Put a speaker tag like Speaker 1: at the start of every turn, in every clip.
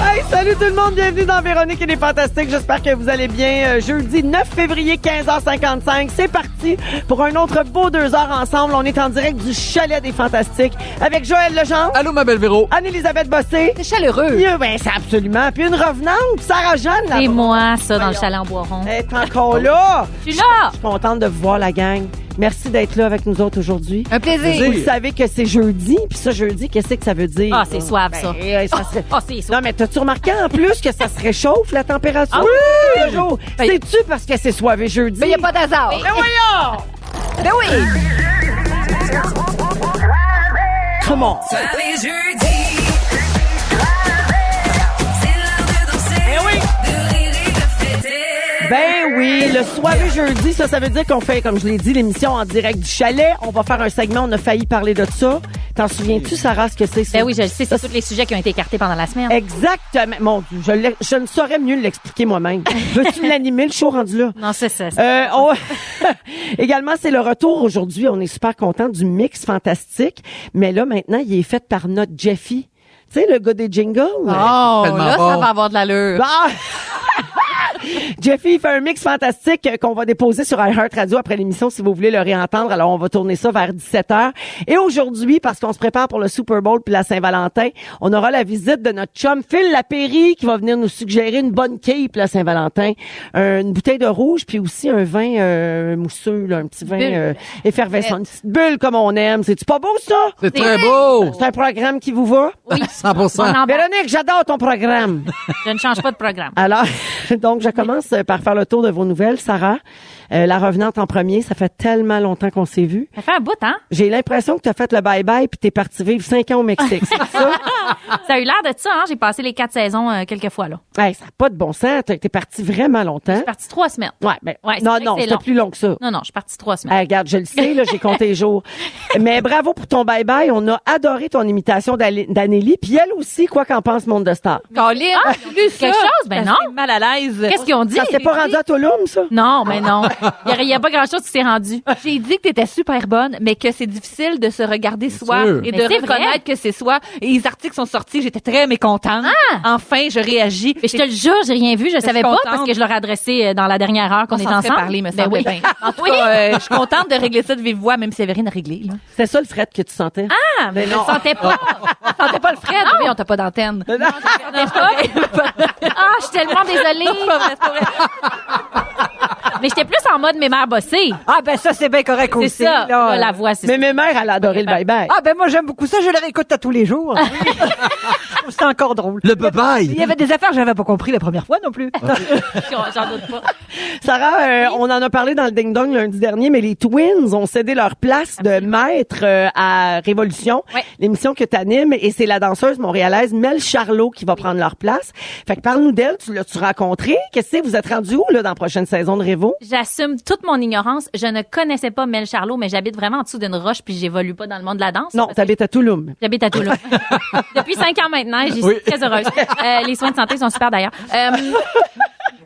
Speaker 1: Hey, salut tout le monde, bienvenue dans Véronique et les Fantastiques. J'espère que vous allez bien. Euh, Jeudi 9 février, 15h55. C'est parti pour un autre beau deux heures ensemble. On est en direct du Chalet des Fantastiques avec Joël Legendre.
Speaker 2: Allô, ma belle Véro.
Speaker 1: Anne-Elisabeth Bossé.
Speaker 3: C'est chaleureux.
Speaker 1: Mieux, ben, c'est absolument. Puis une revenante, Sarah-Jeanne, là.
Speaker 3: Et moi, ça, dans le chalet en Boiron.
Speaker 1: Elle est encore là.
Speaker 3: Je suis là!
Speaker 1: Je suis contente de vous voir, la gang. Merci d'être là avec nous autres aujourd'hui.
Speaker 3: Un plaisir.
Speaker 1: Vous savez que c'est jeudi, puis ça, jeudi, qu'est-ce que ça veut dire?
Speaker 3: Ah, c'est soif, ça.
Speaker 1: Ben, euh, ça serait-
Speaker 3: Ah, c'est ça.
Speaker 1: Non, mais t'as-tu remarqué en plus que ça se réchauffe, la température?
Speaker 3: Ah
Speaker 1: oui! Le jour.
Speaker 3: Ben,
Speaker 1: C'est-tu parce que c'est soivé jeudi?
Speaker 3: Mais il n'y a pas d'hasard.
Speaker 1: Ben voyons!
Speaker 3: Ben oui!
Speaker 1: Comment?
Speaker 4: Eh
Speaker 1: Ben oui, le soirée jeudi, ça, ça veut dire qu'on fait, comme je l'ai dit, l'émission en direct du chalet. On va faire un segment, on a failli parler de ça. T'en souviens-tu, Sarah, ce que c'est ça?
Speaker 3: Ben oui, je le sais, c'est tous les sujets qui ont été écartés pendant la semaine.
Speaker 1: Exactement. Mon Dieu, je, l'ai- je ne saurais mieux l'expliquer moi-même. Veux-tu l'animer, le show rendu là?
Speaker 3: Non, c'est ça.
Speaker 1: Euh, on- Également, c'est le retour aujourd'hui. On est super content du mix fantastique. Mais là, maintenant, il est fait par notre Jeffy. Tu sais, le gars des jingles.
Speaker 3: Ah,
Speaker 5: Oh,
Speaker 2: Tellement
Speaker 5: là, ça
Speaker 2: bon.
Speaker 5: va avoir de l'allure.
Speaker 1: Ah! Jeffy il fait un mix fantastique euh, qu'on va déposer sur iHeart Radio après l'émission si vous voulez le réentendre. Alors, on va tourner ça vers 17h. Et aujourd'hui, parce qu'on se prépare pour le Super Bowl puis la Saint-Valentin, on aura la visite de notre chum Phil Lapéry qui va venir nous suggérer une bonne cape la Saint-Valentin, euh, une bouteille de rouge puis aussi un vin euh, mousseux, là, un petit vin
Speaker 3: Bulle.
Speaker 1: euh, effervescent, une petite bulle comme on aime. C'est-tu pas beau ça?
Speaker 2: C'est très beau.
Speaker 1: C'est un programme qui vous va?
Speaker 3: Oui. On
Speaker 2: 100%.
Speaker 3: en bat.
Speaker 1: Véronique, j'adore ton programme.
Speaker 3: Je ne change pas de programme.
Speaker 1: Alors, donc, je commence euh, par faire le tour de vos nouvelles. Sarah, euh, la revenante en premier, ça fait tellement longtemps qu'on s'est vu.
Speaker 3: Ça fait un bout, hein?
Speaker 1: J'ai l'impression que tu as fait le bye-bye puis t'es parti vivre cinq ans au Mexique. c'est ça?
Speaker 3: Ça a eu l'air de ça, hein? J'ai passé les quatre saisons euh, quelques fois, là.
Speaker 1: Hey, ça n'a pas de bon sens. T'as été parti vraiment longtemps.
Speaker 3: Parti trois semaines.
Speaker 1: Ouais, ben,
Speaker 3: Ouais, c'est
Speaker 1: non,
Speaker 3: vrai que
Speaker 1: non,
Speaker 3: c'est
Speaker 1: c'était
Speaker 3: long.
Speaker 1: plus long que ça.
Speaker 3: Non, non, je suis partie trois semaines.
Speaker 1: Hey, regarde, je le sais, là, j'ai compté les jours. Mais bravo pour ton bye-bye. On a adoré ton imitation d'Ali- d'Anneli. Puis elle aussi, quoi qu'en pense Monde de Star.
Speaker 5: Colin,
Speaker 3: Ah,
Speaker 5: j'ai lu ça.
Speaker 3: quelque chose? Ben
Speaker 5: Ça
Speaker 3: non.
Speaker 5: fait mal à l'aise.
Speaker 3: Qu'est-ce qu'ils ont dit?
Speaker 1: Ça s'est pas rendu à Toulouse, ça?
Speaker 3: Non, mais non. Il y a- Il n'y a, pas grand-chose qui s'est rendu.
Speaker 5: J'ai dit que t'étais super bonne, mais que c'est difficile de se regarder soi
Speaker 2: sûr.
Speaker 3: Mais
Speaker 5: et de
Speaker 3: c'est
Speaker 5: reconnaître
Speaker 3: vrai.
Speaker 5: que c'est soi. Et les articles sont sortis, j'étais très mécontente. Enfin, je réagis.
Speaker 3: Ah! Mais je te le jure, j'ai rien vu. Je le savais pas
Speaker 5: contente.
Speaker 3: parce que je leur ai adressé euh, dans la dernière heure qu'on
Speaker 5: On
Speaker 3: est
Speaker 5: s'en serait
Speaker 3: ensemble.
Speaker 5: parlé, me
Speaker 3: Ben
Speaker 5: semble
Speaker 3: oui.
Speaker 5: bien. En tout cas, euh, je suis contente de régler ça de vive voix, même s'il n'y avait rien à régler. Là.
Speaker 1: C'était ça le fret que tu sentais?
Speaker 3: Ah, mais
Speaker 1: Mais
Speaker 3: je
Speaker 1: non.
Speaker 3: le sentais pas.
Speaker 5: On sentait pas le frais, oui, on t'a pas d'antenne.
Speaker 3: Ah, je suis tellement désolée. mais j'étais plus en mode mes mères bossées.
Speaker 6: Ah ben ça c'est bien correct
Speaker 3: C'est
Speaker 6: aussi. là.
Speaker 3: ça. Là, la voix, c'est ça.
Speaker 1: Mais mes mères, elle a adoré le bye-bye.
Speaker 6: Ah ben moi j'aime beaucoup ça, je le réécoute à tous les jours. c'est encore drôle.
Speaker 2: Le bye-bye.
Speaker 6: Il y avait des affaires que j'avais pas compris la première fois non plus.
Speaker 3: J'en doute pas.
Speaker 1: Sarah, euh, on en a parlé dans le Ding Dong lundi dernier, mais les Twins ont cédé leur place de maître euh, à Révolution,
Speaker 3: Ouais.
Speaker 1: l'émission que tu animes, et c'est la danseuse montréalaise Mel Charlot qui va prendre leur place. Fait que parle-nous d'elle, tu l'as-tu rencontrée? Qu'est-ce que c'est? vous êtes rendu où là, dans la prochaine saison de Révo?
Speaker 3: J'assume toute mon ignorance. Je ne connaissais pas Mel Charlot, mais j'habite vraiment en dessous d'une roche puis j'évolue pas dans le monde de la danse.
Speaker 1: Non,
Speaker 3: Parce que
Speaker 1: t'habites à Touloum.
Speaker 3: J'habite à Toulouse. Depuis cinq ans maintenant, et j'y suis
Speaker 2: Oui.
Speaker 3: très heureuse. Euh, les soins de santé sont super d'ailleurs. Euh,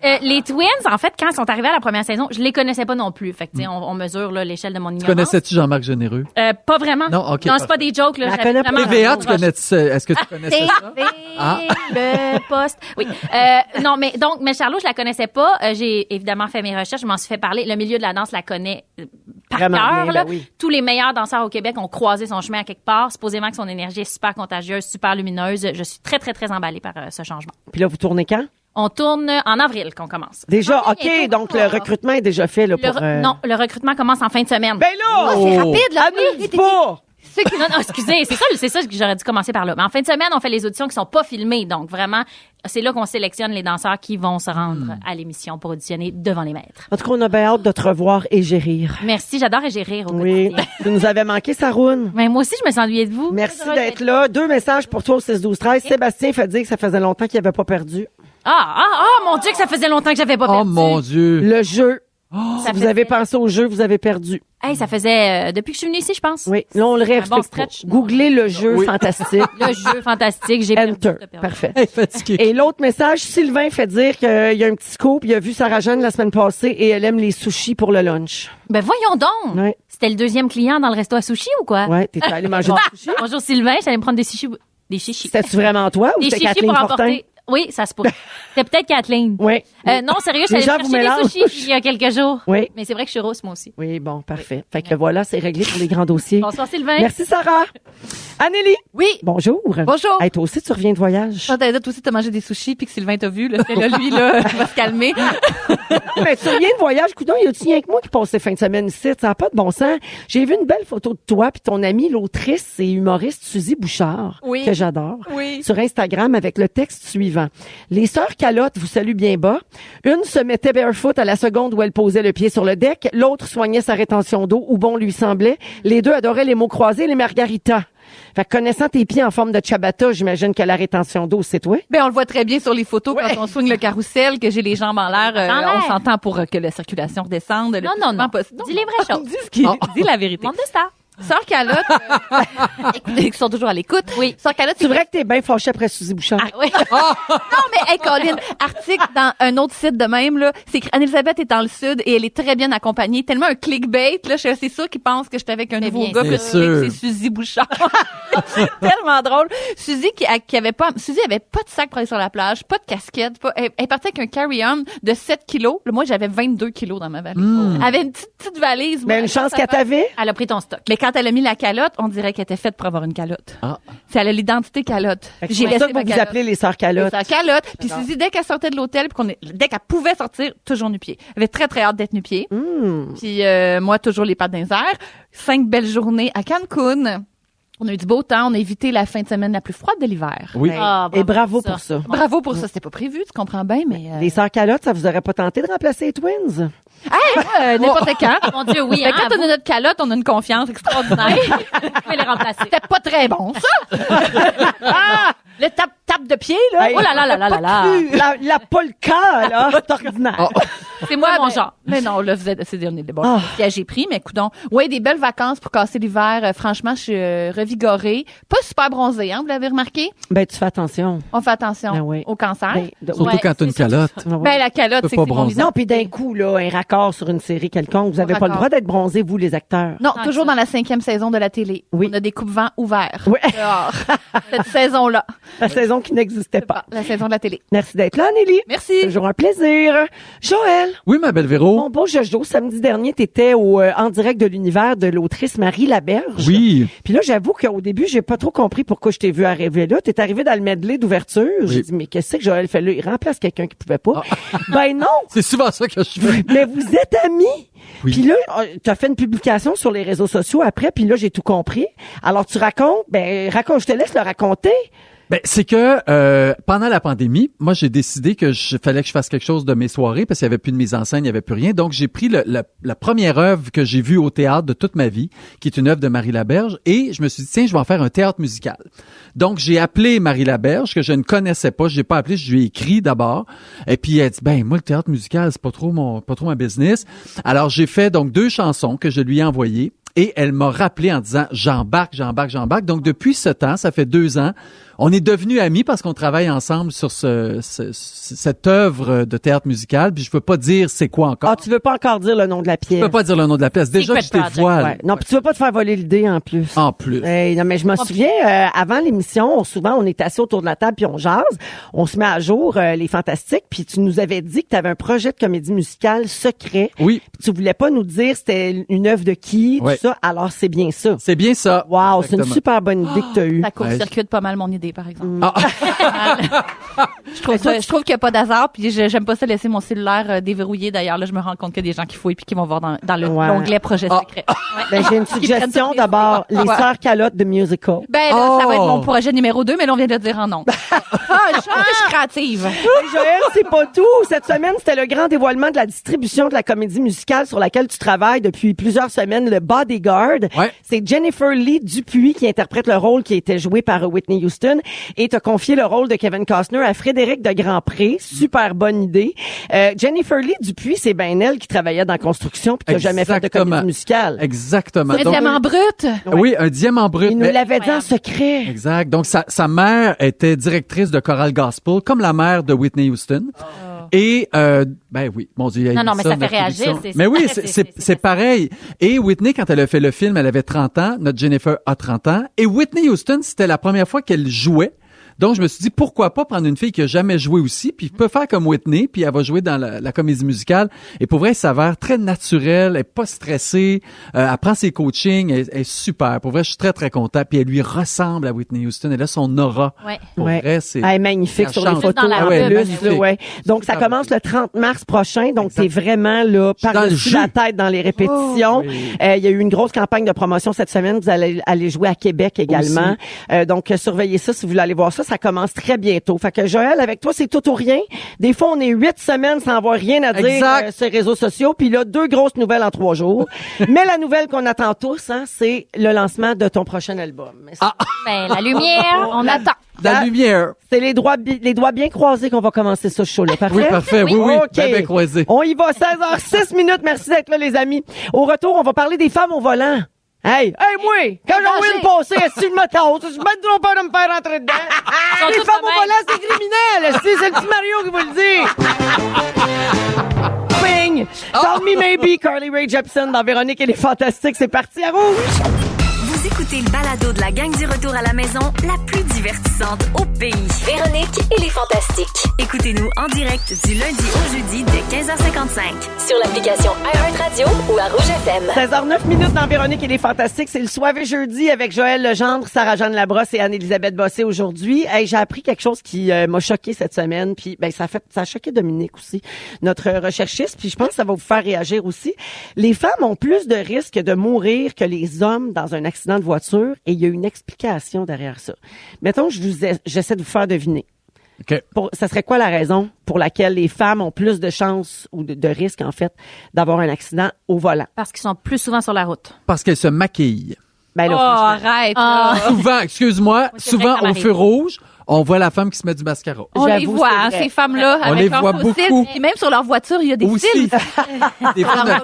Speaker 3: euh, les Twins, en fait, quand ils sont arrivés à la première saison, je les connaissais pas non plus. Fait que, tu sais, on, on mesure là, l'échelle de mon ignorance.
Speaker 2: Mm. Tu Connaissais-tu Jean-Marc Généreux?
Speaker 3: Euh, pas vraiment.
Speaker 2: Non, ok,
Speaker 3: c'est pas des jokes. Là,
Speaker 1: La
Speaker 3: j'avais
Speaker 1: connais pas.
Speaker 3: vraiment-
Speaker 2: TVA, tu connais Est-ce que tu connaissais ça?
Speaker 3: TV,
Speaker 2: Ah.
Speaker 3: le poste. Oui. Euh, non, mais donc, mais Charlot, je la connaissais pas. Euh, j'ai évidemment fait mes recherches, je m'en suis fait parler. Le milieu de la danse la connaît euh, par
Speaker 1: Vraiment
Speaker 3: cœur.
Speaker 1: bien,
Speaker 3: là.
Speaker 1: ben oui.
Speaker 3: Tous les meilleurs danseurs au Québec ont croisé son chemin à quelque part. Supposément que son énergie est super contagieuse, super lumineuse. Je suis très, très, très emballée par euh, ce changement.
Speaker 1: Puis là, vous tournez quand?
Speaker 3: On tourne en avril qu'on commence.
Speaker 1: Déjà,
Speaker 7: Ah oui,
Speaker 1: OK,
Speaker 7: et tout.
Speaker 1: donc le recrutement est déjà fait, là,
Speaker 3: Le
Speaker 1: pour...
Speaker 3: re-
Speaker 1: euh,
Speaker 3: Non, le recrutement commence en fin de semaine.
Speaker 1: Ben là!
Speaker 7: C'est
Speaker 2: Oh,
Speaker 7: rapide, là.
Speaker 1: Amuse pas!
Speaker 3: Ceux qui- Non, non, excusez, c'est ça, c'est ça que j'aurais dû commencer par là. Mais en fin de semaine, on fait les auditions qui sont pas filmées. Donc, vraiment, c'est là qu'on sélectionne les danseurs qui vont se rendre
Speaker 1: Hmm.
Speaker 3: à l'émission pour auditionner devant les maîtres.
Speaker 1: En tout cas, on a bien hâte de te revoir et gérir.
Speaker 3: Merci, j'adore gérer au
Speaker 1: Oui,
Speaker 3: quotidien.
Speaker 1: tu nous avais manqué, Saroune.
Speaker 3: Mais moi aussi, je me sens ennuyée de vous.
Speaker 1: Merci d'être là. Deux messages pour toi au 6-12-13. Sébastien fait dire que ça faisait longtemps qu'il n'avait pas perdu.
Speaker 3: Ah, ah, ah, mon Dieu, que ça faisait longtemps que j'avais pas
Speaker 2: Oh
Speaker 3: perdu.
Speaker 2: mon Dieu.
Speaker 1: Le jeu.
Speaker 3: Oh! Ça
Speaker 1: vous
Speaker 3: faisait-
Speaker 1: avez pensé au jeu, vous avez perdu.
Speaker 3: Hey, ça faisait euh, depuis que je suis venue ici, je pense.
Speaker 1: Oui. Là, on le
Speaker 3: un bon
Speaker 1: réexplique. pas.
Speaker 3: stretch.
Speaker 1: Googlez le jeu fantastique.
Speaker 3: Le jeu fantastique, j'ai perdu,
Speaker 1: Enter.
Speaker 3: t'as perdu.
Speaker 1: Parfait.
Speaker 2: Elle est fatiguée.
Speaker 1: Et l'autre message, Sylvain fait dire qu'il y a un petit scoop. Il a vu Sarah Jeanne la semaine passée et elle aime les sushis pour le lunch.
Speaker 3: Ben voyons donc.
Speaker 1: Ouais.
Speaker 3: C'était le deuxième client dans le resto à sushi ou quoi
Speaker 1: Ouais, t'es allé manger
Speaker 3: Bon.
Speaker 1: du sushi.
Speaker 3: Bonjour Sylvain, j'allais me prendre des chichis, des chichis.
Speaker 1: C'était-tu vraiment toi ou
Speaker 3: Des
Speaker 1: c'était
Speaker 3: chichis
Speaker 1: Kathleen
Speaker 3: pour
Speaker 1: Fortin?
Speaker 3: emporter. Oui, ça se pourrait. C'était peut-être Kathleen.
Speaker 1: Oui.
Speaker 3: Euh, non, sérieux,
Speaker 1: Les
Speaker 3: j'allais
Speaker 1: gens
Speaker 3: chercher
Speaker 1: vous
Speaker 3: des
Speaker 1: mélangent.
Speaker 3: sushis il y a quelques jours.
Speaker 1: Oui.
Speaker 3: Mais c'est vrai que je suis rousse, moi aussi.
Speaker 1: Oui, bon, parfait. Fait que voilà, c'est réglé pour les grands dossiers.
Speaker 3: Bonsoir Sylvain.
Speaker 1: Merci, Sarah. Annélie.
Speaker 5: Oui.
Speaker 1: Bonjour.
Speaker 5: Bonjour.
Speaker 1: Hey, toi aussi, tu reviens de voyage.
Speaker 5: Quand t'as dit, toi aussi, t'as mangé des sushis puis que Sylvain t'a vu, là, c'est là, lui, là, il va se calmer.
Speaker 1: Ah, Mais tu reviens de voyage, coudon, y a-tu rien que moi qui passe les fins de semaine ici? Ça n'a pas de bon sens. J'ai vu une belle photo de toi puis ton amie, l'autrice et humoriste Suzy Bouchard,
Speaker 5: Oui.
Speaker 1: que j'adore,
Speaker 5: Oui.
Speaker 1: sur Instagram avec le texte suivant. Les sœurs Calotte vous saluent bien bas. Une se mettait barefoot à la seconde où elle posait le pied sur le deck. L'autre soignait sa rétention d'eau où bon lui semblait. Les deux adoraient les mots croisés et les margaritas. Fait que connaissant tes pieds en forme de ciabatta, j'imagine que la rétention d'eau, c'est toi.
Speaker 5: Ben, on le voit très bien sur les photos
Speaker 1: Ouais.
Speaker 5: quand on swing le carrousel, que j'ai les jambes en l'air. euh,
Speaker 3: En l'air.
Speaker 5: on s'entend pour euh, que la circulation redescende. le
Speaker 3: Non, non, non.
Speaker 5: mouvement possible.
Speaker 3: Dis les vraies choses.
Speaker 5: Dis ce
Speaker 1: Ah.
Speaker 5: qui- dis la vérité.
Speaker 3: Monde de star.
Speaker 5: Sœur Calotte, euh, écoutez, ils sont toujours à l'écoute. Oui. Sœur Calotte,
Speaker 1: C'est vrai que t'es bien fâché après Suzy Bouchard.
Speaker 5: Ah, oui. non, mais hey, Colin, article dans un autre site de même, là, c'est écrit Anne-Elisabeth est dans le Sud et elle est très bien accompagnée. Tellement un clickbait, là, je- c'est sûr qu'ils pensent que j'étais avec un
Speaker 3: Mais
Speaker 5: nouveau
Speaker 3: bien
Speaker 2: sûr.
Speaker 5: gars, puis
Speaker 2: Bien
Speaker 5: c'est vrai que
Speaker 2: sûr.
Speaker 5: c'est Suzy Bouchard. Tellement drôle. Suzy qui, à- qui avait pas, Suzy avait pas de sac pour aller sur la plage, pas de casquette, pas, elle, elle partait avec un carry-on de 7 kilos. Là, moi, j'avais 22 kilos dans ma valise.
Speaker 2: Hmm.
Speaker 5: Elle avait une petite, petite valise.
Speaker 1: Mais
Speaker 5: Moi,
Speaker 1: une chance
Speaker 5: ça
Speaker 1: qu'elle
Speaker 5: fait-
Speaker 1: t'avait.
Speaker 3: Elle a pris ton stock.
Speaker 5: mais quand elle a mis la calotte, on dirait qu'elle était faite pour avoir une calotte.
Speaker 2: Ah.
Speaker 5: C'est elle a l'identité calotte.
Speaker 1: Fait que C'est pour ça que
Speaker 5: ma
Speaker 1: vous vous
Speaker 5: calotte.
Speaker 1: appelez les sœurs calottes.
Speaker 5: Sa calotte. Puis Suzy, dès qu'elle sortait de l'hôtel, puis qu'on est, dès qu'elle pouvait sortir, toujours nu-pied. Elle avait très, très hâte d'être nu-pied.
Speaker 1: Mmh.
Speaker 5: Puis euh, moi, toujours les pattes dans les airs. Cinq belles journées à Cancun. On a eu du beau temps. On a évité la fin de semaine la plus froide de l'hiver.
Speaker 2: Oui.
Speaker 3: Ah,
Speaker 1: Et Eh, bravo pour ça.
Speaker 5: Bravo pour ça. C'était pas prévu, tu comprends bien, mais... euh,
Speaker 1: Les sœurs calottes, ça vous aurait pas tenté de remplacer les twins?
Speaker 5: hey, moi, euh, n'importe quand.
Speaker 3: Mon Dieu, oui.
Speaker 5: Fait que
Speaker 3: hein,
Speaker 5: quand on a notre calotte, on a une confiance extraordinaire.
Speaker 3: vous pouvez les remplacer.
Speaker 5: C'était pas très bon, ça! Ah! Le tape-tape de pied, là!
Speaker 1: Hey.
Speaker 5: Oh là là là là là
Speaker 3: Ah.
Speaker 5: là!
Speaker 1: Hum, La, la polka, là, c'est ordinaire.
Speaker 3: C'est moi, mon
Speaker 5: mais-
Speaker 3: genre.
Speaker 5: Mais non, là, vous êtes, c'est dernier débat.
Speaker 1: Ah.
Speaker 5: J'ai pris, mais coudon. Ouais, des belles vacances pour casser l'hiver. Euh, franchement, je suis euh, revigorée. Pas super bronzée, hein, vous l'avez remarqué?
Speaker 1: Ben, tu fais attention.
Speaker 5: On fait attention
Speaker 1: Ben oui.
Speaker 5: au cancer.
Speaker 1: Ben,
Speaker 5: Ben,
Speaker 1: de-
Speaker 2: Surtout
Speaker 1: ouais.
Speaker 2: quand t'as une
Speaker 3: c'est ça.
Speaker 2: calotte.
Speaker 1: Ah ouais.
Speaker 5: la
Speaker 2: Peut
Speaker 5: calotte,
Speaker 2: pas
Speaker 5: c'est que c'est mon
Speaker 2: bronzer.
Speaker 5: visage.
Speaker 1: non, puis d'un coup, là, un raccord sur une série quelconque, vous avez pas le
Speaker 5: raccord.
Speaker 1: droit d'être bronzé, vous, les acteurs.
Speaker 5: Non,
Speaker 3: Tant
Speaker 5: toujours
Speaker 3: que ça.
Speaker 5: dans la cinquième saison de la télé.
Speaker 1: Oui.
Speaker 5: On a des coupes-vents ouverts.
Speaker 1: Oui.
Speaker 5: Dehors. Cette saison-là.
Speaker 1: La saison qui n'existait pas.
Speaker 5: La saison de la télé.
Speaker 1: Merci d'être là, Nelly.
Speaker 5: Merci.
Speaker 1: Toujours un plaisir. Joël,
Speaker 2: Oui, ma belle Véro.
Speaker 1: mon beau Jojo, samedi dernier, t'étais au, euh, en direct de l'univers de l'autrice Marie Laberge.
Speaker 2: Oui.
Speaker 1: Puis là, j'avoue qu'au début, j'ai pas trop compris pourquoi je t'ai vu arriver là. T'es arrivé dans le medley d'ouverture. J'ai dit, mais qu'est-ce que Joël fait là? Il remplace quelqu'un qui pouvait pas.
Speaker 2: Ah.
Speaker 1: Ben non!
Speaker 2: C'est souvent ça que je fais.
Speaker 1: Mais vous êtes amis.
Speaker 2: Oui.
Speaker 1: Puis là, euh, t'as fait une publication sur les réseaux sociaux après, puis là, j'ai tout compris. Alors, tu racontes, ben, raconte, je te laisse le raconter.
Speaker 2: Ben, c'est que euh, pendant la pandémie, moi j'ai décidé que je fallait que je fasse quelque chose de mes soirées parce qu'il y avait plus de mise en scène, il y avait plus rien. Donc j'ai pris le- la, la première œuvre que j'ai vue au théâtre de toute ma vie, qui est une œuvre de Marie Laberge, et je me suis dit tiens, je vais en faire un théâtre musical. Donc j'ai appelé Marie Laberge que je ne connaissais pas, je l'ai pas appelé, je lui ai écrit d'abord, et puis elle dit ben moi le théâtre musical c'est pas trop mon pas trop ma business. Alors j'ai fait donc deux chansons que je lui ai envoyées. Et elle m'a rappelé en disant j'embarque, j'embarque, j'embarque. Donc depuis ce temps, ça fait deux ans, on est devenus amis parce qu'on travaille ensemble sur ce, ce- ce- cette œuvre de théâtre musical. Puis je peux pas dire c'est quoi encore.
Speaker 1: Ah, tu veux pas encore dire le nom de la
Speaker 2: Je
Speaker 1: pièce.
Speaker 2: peux pas dire le nom de la pièce. Déjà,
Speaker 3: Secret
Speaker 2: je t'ai
Speaker 3: Project,
Speaker 2: voile.
Speaker 1: Ouais. Non, puis tu veux pas te faire voler l'idée en plus.
Speaker 2: En plus.
Speaker 1: Hey, non, mais je me souviens, euh, avant l'émission, on- souvent, on est assis autour de la table puis on jase. On se met à jour euh, les fantastiques. Puis tu nous avais dit que tu avais un projet de comédie musicale secret.
Speaker 2: Oui,
Speaker 1: Puis Tu voulais pas nous dire c'était une œuvre de qui,
Speaker 2: Ouais.
Speaker 1: tout ça. Alors, c'est bien ça.
Speaker 2: c'est bien ça.
Speaker 1: Wow, c'est une
Speaker 2: Exactement.
Speaker 1: super bonne idée que tu as eue.
Speaker 5: Ah, Ça court-circuite pas mal mon idée. clés, par exemple.
Speaker 2: Ah,
Speaker 5: je trouve Eh, ça- je trouve qu'il n'y a pas d'hasard, puis je- j'aime pas ça laisser mon cellulaire euh, déverrouillé. D'ailleurs, là, je me rends compte qu'il y a des gens qui fouillent puis qui vont voir dans, dans le
Speaker 1: Ouais.
Speaker 5: l'onglet projet
Speaker 2: Ah.
Speaker 5: secret.
Speaker 1: Ben, j'ai une suggestion d'abord. Les
Speaker 5: Ouais.
Speaker 1: sœurs calottes de Musical.
Speaker 5: Ben là, ça va être
Speaker 2: Oh.
Speaker 5: mon projet numéro 2, mais là, on vient de le dire en nom. ah, je pense que je suis créative.
Speaker 1: Hey, Joël, c'est pas tout. Cette semaine, c'était le grand dévoilement de la distribution de la comédie musicale sur laquelle tu travailles depuis plusieurs semaines, le Bodyguard.
Speaker 2: Ouais.
Speaker 1: C'est Jennifer Lee Dupuis qui interprète le rôle qui était joué par Whitney Houston et t'as confié le rôle de Kevin Costner à Frédéric de Grandpré. Super bonne idée. Euh, Jennifer Lee Dupuis, c'est ben elle qui travaillait dans la construction puis qui a jamais fait de comédie
Speaker 2: Exactement.
Speaker 1: musicale.
Speaker 2: Exactement.
Speaker 5: Le
Speaker 2: Donc-
Speaker 5: diamant brut.
Speaker 2: Oui, un diamant brut.
Speaker 1: Il nous
Speaker 2: mais-
Speaker 1: l'avait dit en secret.
Speaker 2: Exact. Donc, sa, sa mère était directrice de chorale gospel, comme la mère de Whitney Houston.
Speaker 1: Oh.
Speaker 2: Et, euh, ben oui, mon Dieu. il a
Speaker 3: Non,
Speaker 2: dit
Speaker 3: non, mais ça fait
Speaker 2: notre
Speaker 3: réagir,
Speaker 2: émission.
Speaker 3: c'est-
Speaker 2: Mais oui,
Speaker 3: c'est-
Speaker 2: c'est-
Speaker 3: c'est-
Speaker 2: c'est
Speaker 3: c'est
Speaker 2: c'est pareil. Et Whitney, quand elle a fait le film, elle avait 30 ans. Notre Jennifer a 30 ans. Et Whitney Houston, c'était la première fois qu'elle jouait. Donc, je me suis dit, pourquoi pas prendre une fille qui a jamais joué aussi, puis peut faire comme Whitney, puis elle va jouer dans la, la comédie musicale. Et pour vrai, elle s'avère très naturelle, elle est pas stressée, euh, elle prend ses coachings, elle, elle est super. Pour vrai, je suis très, très content. Puis elle lui ressemble à Whitney Houston, elle a son aura.
Speaker 3: Ouais.
Speaker 2: Pour
Speaker 1: Ouais.
Speaker 2: vrai, c'est...
Speaker 1: Ah, elle est magnifique
Speaker 2: La
Speaker 1: sur
Speaker 2: chance. Ah
Speaker 1: les photos.
Speaker 3: Dans la
Speaker 1: en
Speaker 3: robe,
Speaker 1: plus,
Speaker 3: magnifique.
Speaker 1: là, ouais. Donc, ça
Speaker 2: Super
Speaker 1: commence le 30 mars prochain. Donc, t'es
Speaker 2: Exact.
Speaker 1: vraiment là,
Speaker 2: suis dans le
Speaker 1: par-dessus
Speaker 2: jus. Oh,
Speaker 1: la tête dans les répétitions. Euh, Il y a eu une grosse campagne de promotion cette semaine. Vous allez aller jouer à Québec également. Euh, donc, euh, surveillez ça si vous voulez aller voir ça. Ça commence très bientôt. Fait que, Joël, avec toi, c'est tout ou rien. Des fois, on est huit semaines sans avoir rien à dire euh,
Speaker 2: Exact.
Speaker 1: sur les réseaux sociaux. Puis là, deux grosses nouvelles en trois jours. Mais la nouvelle qu'on attend tous, hein, c'est le lancement de ton prochain album.
Speaker 2: Ah,
Speaker 3: Ben, la lumière,
Speaker 5: Oh,
Speaker 3: on attend.
Speaker 2: La
Speaker 1: Ah.
Speaker 2: lumière.
Speaker 1: C'est les doigts, bi- les doigts bien croisés qu'on va commencer ce show-là. Parfait?
Speaker 2: Oui, parfait. Oui, oui.
Speaker 1: OK.
Speaker 2: Bien, bien croisé.
Speaker 1: On y va, 16h06 minutes. Merci d'être là, les amis. Au retour, on va parler des femmes au volant. Hey, hey, moi, quand j'ai envie de passer, est-ce me tasse? Je me trop peur de me faire rentrer dedans.
Speaker 3: sont
Speaker 1: les
Speaker 3: toutes
Speaker 1: femmes au
Speaker 3: de même.
Speaker 1: volant, c'est criminel. esti, C'est le petit Mario qui vous le dit. Bing! Tell me maybe, Carly Rae Jepsen dans Véronique et les Fantastiques. C'est parti à rouge.
Speaker 4: Vous écoutez le balado de la gang du retour à la maison, la plus divertissante au pays.
Speaker 7: Véronique et les Fantastiques.
Speaker 4: Écoutez-nous en direct du lundi au jeudi dès 15h55.
Speaker 7: Sur l'application iHeartRadio ou à Rouge FM.
Speaker 1: 16h09 minutes dans Véronique et les Fantastiques. C'est le soir et jeudi avec Joël Legendre, Sarah-Jeanne Labrosse et Anne-Élisabeth Bossé aujourd'hui. Hey, j'ai appris quelque chose qui euh, m'a choqué cette semaine. Puis, ben, ça a fait, ça a choqué Dominique aussi, notre recherchiste. Puis, je pense que ça va vous faire réagir aussi. Les femmes ont plus de risques de mourir que les hommes dans un accident de voiture. Et il y a une explication derrière ça. Mettons, que je vous, ai- j'essaie de vous faire deviner.
Speaker 2: OK.
Speaker 1: Pour, ça serait quoi la raison pour laquelle les femmes ont plus de chances ou de, de risques, en fait, d'avoir un accident au volant?
Speaker 3: Parce qu'ils sont plus souvent sur la route.
Speaker 2: Parce qu'elle se maquille.
Speaker 1: Ben
Speaker 5: Oh,
Speaker 1: là, franchement,
Speaker 5: arrête. là.
Speaker 2: Souvent, excuse-moi,
Speaker 3: Oui, c'est vrai
Speaker 2: souvent
Speaker 3: que ça
Speaker 2: au
Speaker 3: m'arrive.
Speaker 2: feu rouge, on voit la femme qui se met du mascara.
Speaker 5: On les
Speaker 1: J'avoue,
Speaker 5: voit,
Speaker 1: c'est
Speaker 5: hein,
Speaker 1: vrai.
Speaker 5: ces femmes-là,
Speaker 2: On
Speaker 5: avec
Speaker 2: les
Speaker 5: leurs
Speaker 2: voit
Speaker 5: fossiles.
Speaker 2: beaucoup.
Speaker 5: Et même sur leur voiture, il y a des
Speaker 2: Aussi.
Speaker 5: cils.
Speaker 2: Des fois, on a-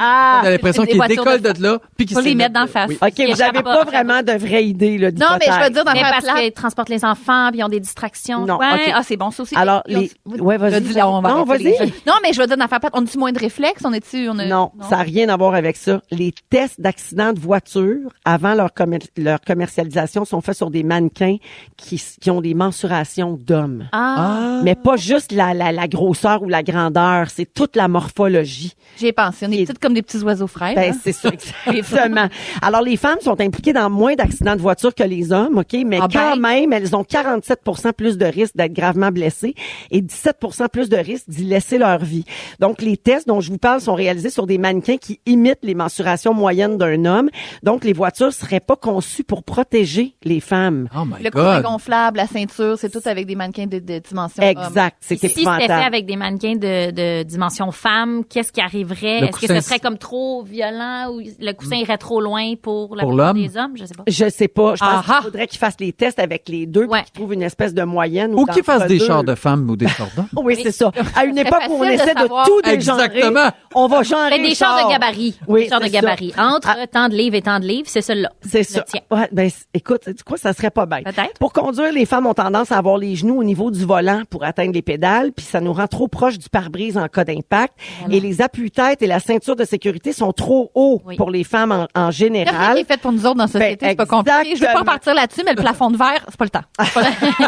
Speaker 1: Ah.
Speaker 2: on a l'impression
Speaker 5: Des
Speaker 2: qu'ils
Speaker 5: voitures de
Speaker 2: décollent de là, puis qu'ils
Speaker 5: Faut
Speaker 2: se
Speaker 5: les mettre
Speaker 2: mettent
Speaker 5: d'en
Speaker 2: de-
Speaker 5: face.
Speaker 2: oui.
Speaker 1: OK,
Speaker 3: Il
Speaker 1: vous n'avez
Speaker 3: échappe
Speaker 1: pas
Speaker 3: pas
Speaker 1: vraiment de vraies idées là,
Speaker 5: Non, mais je
Speaker 1: d'hypothèse.
Speaker 5: veux dire, dans
Speaker 3: Mais
Speaker 5: ma
Speaker 3: parce
Speaker 5: place.
Speaker 3: qu'ils transportent les enfants, puis ils ont des distractions.
Speaker 1: Non,
Speaker 5: Ouais,
Speaker 1: ok.
Speaker 5: ah, c'est bon, ça aussi.
Speaker 1: Alors,
Speaker 5: Ils ont-
Speaker 1: les- ouais, vas-y,
Speaker 5: Je dis,
Speaker 1: vas-y.
Speaker 5: on va
Speaker 1: Non, vas-y.
Speaker 5: arrêter les jeunes. Non, mais je veux dire, dans ma place, on est-tu moins de réflexe? On est-tu, on a-
Speaker 1: Non, ça n'a rien à voir avec ça. Les tests d'accidents de voiture avant leur, commer- leur commercialisation sont faits sur des mannequins qui, s- qui ont des mensurations d'hommes.
Speaker 3: Ah,
Speaker 2: Ah.
Speaker 1: Mais pas juste la, la, la grosseur ou la grandeur, c'est toute la morphologie.
Speaker 5: J'y ai pensé. On
Speaker 1: Il-
Speaker 5: est petites comme des petits oiseaux hein. frères.
Speaker 1: Ben, c'est ça, exactement. Alors, les femmes sont impliquées dans moins d'accidents de voiture que les hommes, OK? Mais
Speaker 5: Ah
Speaker 1: quand
Speaker 5: ben.
Speaker 1: même, elles ont 47 plus de risque d'être gravement blessées et 17 plus de risque d'y laisser leur vie. Donc, les tests dont je vous parle sont réalisés sur des mannequins qui imitent les mensurations moyennes d'un homme. Donc, les voitures seraient pas conçues pour protéger les femmes.
Speaker 2: Oh my
Speaker 5: Le coin
Speaker 2: God.
Speaker 5: gonflable, la ceinture, c'est tout avec des mannequins de, de dimension. homme.
Speaker 1: Exact. C'est
Speaker 3: si c'était fait
Speaker 1: épouvantable.
Speaker 3: avec des mannequins de, de dimension femme, qu'est-ce qui arriverait?
Speaker 2: Le
Speaker 3: Est-ce que
Speaker 2: coussin- Hmm.
Speaker 3: ce serait comme trop violent ou le coussin irait trop loin pour la
Speaker 2: Pour
Speaker 3: plupart
Speaker 2: l'homme?
Speaker 3: des hommes? Je sais pas.
Speaker 1: Je sais pas. Je pense
Speaker 2: Ah-ha.
Speaker 1: qu'il faudrait qu'ils fassent les tests avec les deux, puis
Speaker 3: Ouais.
Speaker 1: qu'ils trouvent une espèce de moyenne.
Speaker 2: Ou qu'ils fassent des
Speaker 1: d'entre-deux.
Speaker 2: chars de femmes ou des chars d'hommes.
Speaker 1: Oui, c'est ça. À une
Speaker 5: serait
Speaker 1: époque où on
Speaker 5: facile de
Speaker 1: essaie de,
Speaker 5: savoir.
Speaker 1: tout dégenrer,
Speaker 2: Exactement.
Speaker 1: on va genrer
Speaker 3: Fait Ben, des
Speaker 1: les
Speaker 3: chars de gabarit.
Speaker 1: Oui,
Speaker 3: des chars de
Speaker 1: c'est ça. Ah.
Speaker 3: gabarit. Entre tant de livres et tant de livres, c'est celui-là.
Speaker 1: C'est
Speaker 3: Le
Speaker 1: ça.
Speaker 3: tien.
Speaker 1: Ouais, ben, c- écoute, tu quoi, ça serait pas bête.
Speaker 3: Peut-être.
Speaker 1: Pour conduire, les femmes ont tendance à avoir les genoux au niveau du volant pour atteindre les pédales, puis ça nous rend trop proche du pare-brise en cas d'impact. Et les appuis-têtes et la ceinture de sécurité sont trop hauts
Speaker 3: Oui.
Speaker 1: pour les femmes en, en
Speaker 5: Rien
Speaker 1: général.
Speaker 5: n'est fait pour nous autres dans la société,
Speaker 1: Ben,
Speaker 5: c'est pas compliqué. Je veux pas
Speaker 1: exactement.
Speaker 5: repartir là-dessus, mais le plafond de verre, c'est pas le temps. C'est pas le temps.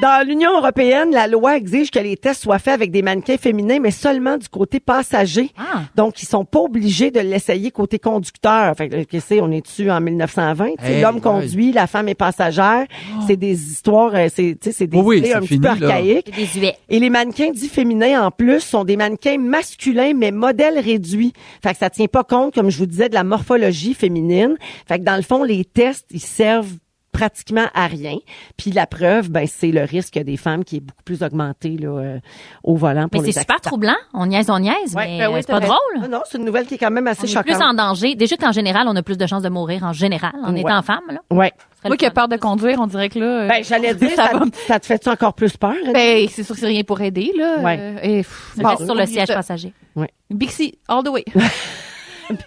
Speaker 1: Dans l'Union européenne, la loi exige que les tests soient faits avec des mannequins féminins, mais seulement du côté passager.
Speaker 3: Ah.
Speaker 1: Donc, ils sont pas obligés de l'essayer côté conducteur. Fait que, qu'est-ce que c'est, on est dessus en 1920. tu sais,
Speaker 2: Hey,
Speaker 1: L'homme
Speaker 2: ouais.
Speaker 1: conduit, la femme est passagère. C'est des histoires soir. euh, C'est tu sais, c'est des
Speaker 2: Ah. Oui, oui,
Speaker 1: idées
Speaker 2: c'est
Speaker 1: un petit
Speaker 2: fini,
Speaker 1: peu
Speaker 2: là.
Speaker 1: archaïques.
Speaker 3: Des huées.
Speaker 1: Et les mannequins dits féminins, en plus, sont des mannequins masculins, mais modèles réduits. Fait que ça tient pas compte, comme je vous disais, de la morphologie féminine. Fait que dans le fond, les tests, ils servent pratiquement à rien. Puis la preuve, ben c'est le risque des femmes qui est beaucoup plus augmenté là, euh, au volant
Speaker 3: Mais
Speaker 1: pour les
Speaker 3: c'est super
Speaker 1: accidents.
Speaker 3: troublant. On niaise, on niaise,
Speaker 5: Ouais,
Speaker 3: mais
Speaker 5: ben oui,
Speaker 3: euh, c'est pas
Speaker 5: t'as
Speaker 3: drôle.
Speaker 1: Ah non, c'est une nouvelle qui est quand même
Speaker 3: On
Speaker 1: assez
Speaker 3: est
Speaker 1: choquante.
Speaker 3: plus en danger. Déjà qu'en général, on a plus de chances de mourir en général en
Speaker 1: Ouais.
Speaker 3: étant femme. Là.
Speaker 1: Ouais.
Speaker 3: Ce serait
Speaker 5: Moi
Speaker 3: le
Speaker 5: qui ai
Speaker 3: fun.
Speaker 5: peur de conduire, on dirait que là. euh,
Speaker 1: Ben j'allais dire, ça,
Speaker 5: ça va.
Speaker 1: ça te fait-tu encore plus peur hein?
Speaker 5: Ben, c'est sûr que c'est rien pour aider, là.
Speaker 1: Ouais.
Speaker 5: Euh, et, pff,
Speaker 3: Je
Speaker 5: bon,
Speaker 3: reste sur le
Speaker 5: oublie
Speaker 3: siège
Speaker 5: ça.
Speaker 3: passager.
Speaker 5: Bixi, all the way.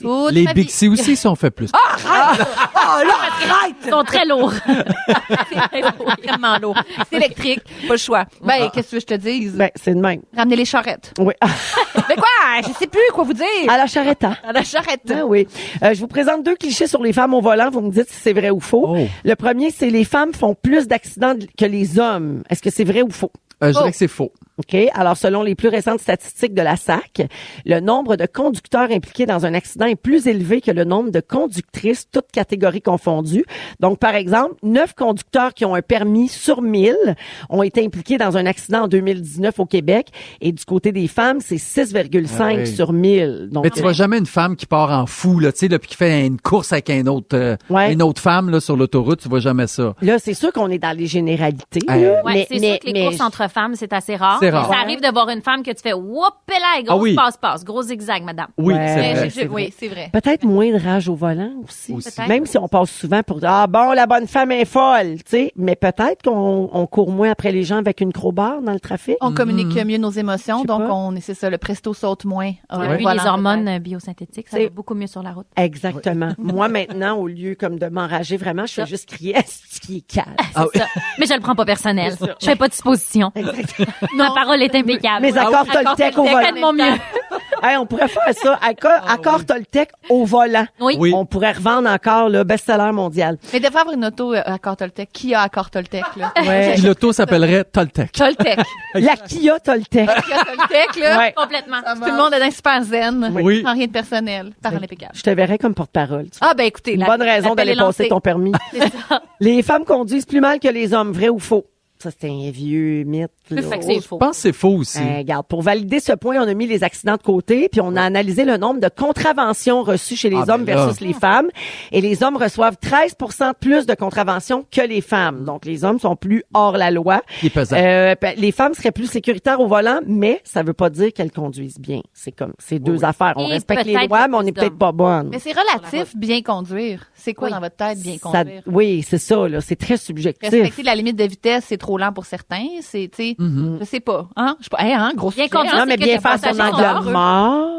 Speaker 5: Toute
Speaker 2: Les
Speaker 5: ma vie.
Speaker 2: Bixi aussi sont fait plus.
Speaker 5: Ah!
Speaker 3: Ils sont très lourds.
Speaker 5: Vraiment lourd. C'est électrique, pas le choix. Ben, qu'est-ce que je te dise?
Speaker 1: Ben, c'est de même.
Speaker 5: Ramenez les charrettes.
Speaker 1: Oui.
Speaker 5: Mais quoi? Je sais plus quoi vous dire.
Speaker 1: à la charrette.
Speaker 5: À la charrette.
Speaker 1: Ah oui. Euh, je vous présente deux clichés sur les femmes au volant. Vous me dites si c'est vrai ou faux.
Speaker 2: Oh.
Speaker 1: Le premier, c'est les femmes font plus d'accidents que les hommes. Est-ce que c'est vrai ou faux?
Speaker 2: Euh, je
Speaker 5: Oh!
Speaker 2: dirais que c'est faux.
Speaker 1: OK. Alors, selon les plus récentes statistiques de la SAC, le nombre de conducteurs impliqués dans un accident est plus élevé que le nombre de conductrices, toutes catégories confondues. Donc, par exemple, neuf conducteurs qui ont un permis sur 1000 ont été impliqués dans un accident en 2019 au Québec. Et du côté des femmes, c'est 6,5
Speaker 2: Ah oui.
Speaker 1: sur 1000. Donc,
Speaker 2: Mais tu vois jamais une femme qui part en fou, là, tu sais, là, puis qui fait une course avec un autre, euh,
Speaker 1: Ouais.
Speaker 2: une autre femme, là, sur l'autoroute, tu vois jamais ça.
Speaker 1: Là, c'est sûr qu'on est dans les généralités.
Speaker 2: Ouais.
Speaker 1: là,
Speaker 3: Ouais,
Speaker 1: mais-
Speaker 3: c'est
Speaker 1: mais-
Speaker 3: sûr que les
Speaker 1: mais-
Speaker 3: courses entre femmes, c'est assez rare.
Speaker 2: C'est
Speaker 3: Mais
Speaker 2: rare.
Speaker 3: Ça arrive de voir une femme que tu fais whoop là, gros
Speaker 2: Ah oui.
Speaker 3: passe-passe, gros zigzag, madame.
Speaker 2: Oui,
Speaker 1: Ouais.
Speaker 2: c'est
Speaker 5: Mais
Speaker 2: vrai.
Speaker 5: je- je- oui, c'est vrai.
Speaker 1: Peut-être moins de rage au volant aussi.
Speaker 2: Aussi.
Speaker 3: Peut-être.
Speaker 1: Même si on passe souvent pour dire, ah bon, la bonne femme est folle, tu sais. Mais peut-être qu'on on court moins après les gens avec une crowbar dans le trafic.
Speaker 5: On communique mieux nos
Speaker 1: Hmm.
Speaker 5: émotions,
Speaker 1: Je sais
Speaker 5: donc
Speaker 1: pas.
Speaker 5: on, c'est ça, le presto saute moins.
Speaker 3: On a
Speaker 5: Ouais.
Speaker 3: vu
Speaker 5: Voilà.
Speaker 3: les hormones euh, biosynthétiques, ça
Speaker 1: C'est-
Speaker 3: va beaucoup mieux sur la route.
Speaker 1: Exactement. Moi, maintenant, au lieu comme de m'enrager vraiment, je fais
Speaker 3: Yep.
Speaker 1: juste crier, est-ce qui est calme?
Speaker 2: Ah
Speaker 3: C'est ça. Mais je le prends pas personnel. Je fais pas de supposition.
Speaker 1: Exactement.
Speaker 3: Ma parole est impeccable. Ah
Speaker 1: Mes accords Toltec au
Speaker 3: Toltec,
Speaker 1: volant.
Speaker 3: faites de mon mieux.
Speaker 1: Hey, on pourrait faire ça. Accord, accord Toltec au volant.
Speaker 3: Ah Oui.
Speaker 2: Oui.
Speaker 1: On pourrait revendre encore le best-seller mondial.
Speaker 5: Mais devrait avoir une auto euh, à Cortoltec. Qui a à Cortoltec, là?
Speaker 1: Ouais.
Speaker 2: Puis l'auto s'appellerait Toltec.
Speaker 5: Toltec.
Speaker 1: La Kia Toltec.
Speaker 5: Qui a Toltec, là?
Speaker 1: Ouais.
Speaker 3: Complètement.
Speaker 5: Tout le monde est dans un super zen.
Speaker 2: Oui.
Speaker 5: Sans rien de personnel. Parole impeccable.
Speaker 1: Je te verrais comme porte-parole. tu
Speaker 5: Ah, ben écoutez.
Speaker 1: Une
Speaker 5: la-
Speaker 1: bonne raison
Speaker 5: l'appel
Speaker 1: d'aller
Speaker 5: est
Speaker 1: passer
Speaker 5: lancé.
Speaker 1: ton permis. les femmes conduisent plus mal que les hommes, vrai ou faux? Ça, c'est un vieux mythe. là.
Speaker 3: Fait que c'est
Speaker 2: Je
Speaker 3: faux.
Speaker 2: pense que c'est faux aussi.
Speaker 1: Euh, regarde, pour valider ce point, on a mis les accidents de côté, puis on a analysé le nombre de contraventions reçues chez les
Speaker 2: Ah, ben
Speaker 1: hommes
Speaker 2: là.
Speaker 1: versus les femmes. Et les hommes reçoivent 13 de plus de contraventions que les femmes. Donc, les hommes sont plus hors la loi.
Speaker 2: Il est pesant.
Speaker 1: Euh, ben, les femmes seraient plus sécuritaires au volant, mais ça veut pas dire qu'elles conduisent bien. C'est comme ces deux affaires. On
Speaker 3: Et
Speaker 1: respecte les
Speaker 3: peut-être
Speaker 1: lois,
Speaker 3: que
Speaker 1: mais on
Speaker 3: plus
Speaker 1: est peut-être
Speaker 3: d'hommes.
Speaker 1: pas bonnes.
Speaker 5: Mais c'est relatif, bien conduire. C'est quoi
Speaker 3: Oui.
Speaker 5: dans votre tête, bien
Speaker 1: Ça-
Speaker 5: conduire?
Speaker 1: oui, c'est ça, là. C'est très subjectif.
Speaker 5: Respecter la limite de vitesse, c'est trop lent pour certains. C'est, tu sais, je sais pas. Hein? Je sais pas. Hey, hein? Gros
Speaker 3: Bien
Speaker 5: sujet,
Speaker 3: conduire,
Speaker 5: hein?
Speaker 1: non, mais
Speaker 3: que
Speaker 1: bien
Speaker 3: tes
Speaker 1: faire son
Speaker 3: passagers sont
Speaker 1: angle
Speaker 3: heureux.
Speaker 1: mort.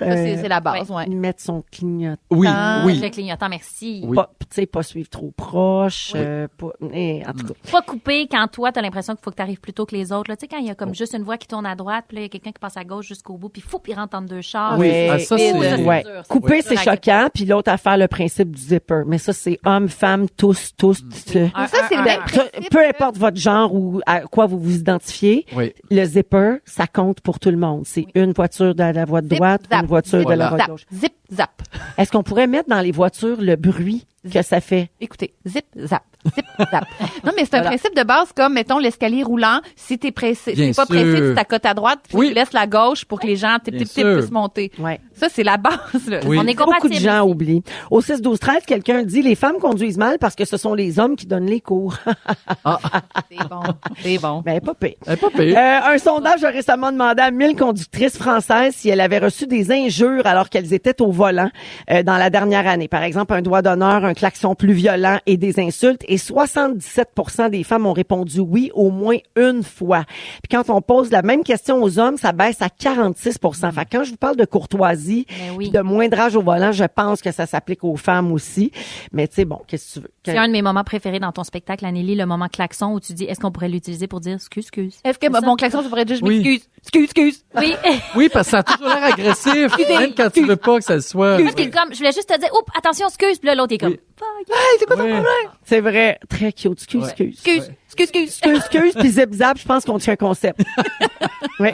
Speaker 5: Ça, c'est
Speaker 1: euh,
Speaker 5: c'est la base, ouais.
Speaker 1: Mettre son clignotant.
Speaker 2: oui,
Speaker 5: Ah,
Speaker 2: oui.
Speaker 3: Le clignotant, merci.
Speaker 2: Oui.
Speaker 1: Pas, tu sais, pas suivre trop proche. euh, pas- eh, en tout cas.
Speaker 3: Pas couper quand toi, t'as l'impression qu'il faut que t'arrives plus tôt que les autres. là. Tu sais, quand il y a comme
Speaker 2: Oh.
Speaker 3: juste une voie qui tourne à droite, puis là, il y a quelqu'un qui passe à gauche jusqu'au bout, puis fou, puis il rentre entre deux chars.
Speaker 2: Oui,
Speaker 1: Ouais.
Speaker 2: ah, ça, c'est-
Speaker 3: Et- Ouais.
Speaker 1: Ouais.
Speaker 3: dur, c'est
Speaker 1: Couper,
Speaker 3: dur.
Speaker 1: c'est choquant. Puis l'autre affaire, le principe du zipper. Mais ça, c'est hommes, femmes, tous, tous.
Speaker 2: Mm.
Speaker 1: tous.
Speaker 5: Mais ça, c'est le
Speaker 1: Ben,
Speaker 5: même
Speaker 1: peu-
Speaker 5: principe.
Speaker 1: peu importe votre genre ou à quoi vous vous identifiez,
Speaker 2: Oui.
Speaker 1: le zipper, ça compte pour tout le monde. C'est une voiture de la voie de
Speaker 5: Zip,
Speaker 1: droite,
Speaker 5: zap,
Speaker 1: une voiture
Speaker 5: zip,
Speaker 1: de
Speaker 2: Voilà.
Speaker 1: la voie de
Speaker 5: Zap,
Speaker 1: gauche.
Speaker 5: zip, zap.
Speaker 1: Est-ce qu'on pourrait mettre dans les voitures le bruit que ça fait?
Speaker 5: Écoutez, zip, zap, zip, zap. Non, mais c'est un principe de base comme, mettons, l'escalier roulant. Si t'es pressé,
Speaker 2: Bien
Speaker 5: si t'es pas
Speaker 2: sûr.
Speaker 5: pressé, tu t'accotes à droite, puis
Speaker 2: Oui.
Speaker 5: tu laisses la gauche pour que les gens, t'es
Speaker 2: Bien
Speaker 5: puissent
Speaker 2: sûr.
Speaker 5: monter.
Speaker 1: Ouais.
Speaker 5: Ça, c'est la base, là.
Speaker 2: Oui.
Speaker 3: On est
Speaker 1: Beaucoup
Speaker 3: compatibles.
Speaker 1: de gens oublient. Au 6 12 13, quelqu'un dit les femmes conduisent mal parce que ce sont les hommes qui donnent les cours.
Speaker 5: C'est bon. C'est bon.
Speaker 1: ben pas pire.
Speaker 2: Eh, pas pire.
Speaker 1: Euh, un sondage a récemment demandé à 1000 conductrices françaises si elles avaient reçu des injures alors qu'elles étaient au volant euh, dans la dernière année. Par exemple, un doigt d'honneur, un klaxon plus violent et des insultes. Et 77 des femmes ont répondu oui au moins une fois. Puis quand on pose la même question aux hommes, ça baisse à 46 Fait que quand je vous parle de courtoisie,
Speaker 3: Mais Ben oui.
Speaker 1: puis de moindre âge au volant, je pense que ça s'applique aux femmes aussi. Mais tu sais, bon, qu'est-ce que tu veux?
Speaker 3: C'est un de mes moments préférés dans ton spectacle, Anélie, le moment klaxon où tu dis est-ce qu'on pourrait l'utiliser pour dire excuse, excuse.
Speaker 5: Est-ce que
Speaker 3: C'est
Speaker 5: mon-
Speaker 3: ça?
Speaker 5: mon klaxon, je pourrais dire, je
Speaker 2: Oui.
Speaker 5: m'excuse, excuse, excuse.
Speaker 3: Oui.
Speaker 2: Oui, parce que ça a toujours l'air agressif, même quand tu veux pas que ça le soit.
Speaker 3: Moi, t'es comme, je voulais juste te dire, oups, attention, excuse, puis là, l'autre est comme,
Speaker 2: Oui.
Speaker 3: fuck.
Speaker 2: Ouais.
Speaker 1: C'est vrai, très cute. Excuse, excuse.
Speaker 5: Excuse. Excuse, excuse.
Speaker 1: excuse, excuse, puis zip zap, je pense qu'on tient un concept. oui.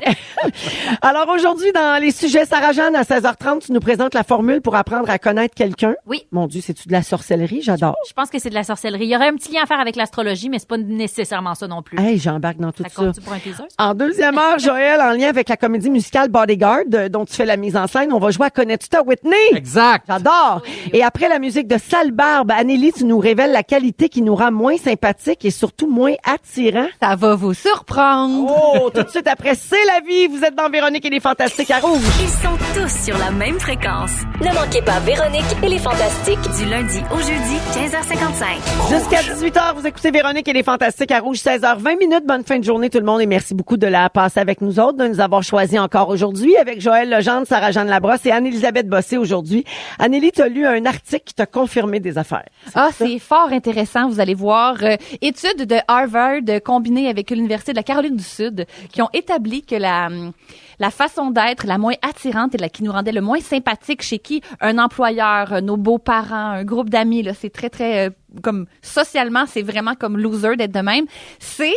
Speaker 1: Alors aujourd'hui, dans les sujets, Sarah-Jeanne, à 16h30, tu nous présentes la formule pour apprendre à connaître quelqu'un.
Speaker 3: Oui.
Speaker 1: Mon Dieu, c'est-tu de la sorcellerie? J'adore.
Speaker 3: Je pense que c'est de la sorcellerie. Il y aurait un petit lien à faire avec l'astrologie, mais c'est pas nécessairement ça non plus.
Speaker 1: Hey, j'embarque dans tout
Speaker 3: ça
Speaker 1: ça. Ah,
Speaker 3: compte-tu pour un teaser?
Speaker 1: En deuxième heure, Joël, en lien avec la comédie musicale Bodyguard, euh, dont tu fais la mise en scène, on va jouer à Connais-tu ta Whitney?
Speaker 2: Exact.
Speaker 1: J'adore. Et après la musique de Sale Barbe, Anneli, tu nous révèles la qualité qui nous rend moins sympathique et surtout moins attirant.
Speaker 5: Ça va vous surprendre.
Speaker 1: Oh, tout de suite après, c'est la vie. Vous êtes dans Véronique et les Fantastiques à Rouge.
Speaker 4: Ils sont tous sur la même fréquence.
Speaker 7: Ne manquez pas Véronique et les Fantastiques.
Speaker 4: Du lundi au jeudi, 15h55.
Speaker 1: Jusqu'à 18h, vous écoutez Véronique et les Fantastiques à Rouge, 16h20 minutes. Bonne fin de journée tout le monde et merci beaucoup de la passer avec nous autres, de nous avoir choisis encore aujourd'hui avec Joël Legendre, Sarah-Jeanne Labrosse et Anne-Élisabeth Bossé aujourd'hui. Annélie, tu as lu un article qui t'a confirmé des affaires.
Speaker 5: Ah, c'est fort intéressant. Vous allez voir. euh, études de Harvard euh, combinées avec l'Université de la Caroline du Sud qui ont établi que la, hum, la façon d'être la moins attirante et la qui nous rendait le moins sympathique chez qui un employeur, euh, nos beaux-parents, un groupe d'amis, là, c'est très, très, euh, comme, socialement, c'est vraiment comme loser d'être de même. C'est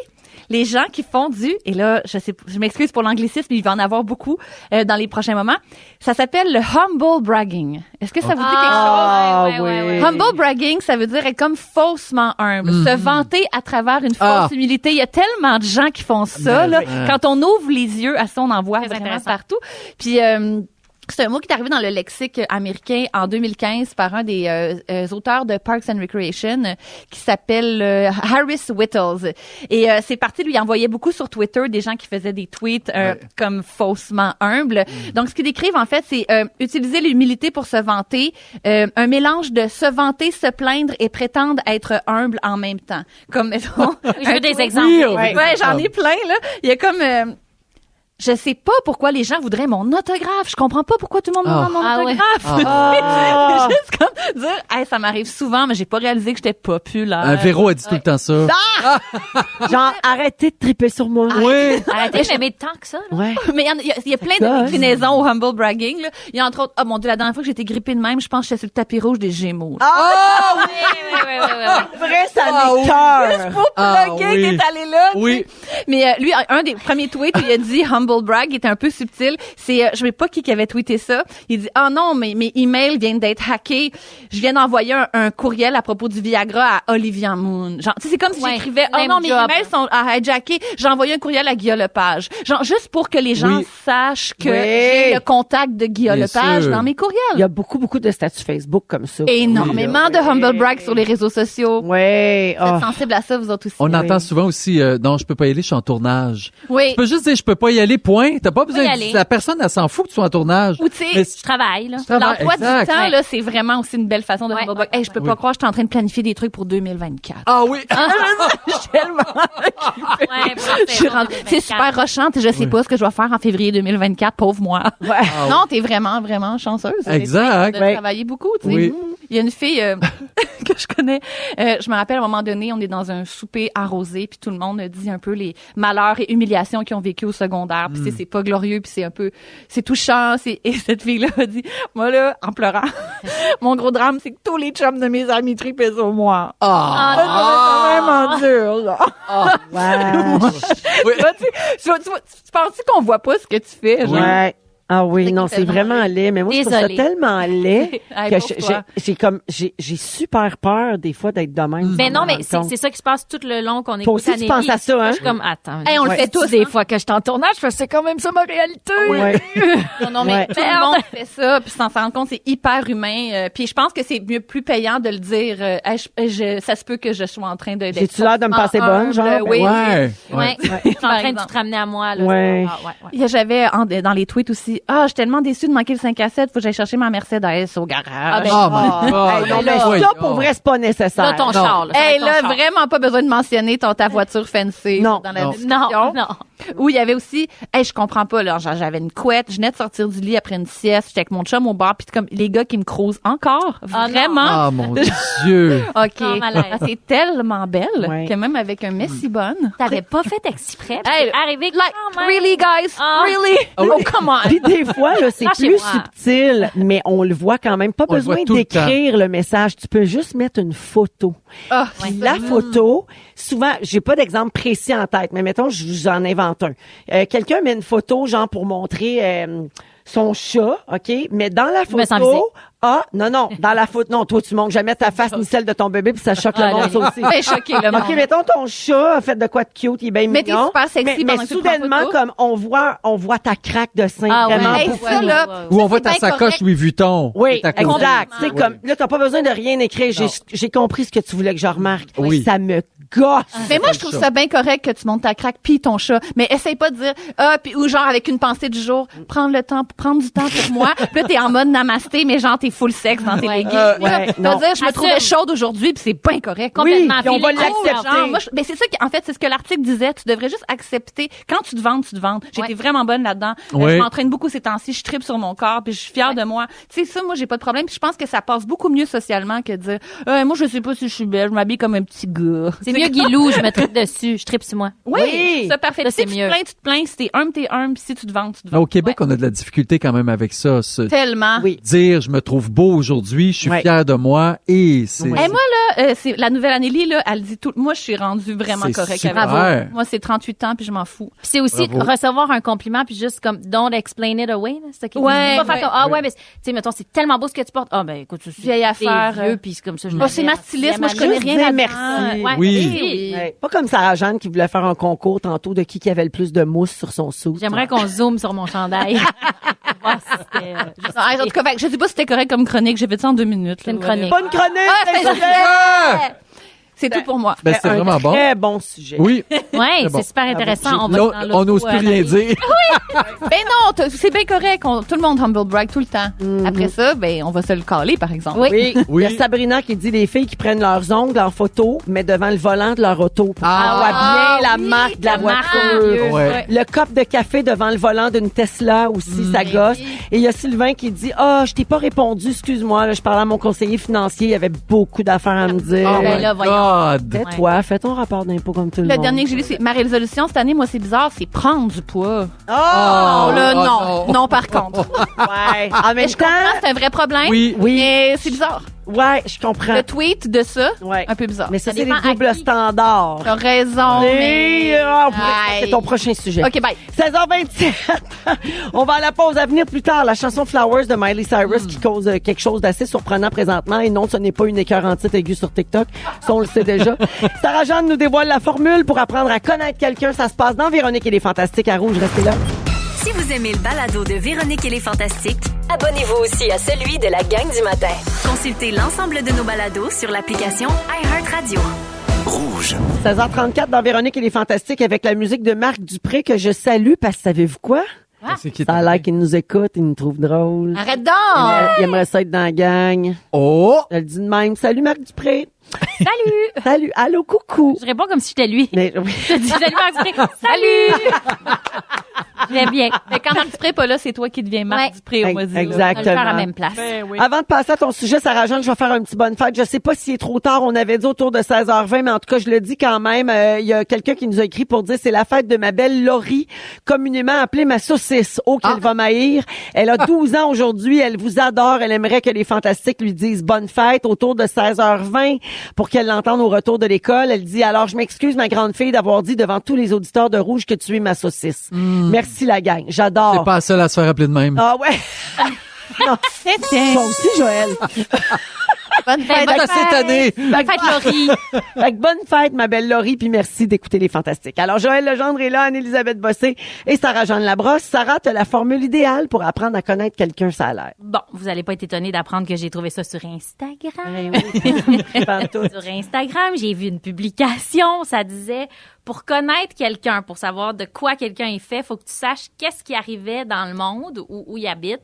Speaker 5: les gens qui font du, et là, je sais, je m'excuse pour l'anglicisme, il va en avoir beaucoup euh, dans les prochains moments. Ça s'appelle le humble bragging. Est-ce que ça vous dit quelque chose?
Speaker 1: Ah,
Speaker 3: ouais, ouais,
Speaker 1: oui.
Speaker 3: ouais,
Speaker 5: Humble bragging, ça veut dire être comme faussement humble, se vanter à travers une
Speaker 2: Mhm. Ah.
Speaker 5: fausse humilité. Il y a tellement de gens qui font ça.
Speaker 2: Ben
Speaker 5: là.
Speaker 2: oui.
Speaker 5: Quand on ouvre les yeux à ça, on en voit
Speaker 3: Très
Speaker 5: vraiment
Speaker 3: intéressant.
Speaker 5: partout. Puis euh, c'est un mot qui est arrivé dans le lexique américain en 2015 par un des euh, euh, auteurs de Parks and Recreation euh, qui s'appelle euh, Harris Whittles. Et euh, c'est parti, lui, il envoyait beaucoup sur Twitter des gens qui faisaient des tweets euh,
Speaker 2: Ouais.
Speaker 5: comme faussement humbles. Donc, ce qu'ils décrivent, en fait, c'est euh, utiliser l'humilité pour se vanter, euh, un mélange de se vanter, se plaindre et prétendre être humble en même temps. Comme, mettons...
Speaker 3: Je veux
Speaker 5: un
Speaker 3: des
Speaker 5: tweet-
Speaker 3: exemples.
Speaker 5: Ouais, ouais, j'en ai plein, là. Il y a comme... euh, je sais pas pourquoi les gens voudraient mon autographe. Je comprends pas pourquoi tout le monde me demande
Speaker 2: Oh.
Speaker 5: mon
Speaker 3: Ah ouais.
Speaker 5: autographe.
Speaker 1: Ah.
Speaker 5: C'est juste comme dire, hey, ça m'arrive souvent, mais j'ai pas réalisé que j'étais populaire.
Speaker 2: Euh, Véro a dit tout le temps ça.
Speaker 1: Genre, arrêtez de triper sur moi.
Speaker 2: Oui.
Speaker 3: Arrêtez, j'aimais tant que ça. là.
Speaker 1: Ouais.
Speaker 5: Mais il y en a- il y, a- il y a plein
Speaker 1: Ça, hein.
Speaker 5: de déclinaisons au humble bragging. là. Il y a entre autres, oh mon dieu, la dernière fois que j'étais grippée de même, je pense que j'étais sur le tapis rouge des Gémeaux. là.
Speaker 2: Ah
Speaker 3: Ouais, ouais, ouais, ouais, ouais, ouais.
Speaker 1: Vrai, ça
Speaker 2: Ah, oui.
Speaker 1: m'écoeure.
Speaker 5: Pour
Speaker 2: Ah,
Speaker 5: plugger
Speaker 2: oui.
Speaker 5: qui est allé là. tu
Speaker 2: oui.
Speaker 5: Mais euh, lui, un des premiers tweets, il a dit humble brag, il était un peu subtil. C'est, euh, je sais pas qui qui avait tweeté ça. Il dit, ah non, mais mes emails viennent d'être hackés. Je viens d'envoyer un, un courriel à propos du Viagra à Olivia Moon. Genre, tu sais, c'est comme si
Speaker 3: Ouais,
Speaker 5: j'écrivais, ah
Speaker 3: même
Speaker 5: non, mes
Speaker 3: job.
Speaker 5: emails sont à hijackés. J'ai envoyé un courriel à Guillaume Lepage. Genre, juste pour que les gens
Speaker 2: Oui.
Speaker 5: sachent que
Speaker 1: Oui.
Speaker 5: j'ai le contact de Guillaume
Speaker 2: Bien
Speaker 5: Lepage
Speaker 2: sûr.
Speaker 5: dans mes
Speaker 1: Il y
Speaker 5: courriels.
Speaker 1: a beaucoup, beaucoup de statuts Facebook comme ça.
Speaker 5: Énormément de humble brag sur les réseaux sociaux.
Speaker 1: Ouais.
Speaker 5: Vous
Speaker 1: ah.
Speaker 5: êtes sensible à ça, vous autres aussi.
Speaker 2: On entend souvent aussi, euh, non, je peux pas y aller, je suis en tournage.
Speaker 5: Oui.
Speaker 2: Tu peux juste dire, je peux pas y aller, point. T'as pas besoin
Speaker 3: y
Speaker 2: de
Speaker 3: aller.
Speaker 2: La personne, elle s'en fout que tu sois en tournage.
Speaker 5: Ou tu sais,
Speaker 2: Mais
Speaker 3: Je travaille, là.
Speaker 2: tu travailles,
Speaker 5: L'emploi du
Speaker 2: exact.
Speaker 5: temps, là, c'est vraiment aussi une belle façon de
Speaker 3: Ouais.
Speaker 5: humble brag. Hey, je peux
Speaker 2: Oui.
Speaker 5: pas croire, je suis en train de planifier des trucs pour 2024.
Speaker 2: Ah oui.
Speaker 3: Ouais,
Speaker 5: Je suis rentrée- C'est super rochant, je sais pas ce que je vais faire en février 2024, pauvre moi.
Speaker 2: oui.
Speaker 5: Non, t'es vraiment, vraiment chanceuse.
Speaker 2: Exact.
Speaker 5: De
Speaker 1: Ouais.
Speaker 5: travailler beaucoup, tu sais.
Speaker 2: Oui.
Speaker 5: Il y a une fille euh, que je connais, euh, je me rappelle à un moment donné, on est dans un souper arrosé, puis tout le monde dit un peu les malheurs et humiliations qu'ils ont vécu au secondaire, puis tu
Speaker 2: Hmm.
Speaker 5: sais, c'est pas glorieux, puis c'est un peu, c'est touchant, c'est- et cette fille-là a dit, moi là, en pleurant, mon gros drame, c'est que tous les chums de mes amis tripaient sur moi.
Speaker 2: Ah.
Speaker 6: Vraiment dur, là.
Speaker 1: Ouais.
Speaker 2: Oui.
Speaker 5: Tu vois, tu, tu vois, tu vois, tu penses qu'on voit pas ce que tu fais, genre?
Speaker 1: Ouais. Ah oui,
Speaker 5: C'est
Speaker 1: non, c'est
Speaker 5: tellement
Speaker 1: vraiment laid. Mais moi, je trouve
Speaker 3: Désolée.
Speaker 1: ça tellement laid
Speaker 5: Hey,
Speaker 1: que
Speaker 5: pauvre
Speaker 1: je-
Speaker 5: toi.
Speaker 1: j'ai- j'ai comme, j'ai j'ai super peur des fois d'être de même.
Speaker 3: Mais
Speaker 1: sans
Speaker 3: non,
Speaker 1: me
Speaker 3: mais
Speaker 1: rendre
Speaker 3: c'est
Speaker 1: compte.
Speaker 3: c'est ça qui se passe tout le long qu'on écoute
Speaker 1: aussi, tu
Speaker 3: Anneli.
Speaker 1: penses à ça, hein?
Speaker 3: Je suis comme, attends.
Speaker 5: Hey, on le fait
Speaker 3: c'est-tu
Speaker 5: tous,
Speaker 3: Des
Speaker 5: hein?
Speaker 3: fois que je suis en tournage, parce que c'est quand même ça ma réalité.
Speaker 1: Ouais.
Speaker 5: Non, non, mais
Speaker 1: Ouais.
Speaker 5: tout le monde fait ça, puis sans s'en rendre compte, c'est hyper humain. euh, puis je pense que c'est mieux plus payant de le dire. euh, Hey, je- je- ça se peut que je sois en train de. d'être
Speaker 1: J'ai-tu l'air de me passer
Speaker 5: forcément
Speaker 1: bonne, genre?
Speaker 5: humble, oui.
Speaker 2: Ouais.
Speaker 3: Ouais. Je suis en train de tout te ramener à moi, là.
Speaker 1: Ouais.
Speaker 3: Ah, ouais, ouais.
Speaker 5: Il y a- J'avais en- dans les tweets aussi. Ah, je suis tellement déçue de manquer le 5 à 7, faut que j'aille chercher ma Mercedes au garage.
Speaker 3: Ah, ben, oh,
Speaker 2: Oh my God.
Speaker 1: Hey, non, mais ça, pour vrai, c'est pas nécessaire.
Speaker 3: Là, ton char, là. ça va
Speaker 5: Hey,
Speaker 3: être ton
Speaker 5: là,
Speaker 3: char.
Speaker 5: vraiment pas besoin de mentionner ton, ta voiture fancy
Speaker 1: Non.
Speaker 5: dans la
Speaker 2: Non.
Speaker 5: description.
Speaker 3: Non, non.
Speaker 5: Où il y avait aussi, hey, je comprends pas, là, genre, j'avais une couette, je venais de sortir du lit après une sieste, j'étais avec mon chum au bar, puis comme les gars qui me crousent encore,
Speaker 3: Ah, non.
Speaker 5: vraiment.
Speaker 2: Ah mon Dieu.
Speaker 5: Ok,
Speaker 3: Ah, malaise. Mm.
Speaker 5: Ah, c'est tellement belle
Speaker 1: Ouais.
Speaker 5: que même avec un Messi bonne.
Speaker 3: T'avais pas fait exprès.
Speaker 5: Hey,
Speaker 3: Hey, arrivé
Speaker 5: Like,
Speaker 3: quand même.
Speaker 5: really guys,
Speaker 3: Ah.
Speaker 5: really.
Speaker 2: oui.
Speaker 5: Oh come on.
Speaker 1: Puis des fois, là, c'est
Speaker 3: Ah, chez
Speaker 1: plus
Speaker 3: moi.
Speaker 1: subtil, mais on le voit quand même. Pas
Speaker 2: On le
Speaker 1: besoin
Speaker 2: voit tout le
Speaker 1: d'écrire le, message. Tu peux juste mettre une photo.
Speaker 5: Ah,
Speaker 1: Puis la photo, souvent, j'ai pas d'exemple précis en tête, mais mettons, je vous en invente un. Euh, Quelqu'un met une photo, genre, pour montrer euh, son chat, OK? Mais dans la
Speaker 3: me sens visée.
Speaker 1: photo... Ah, non, non, dans la photo... Non, toi, tu montres jamais ta face ni celle de ton bébé, puis ça choque
Speaker 3: Ah,
Speaker 1: le monde,
Speaker 3: là,
Speaker 1: ça aussi.
Speaker 5: Fait choquer le monde.
Speaker 1: OK, mettons ton chat a fait de quoi de cute, il est bien
Speaker 5: Mais t'es
Speaker 1: mignon.
Speaker 5: super sexy
Speaker 1: mais,
Speaker 5: pendant
Speaker 1: mais
Speaker 5: que tu prends
Speaker 1: soudainement,
Speaker 5: photo.
Speaker 1: comme on voit, on voit ta craque de sein
Speaker 3: Ah, ouais.
Speaker 1: vraiment
Speaker 5: Hey,
Speaker 1: beaucoup.
Speaker 5: ça, là,
Speaker 2: Ou on voit
Speaker 5: c'est
Speaker 2: ta
Speaker 5: bien
Speaker 2: sacoche
Speaker 5: correct.
Speaker 2: Louis Vuitton.
Speaker 1: Oui,
Speaker 2: C'est à côté.
Speaker 1: exact. C'est
Speaker 2: Oui.
Speaker 1: comme là, t'as pas besoin de rien écrire. J'ai,
Speaker 2: Non.
Speaker 1: j'ai compris ce que tu voulais que je remarque.
Speaker 2: Oui.
Speaker 1: Ça me gosse.
Speaker 5: Mais moi, je trouve ça bien correct que tu montes ta craque puis ton chat. Mais essaye pas de dire, ah, puis ou genre avec une pensée du jour, prendre le temps, prendre du temps pour moi. puis là, t'es en mode namasté, mais genre, t'es full sexe dans tes
Speaker 3: Ouais.
Speaker 5: leggings.
Speaker 1: Euh,
Speaker 5: Là,
Speaker 1: ouais,
Speaker 5: tu
Speaker 1: non.
Speaker 5: vas dire, je me
Speaker 3: Assume.
Speaker 5: trouvais chaude aujourd'hui, puis c'est bien correct.
Speaker 3: Complètement.
Speaker 1: puis on va
Speaker 3: Puis les cours,
Speaker 1: l'accepter.
Speaker 5: Genre, moi, je- ben, c'est ça qui- en fait, c'est ce que l'article disait. Tu devrais juste accepter. Quand tu te vantes, tu te vantes. J'ai
Speaker 3: Ouais.
Speaker 5: été vraiment bonne là-dedans. Euh,
Speaker 2: Ouais.
Speaker 5: Je m'entraîne beaucoup ces temps-ci. Je tripe sur mon corps, puis je suis fière de moi. Tu sais, ça, moi, j'ai pas de problème. Puis je pense que ça passe beaucoup mieux socialement que de dire, Euh, moi, je sais pas si je suis belle. Je m'habille comme un petit gars.
Speaker 3: C'est mieux Guilou, je me tripe dessus, je tripe sur moi.
Speaker 5: Oui,
Speaker 1: Oui.
Speaker 5: ça parfait.
Speaker 3: Ça,
Speaker 5: si
Speaker 3: c'est
Speaker 5: tu
Speaker 3: mieux.
Speaker 5: te plains, tu te plains. Si t'es humble, t'es humble. Si tu te vantes, tu te vantes.
Speaker 2: Au Québec, on a de la difficulté quand même avec ça. se
Speaker 5: Tellement.
Speaker 1: Oui.
Speaker 2: Dire, je me trouve beau aujourd'hui, je suis
Speaker 1: Ouais.
Speaker 2: fier de moi et c'est.
Speaker 5: Et moi là, euh, c'est la nouvelle année là, elle dit tout. Moi, je suis rendue vraiment
Speaker 2: C'est
Speaker 5: correcte
Speaker 2: super.
Speaker 5: avec
Speaker 2: Bravo.
Speaker 5: ça. Moi, c'est 38 ans puis je m'en fous.
Speaker 3: Puis c'est aussi
Speaker 2: Bravo.
Speaker 3: recevoir un compliment puis juste comme don't explain it away, là, c'est ça qu'ils
Speaker 5: Ouais,
Speaker 3: disent. Pas faire
Speaker 5: ouais.
Speaker 3: comme, ah ouais, mais c'est- tu sais mettons c'est tellement beau ce que tu portes. Ah ben écoute, c'est
Speaker 5: Vieille
Speaker 3: t'es
Speaker 5: affaire,
Speaker 3: vieux
Speaker 5: euh.
Speaker 3: puis c'est comme ça je
Speaker 5: Bah, c'est
Speaker 3: l'admire.
Speaker 5: ma styliste, moi, je
Speaker 3: J'aime
Speaker 5: connais
Speaker 3: la-
Speaker 5: rien
Speaker 1: dire
Speaker 5: là-dedans.
Speaker 1: merci.
Speaker 3: Ouais,
Speaker 2: Oui.
Speaker 3: oui, oui.
Speaker 1: Ouais. Pas comme Sarah Jeanne qui voulait faire un concours tantôt de qui qui avait le plus de mousse sur son sou.
Speaker 3: J'aimerais qu'on zoome sur mon chandail. Pour voir si c'était, euh, juste-
Speaker 5: Ah, en tout cas, fait que je sais pas si c'était correct comme chronique. J'ai fait ça en deux minutes.
Speaker 3: C'est
Speaker 5: là,
Speaker 3: une
Speaker 5: voilà.
Speaker 3: chronique.
Speaker 1: Bonne chronique!
Speaker 5: Ah, c'est
Speaker 1: Isabelle!
Speaker 5: C'est tout pour moi.
Speaker 2: Ben, c'était
Speaker 1: Un
Speaker 2: vraiment bon.
Speaker 1: Très bon sujet.
Speaker 2: Oui.
Speaker 3: Ouais,
Speaker 2: C'est bon.
Speaker 3: c'est super intéressant. On va
Speaker 2: Là,
Speaker 3: dans l'autre
Speaker 2: on n'ose
Speaker 3: coup,
Speaker 2: plus
Speaker 3: euh,
Speaker 2: rien dire.
Speaker 5: Ben non, t- c'est bien correct. on- tout le monde humble brag tout le temps. Après ça, ben on va se le caler, par exemple.
Speaker 3: Oui.
Speaker 1: Oui.
Speaker 2: Oui.
Speaker 1: Il y a Sabrina qui dit les filles qui prennent leurs ongles en photo, mais devant le volant de leur auto. Pour qu'on voit
Speaker 3: Ah,
Speaker 1: bien la
Speaker 3: oui,
Speaker 1: marque de la
Speaker 3: la marque.
Speaker 1: voiture.
Speaker 2: Ouais.
Speaker 1: Le cop de café devant le volant d'une Tesla aussi,
Speaker 3: Mm.
Speaker 1: ça gosse. Et il y a Sylvain qui dit Ah, je t'ai pas répondu, excuse-moi, là, je parlais à mon conseiller financier, il y avait beaucoup d'affaires à me dire.
Speaker 3: Ah, ben
Speaker 2: Oh my
Speaker 3: là, voyons.
Speaker 2: God.
Speaker 1: Tais-toi, fais ton rapport d'impôt comme tout le,
Speaker 5: Le
Speaker 1: monde.
Speaker 5: dernier que j'ai lu, c'est ma résolution cette année. Moi, c'est bizarre, c'est prendre du poids.
Speaker 1: Oh!
Speaker 5: Oh, là,
Speaker 2: oh,
Speaker 5: non.
Speaker 2: non.
Speaker 5: non. par contre.
Speaker 1: Ouais. En même temps,
Speaker 5: Ah, c'est un vrai problème.
Speaker 2: Oui.
Speaker 1: Oui.
Speaker 5: Mais c'est bizarre.
Speaker 1: ouais, je comprends.
Speaker 5: Le tweet de ça,
Speaker 1: Ouais.
Speaker 5: un peu bizarre.
Speaker 1: Mais ça,
Speaker 3: Ça
Speaker 1: c'est les
Speaker 3: dépend à
Speaker 1: doubles
Speaker 3: qui.
Speaker 1: standards.
Speaker 5: T'as raison.
Speaker 1: Et,
Speaker 5: mais-
Speaker 1: euh, on pourrait- C'est
Speaker 5: Aïe.
Speaker 1: ton prochain sujet.
Speaker 5: OK, bye.
Speaker 1: 16h27. On va à la pause à venir plus tard. La chanson Flowers de Miley Cyrus qui cause euh, quelque chose d'assez surprenant présentement. Et non, ce n'est pas une écœurantite aiguë sur TikTok. Ça, on le sait déjà. Sarah Jeanne nous dévoile la formule pour apprendre à connaître quelqu'un. Ça se passe dans Véronique et les Fantastiques à Rouge. Restez là.
Speaker 4: Si vous aimez le balado de Véronique et les Fantastiques,
Speaker 7: Abonnez-vous aussi à celui de la gang du matin.
Speaker 4: consultez l'ensemble de nos balados sur l'application iHeartRadio.
Speaker 1: 16h34 dans Véronique et les Fantastiques avec la musique de Marc Dupré que je salue parce que savez-vous quoi?
Speaker 2: C'est qui,
Speaker 1: Ça a l'air qu'il nous écoute, il nous trouve drôle.
Speaker 5: Arrête donc.
Speaker 1: Il aimerait ça être dans la gang.
Speaker 2: Oh!
Speaker 1: Je le dis de même. Salut Marc Dupré.
Speaker 3: Salut.
Speaker 1: Salut. Allô, coucou.
Speaker 3: Je réponds comme si j'étais lui.
Speaker 1: Mais oui.
Speaker 3: Je dis salut Marc Dupré. Salut. J'aime bien.
Speaker 5: Mais quand Marc Dupré est pas là, c'est toi qui deviens Marc
Speaker 3: Ouais.
Speaker 5: Dupré au
Speaker 1: Ex-
Speaker 5: mois
Speaker 3: On va le faire à la
Speaker 1: Exactement.
Speaker 3: même place.
Speaker 2: Ben
Speaker 1: Avant de passer à ton sujet, Sarah Jeanne, je vais faire un petit bonne fête. Je sais pas s'il est trop tard. On avait dit autour de 16h20, mais en tout cas, je le dis quand même. Euh, Il y a quelqu'un qui nous a écrit pour dire c'est la fête de ma belle Laurie, communément appelée ma saucisse. Oh,
Speaker 2: Ah.
Speaker 1: qu'elle va m'haïr. Elle a 12 ans aujourd'hui. Elle vous adore. Elle aimerait que les fantastiques lui disent bonne fête autour de 16h20 pour qu'elle l'entende au retour de l'école. Elle dit alors, je m'excuse, ma grande fille, d'avoir dit devant tous les auditeurs de Rouge que tu es ma saucisse. Merci la gang. J'adore.
Speaker 2: Hmm. C'est pas la seule à se faire appeler de même.
Speaker 1: Ah ouais. non. Toi aussi, Joël.
Speaker 5: Bonne
Speaker 3: Ben,
Speaker 5: fête.
Speaker 3: bonne
Speaker 2: Pas cette année!
Speaker 3: Bonne fête, Laurie.
Speaker 1: Fait que bonne fête, ma belle Laurie, puis merci d'écouter les fantastiques. Alors, Joël Legendre est là, Anne-Elisabeth Bossé et Sarah-Jeanne Labrosse. Sarah, t'as la formule idéale pour apprendre à connaître quelqu'un, ça a l'air.
Speaker 3: Bon, vous allez pas être étonnés d'apprendre que j'ai trouvé ça sur Instagram.
Speaker 1: Pantoute.
Speaker 3: Sur Instagram, j'ai vu une publication, ça disait pour connaître quelqu'un, pour savoir de quoi quelqu'un est fait, faut que tu saches qu'est-ce qui arrivait dans le monde ou où il habite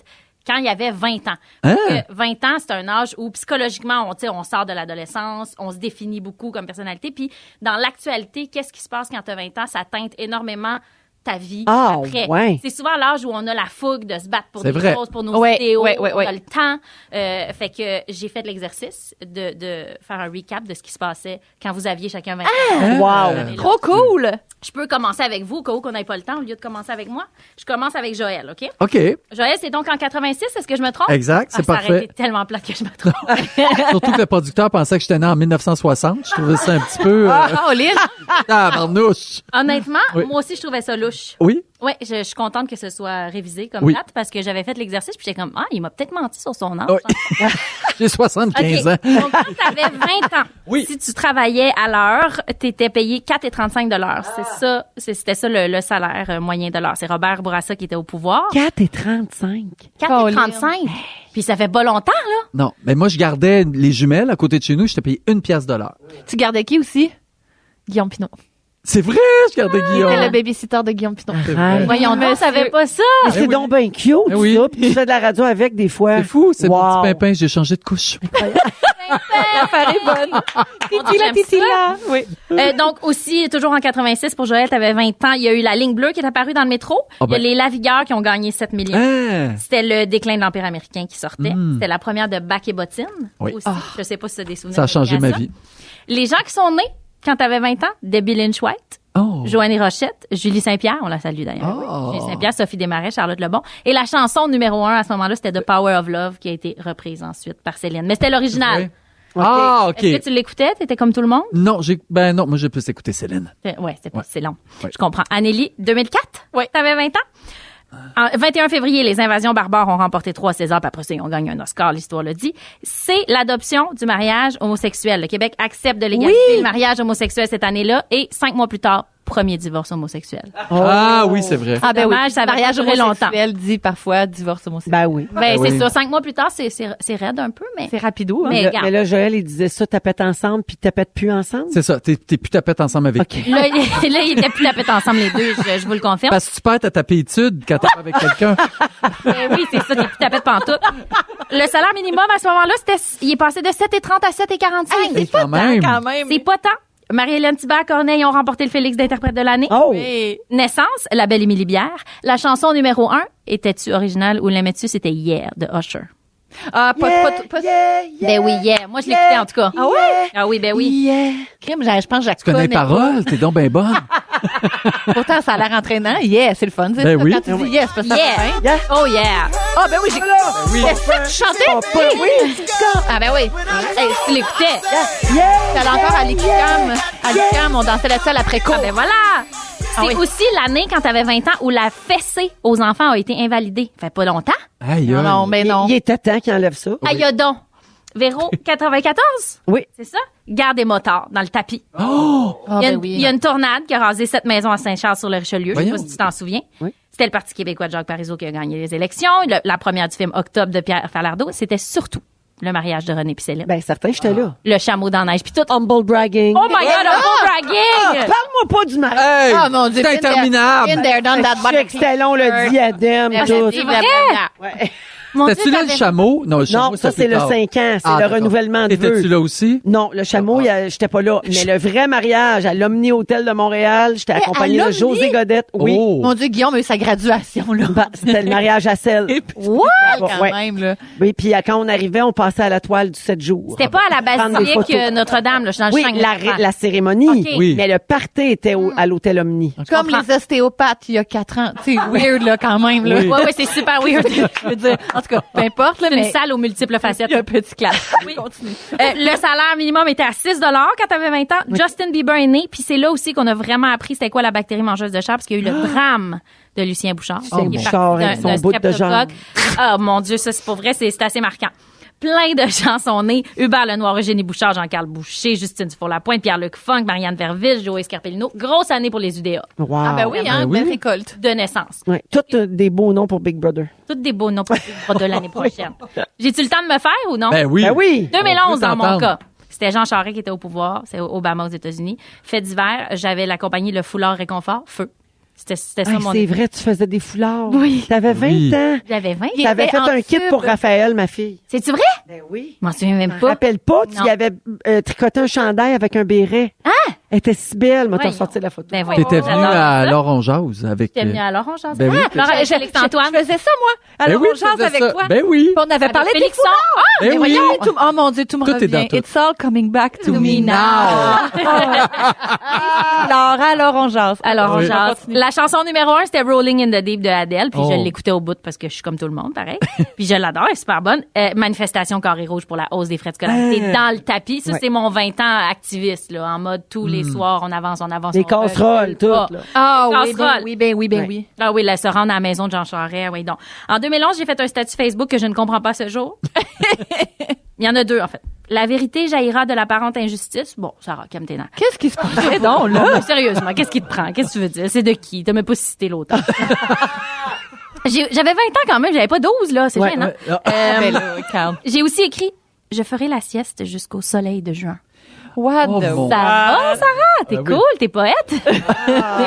Speaker 3: quand il avait 20 ans. Parce
Speaker 2: Hein?
Speaker 3: que 20 ans, c'est un âge où psychologiquement, on, tu sais, on sort de l'adolescence, on se définit beaucoup comme personnalité. Puis dans l'actualité, qu'est-ce qui se passe quand tu as 20 ans? Ça teinte énormément ta vie
Speaker 1: Ah,
Speaker 3: après.
Speaker 1: ouais.
Speaker 3: C'est souvent l'âge où on a la fougue de se battre pour
Speaker 2: C'est
Speaker 3: des
Speaker 2: vrai.
Speaker 3: choses, pour nos
Speaker 5: Ouais,
Speaker 3: idéaux,
Speaker 5: ouais, ouais,
Speaker 3: on
Speaker 5: ouais.
Speaker 3: a le temps. Euh, fait que j'ai fait l'exercice de, de faire un recap de ce qui se passait quand vous aviez chacun 25
Speaker 2: Ah!
Speaker 3: ans.
Speaker 1: Wow.
Speaker 3: Euh,
Speaker 5: Trop cool!
Speaker 3: Je peux commencer avec vous, au cas où qu'on n'ait pas le temps, au lieu de commencer avec moi. Je commence avec Joël, OK?
Speaker 2: OK,
Speaker 3: Joël, c'est donc en 86, est-ce que je me trompe?
Speaker 2: exact,
Speaker 3: Ah,
Speaker 2: c'est
Speaker 3: ça aurait
Speaker 2: parfait.
Speaker 3: été tellement plate que je me trompe.
Speaker 2: Surtout que le producteur pensait que j'étais né en 1960. Je trouvais ça un petit peu... Euh,
Speaker 5: Ah, Olive!
Speaker 2: tabarnouche.
Speaker 3: Honnêtement,
Speaker 2: Oui.
Speaker 3: moi aussi, je trouvais ça louche.
Speaker 2: Oui?
Speaker 3: Oui, je, je suis contente que ce soit révisé comme
Speaker 2: Oui.
Speaker 3: date parce que j'avais fait l'exercice puis j'étais comme ah, il m'a peut-être menti sur son âge.
Speaker 2: Ah Oui. J'ai 75
Speaker 3: OK.
Speaker 2: ans.
Speaker 3: Donc, quand t'avais 20 ans,
Speaker 2: Oui.
Speaker 3: si tu travaillais à l'heure, t'étais payé 4,35 de l'heure. C'est ça, c'est- c'était ça le, le salaire euh, moyen de l'heure. C'est Robert Bourassa qui était au pouvoir.
Speaker 1: 4 et 35.
Speaker 3: 4,35. Puis ça fait pas longtemps, là.
Speaker 2: Non, mais moi, je gardais les jumelles à côté de chez nous. Je t'ai payé une pièce de l'heure.
Speaker 5: Tu gardais qui aussi? Guillaume Pinot.
Speaker 2: C'est vrai, je gardais
Speaker 5: C'était le
Speaker 2: Guillaume.
Speaker 5: babysitter de Guillaume Pinot.
Speaker 2: C'est vrai.
Speaker 3: Voyons donc, savais pas ça.
Speaker 1: Mais Ah, c'est
Speaker 2: Ben oui.
Speaker 1: donc bien cute,
Speaker 2: Eh oui.
Speaker 1: ça. Puis tu fais de la radio avec des fois.
Speaker 2: C'est fou, c'est mon
Speaker 1: Wow.
Speaker 2: petit pimpin. J'ai changé de couche.
Speaker 5: L'affaire est bonne.
Speaker 3: Mon Dieu, j'aime ça. Euh, donc aussi, toujours en 86, pour Joël, t'avais 20 ans, il y a eu la ligne bleue qui est apparue dans le métro.
Speaker 2: Ah ben.
Speaker 3: Il y a les Lavigueurs qui ont gagné 7 millions.
Speaker 2: Hein? Hmm.
Speaker 3: C'était le déclin de l'Empire américain qui sortait. C'était la première de Bac et Bottine
Speaker 2: Oui.
Speaker 3: aussi. Je sais pas si tu des souvenirs.
Speaker 2: Ça a changé
Speaker 3: reliés à
Speaker 2: ma
Speaker 3: ça.
Speaker 2: vie.
Speaker 3: Les gens qui sont nés quand t'avais 20 ans, Debbie Lynch White,
Speaker 2: Oh.
Speaker 3: Joanny Rochette, Julie Saint-Pierre, on la salue d'ailleurs.
Speaker 2: Ah.
Speaker 3: oui. Julie Saint-Pierre, Sophie Desmarais, Charlotte Lebon. Et la chanson numéro un à ce moment-là, c'était The Power of Love qui a été reprise ensuite par Céline. Mais c'était l'original.
Speaker 2: Ouais. Ah, OK.
Speaker 3: Est-ce que tu l'écoutais? T'étais comme tout le monde?
Speaker 2: Non, j'ai ben non, moi j'ai plus écouté Céline.
Speaker 3: Euh, Ouais, c'est
Speaker 2: Ouais.
Speaker 3: c'est long.
Speaker 2: Ouais.
Speaker 3: Je comprends. Anélie, 2004? Oui. T'avais 20 ans?
Speaker 2: Euh.
Speaker 3: En 21 février, les invasions barbares ont remporté trois Césars, puis après ça, ils ont gagné un Oscar, l'histoire le dit. C'est l'adoption du mariage homosexuel. Le Québec accepte de légaliser le mariage homosexuel cette année-là, et cinq mois plus tard, premier divorce homosexuel.
Speaker 2: Ah oui, c'est vrai.
Speaker 5: Ah, ben oui.
Speaker 3: Dommage, ça avait
Speaker 5: mariage
Speaker 3: duré longtemps.
Speaker 5: homosexuel dit parfois divorce homosexuel.
Speaker 1: Ben oui.
Speaker 3: Ben,
Speaker 2: Ah, oui.
Speaker 3: c'est ça. Cinq mois plus tard, c'est- c'est c'est raide un peu,
Speaker 6: Ben,
Speaker 3: mais...
Speaker 5: C'est rapido, hein?
Speaker 3: Mais
Speaker 1: Le-
Speaker 3: regarde.
Speaker 1: mais là, Joël, il disait ça, tapette ensemble, puis tapette plus ensemble.
Speaker 2: C'est ça, t'es t'es plus tapette ensemble avec.
Speaker 1: OK.
Speaker 3: Là, il- là, ils étaient plus la pète ensemble, les deux, je, je vous le confirme.
Speaker 2: Parce que tu perds ta tapétude quand t'es avec quelqu'un.
Speaker 3: Ben oui, c'est ça, t'es plus tapette pantoute. Le salaire minimum à ce moment-là, c'était, il est passé de 7,30 à 7,45.
Speaker 2: c'est pas quand même.
Speaker 5: même.
Speaker 3: C'est pas tant. Marie-Hélène Thibert Corneille ont remporté le Félix d'interprète de l'année.
Speaker 1: Oh!
Speaker 3: Naissance, la belle Émilie Bière. La chanson numéro un, était-tu originale ou l'aimais-tu, c'était hier de Usher.
Speaker 5: Ah, pas,
Speaker 6: Yeah,
Speaker 5: pas, pas, pas-
Speaker 6: yeah, yeah.
Speaker 3: Ben oui, hier. Moi, je l'écoutais en tout cas.
Speaker 6: Ah ouais?
Speaker 3: Ah oui, ben oui.
Speaker 5: Yeah. Crime, j'ai- je pense que je la
Speaker 2: Tu connais les
Speaker 5: connais.
Speaker 2: paroles, t'es donc ben bonne.
Speaker 5: Pourtant, ça a l'air entraînant. Yeah, c'est le fun. c'est
Speaker 2: Ben
Speaker 5: ça,
Speaker 2: oui.
Speaker 5: Quand tu dis yes, parce que ça fait
Speaker 3: Yeah.
Speaker 5: bien.
Speaker 3: Oh yeah.
Speaker 5: Ah, ben oui, j'ai.
Speaker 2: oui.
Speaker 5: C'est ça que tu chantais?
Speaker 6: Oui!
Speaker 5: Ah, ben oui.
Speaker 3: Hey, tu l'écoutais.
Speaker 6: Yeah!
Speaker 5: J'allais encore à l'ICAM. À l'ICAM, on dansait la salle après cours.
Speaker 3: Ah ben voilà. C'est
Speaker 5: oui.
Speaker 3: aussi l'année quand t'avais 20 ans où la fessée aux enfants a été invalidée. Fait pas longtemps.
Speaker 2: Aïe,
Speaker 5: Non,
Speaker 2: aïe.
Speaker 5: non, mais non.
Speaker 1: Il était temps qu'il enlève ça.
Speaker 3: Aïe donc. Véro, 94?
Speaker 1: Oui.
Speaker 3: C'est ça? Garde des motards dans le tapis.
Speaker 2: Oh!
Speaker 5: Ah,
Speaker 3: il, y a
Speaker 5: ben
Speaker 3: une, il y
Speaker 5: oui.
Speaker 3: a une tornade qui a rasé cette maison à Saint-Charles-sur-le-Richelieu. Je sais
Speaker 2: Voyons.
Speaker 3: pas si tu t'en souviens.
Speaker 1: Oui.
Speaker 3: C'était le Parti québécois de Jacques Parizeau qui a gagné les élections. Le- la première du film Octobre de Pierre Falardeau, c'était surtout le mariage de René Picellin.
Speaker 1: Ben, certain, j'étais là.
Speaker 3: le chameau dans la neige, puis tout. Oh
Speaker 1: Humble bragging.
Speaker 3: my God, un beau
Speaker 1: Ah,
Speaker 3: bragging!
Speaker 1: Parle-moi pas du mariage.
Speaker 2: Hey!
Speaker 5: Ah, mon Dieu.
Speaker 2: C'est
Speaker 5: been there- been
Speaker 2: interminable!
Speaker 5: there, done that,
Speaker 3: Euh,
Speaker 1: Je sais que C'était long, le diadème, tout.
Speaker 3: vrai?
Speaker 1: ah, Ouais.
Speaker 3: Mon Dieu,
Speaker 2: T'as-tu là le
Speaker 3: t'avais-
Speaker 2: chameau? Non, le chameau,
Speaker 1: Non, ça,
Speaker 2: plus
Speaker 1: c'est le
Speaker 2: tard.
Speaker 1: 5 ans. C'est
Speaker 2: Ah,
Speaker 1: le
Speaker 2: d'accord.
Speaker 1: renouvellement de
Speaker 2: T'étais-tu
Speaker 1: vœux. Ben
Speaker 2: là aussi?
Speaker 1: Non, le chameau, il y a- j'étais pas là. Mais le vrai mariage à l'Omni Hôtel de Montréal, j'étais accompagnée
Speaker 5: à
Speaker 1: de
Speaker 5: l'Omni?
Speaker 1: José Godette. Oui.
Speaker 2: Oh.
Speaker 5: Mon Dieu, Guillaume a eu sa graduation, là.
Speaker 1: Ben, c'était le mariage à sel.
Speaker 5: What? Quand
Speaker 1: Ouais.
Speaker 5: même, là.
Speaker 1: Oui, puis à- quand on arrivait, on passait à la toile du 7 jours.
Speaker 3: C'était pas à la
Speaker 1: Prendre des
Speaker 3: basilique
Speaker 1: photos.
Speaker 3: euh, Notre-Dame, là, je suis dans le
Speaker 1: Oui,
Speaker 3: champ,
Speaker 1: la,
Speaker 3: je comprends.
Speaker 1: ré- la cérémonie.
Speaker 3: Ok. Hmm. Ah,
Speaker 2: Oui.
Speaker 1: Mais le party était au- à l'hôtel Omni.
Speaker 5: Comme
Speaker 3: comprends.
Speaker 5: les ostéopathes il y a quatre ans. C'est weird, là, quand même, là.
Speaker 2: Oui.
Speaker 3: Ouais, ouais, c'est super weird.
Speaker 5: Je veux dire, en tout cas, peu importe, là,
Speaker 3: C'est une
Speaker 5: mais.
Speaker 3: salle aux multiples facettes.
Speaker 5: Il y a un petit clap.
Speaker 3: Oui.
Speaker 5: Continue.
Speaker 3: Euh, le salaire minimum était à 6 quand t'avais 20 ans. Justin Bieber est né, puis c'est là aussi qu'on a vraiment appris c'était quoi la bactérie mangeuse de chair, parce qu'il y a eu le drame de Lucien Bouchard.
Speaker 1: Lucien
Speaker 3: Il est
Speaker 1: Bouchard
Speaker 3: parti
Speaker 1: avec
Speaker 3: d'un-
Speaker 1: son
Speaker 3: d'un
Speaker 1: bout de
Speaker 3: streptocoque. Ah, mon Dieu, ça, c'est pour vrai, c'est c'est assez marquant. Plein de gens sont nés. Hubert Lenoir, Eugénie Bouchard, Jean-Carl Boucher, Justine Dufour-Lapointe, Pierre-Luc Funk, Marianne Verville, Joey Scarpellino. Grosse année pour les UDA
Speaker 1: Wow.
Speaker 5: Ah, ben oui, hein,
Speaker 2: Ben oui.
Speaker 5: belle récolte.
Speaker 3: de naissance.
Speaker 1: Ouais, Tous euh, des beaux noms pour Big Brother.
Speaker 3: Toutes des beaux noms pour le livre de l'année prochaine. J'ai-tu le temps de me faire ou non?
Speaker 2: Ben oui.
Speaker 1: Ben oui.
Speaker 2: On peut
Speaker 3: 2011 dans mon
Speaker 2: t'entendre.
Speaker 3: cas. C'était Jean Charest qui était au pouvoir, c'est Obama aux États-Unis. Fait d'hiver, j'avais la compagnie Le Foulard Réconfort, feu. C'était c'était ça
Speaker 1: Hey,
Speaker 3: mon
Speaker 1: Ah, c'est vrai, tu faisais des foulards.
Speaker 3: Oui.
Speaker 1: T'avais 20
Speaker 2: Oui.
Speaker 1: ans.
Speaker 3: J'avais 20.
Speaker 1: T'avais fait
Speaker 5: en
Speaker 1: un kit
Speaker 5: tube.
Speaker 1: pour Raphaël, ma fille.
Speaker 3: C'est-tu vrai?
Speaker 1: Ben oui.
Speaker 3: Je m'en souviens même
Speaker 1: Je me
Speaker 3: pas.
Speaker 1: rappelle pas, tu
Speaker 3: Non. Ah!
Speaker 1: y avais euh, tricoté un chandail avec un béret. Elle était si belle, m'a
Speaker 3: Voyons.
Speaker 1: sorti la photo.
Speaker 3: Ben voyons,
Speaker 2: T'étais venu
Speaker 3: j'adore
Speaker 2: à
Speaker 3: ça.
Speaker 2: l'or on jase avec.
Speaker 3: T'es venu
Speaker 2: euh,
Speaker 3: à Laurent Jean.
Speaker 2: Ben oui,
Speaker 3: ah, Laurent,
Speaker 5: J'ai-
Speaker 3: Félix Antoine.
Speaker 5: Je faisais ça, moi.
Speaker 2: Ben
Speaker 5: Alors,
Speaker 2: oui,
Speaker 5: on
Speaker 2: tu
Speaker 5: jase
Speaker 2: faisais
Speaker 5: avec
Speaker 2: ça.
Speaker 5: toi.
Speaker 2: Ben oui.
Speaker 5: Puis on avait parlé de
Speaker 3: Félixon.
Speaker 2: Ben
Speaker 5: Mais
Speaker 2: oui.
Speaker 5: voyons, tout- oh mon Dieu, tout me
Speaker 2: Tout est dans
Speaker 5: revient.
Speaker 2: tout.
Speaker 5: It's all coming back to,
Speaker 2: To me
Speaker 5: me now. alors, alors, on jase.
Speaker 3: Alors,
Speaker 2: Oui.
Speaker 3: on jase. La chanson numéro un, c'était Rolling in the Deep de Adele. Puis
Speaker 2: Oh.
Speaker 3: je l'écoutais au bout parce que je suis comme tout le monde, pareil. puis je l'adore, elle est super bonne. Euh, manifestation carré rouge pour la hausse des frais de scolarité
Speaker 2: Hein.
Speaker 3: dans le tapis. Ça,
Speaker 1: Ah. Ouais.
Speaker 3: c'est mon 20 ans activiste, là, en mode tous les soirs, on avance, on avance.
Speaker 1: Les
Speaker 3: on recule
Speaker 1: casseroles, toutes,
Speaker 3: pas.
Speaker 1: là.
Speaker 5: Ah oui,
Speaker 3: Casserole.
Speaker 5: ben oui, ben oui, ben oui.
Speaker 3: Ah oui, là, se rendre à la maison de Jean Charest, oui, donc. En 2011, j'ai fait un statut Facebook que je ne comprends pas ce jour. Il y en a deux, en fait. La vérité jaillira de l'apparente injustice. Bon, Sarah, calme tes nerfs.
Speaker 5: Qu'est-ce qui se passait
Speaker 3: Oh
Speaker 5: donc,
Speaker 3: là,
Speaker 5: là?
Speaker 3: mais sérieusement, qu'est-ce qui te prend? Qu'est-ce que tu veux dire? C'est de qui? T'as même pas cité l'auteur. J'ai- J'avais 20 ans quand même, j'avais pas 12, là, c'est
Speaker 1: Ouais,
Speaker 3: gênant.
Speaker 2: ouais.
Speaker 3: Euh,
Speaker 5: Ben là, calme.
Speaker 3: J'ai aussi écrit « Je ferai la sieste jusqu'au soleil de juin
Speaker 5: What
Speaker 2: Oh,
Speaker 5: the
Speaker 2: mon- ».
Speaker 3: Ça va, Sarah? T'es
Speaker 2: Ah
Speaker 1: ben
Speaker 2: oui.
Speaker 3: cool, t'es poète?
Speaker 1: Ah.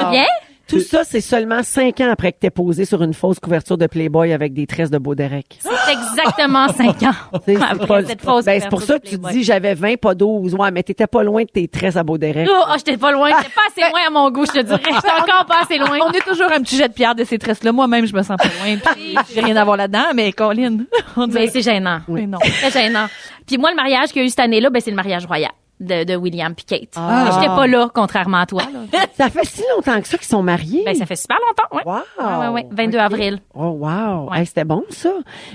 Speaker 3: T'es bien?
Speaker 1: Tout ça, c'est seulement cinq ans après que t'es posé sur une fausse couverture de Playboy avec des tresses de beau Derek.
Speaker 3: C'est exactement 5 ans.
Speaker 1: C'est
Speaker 3: après
Speaker 1: pas-
Speaker 3: Ah, cette fausse
Speaker 1: ben, c'est pour ça que tu te
Speaker 3: couverture de
Speaker 1: dis j'avais 20, pas 12. Ouais, mais t'étais pas loin de tes tresses à beau Derek.
Speaker 3: Oh, oh, j'étais pas loin, j'étais pas assez loin à mon goût, je te dirais. J'étais encore pas assez loin.
Speaker 5: On est toujours un petit jet de pierre de ces tresses-là. Moi-même, je me sens pas loin. puis J'ai rien à voir là-dedans, mais Colin,
Speaker 3: Mais
Speaker 5: on dirait...
Speaker 3: c'est gênant.
Speaker 5: Mais non.
Speaker 3: Très gênant. Puis moi, le mariage qu'il y a eu cette année-là, ben, c'est le mariage royal de, de William puis Kate.
Speaker 1: Ah.
Speaker 3: J'étais pas là, contrairement à toi. là.
Speaker 1: Ça fait si longtemps que ça qu'ils sont mariés.
Speaker 3: Ben, ça fait super longtemps, ouais.
Speaker 1: Wow.
Speaker 3: Ouais, ouais, ouais. 22
Speaker 1: Ok.
Speaker 3: avril.
Speaker 1: Oh wow,
Speaker 3: Ouais.
Speaker 1: Hey, c'était bon ça.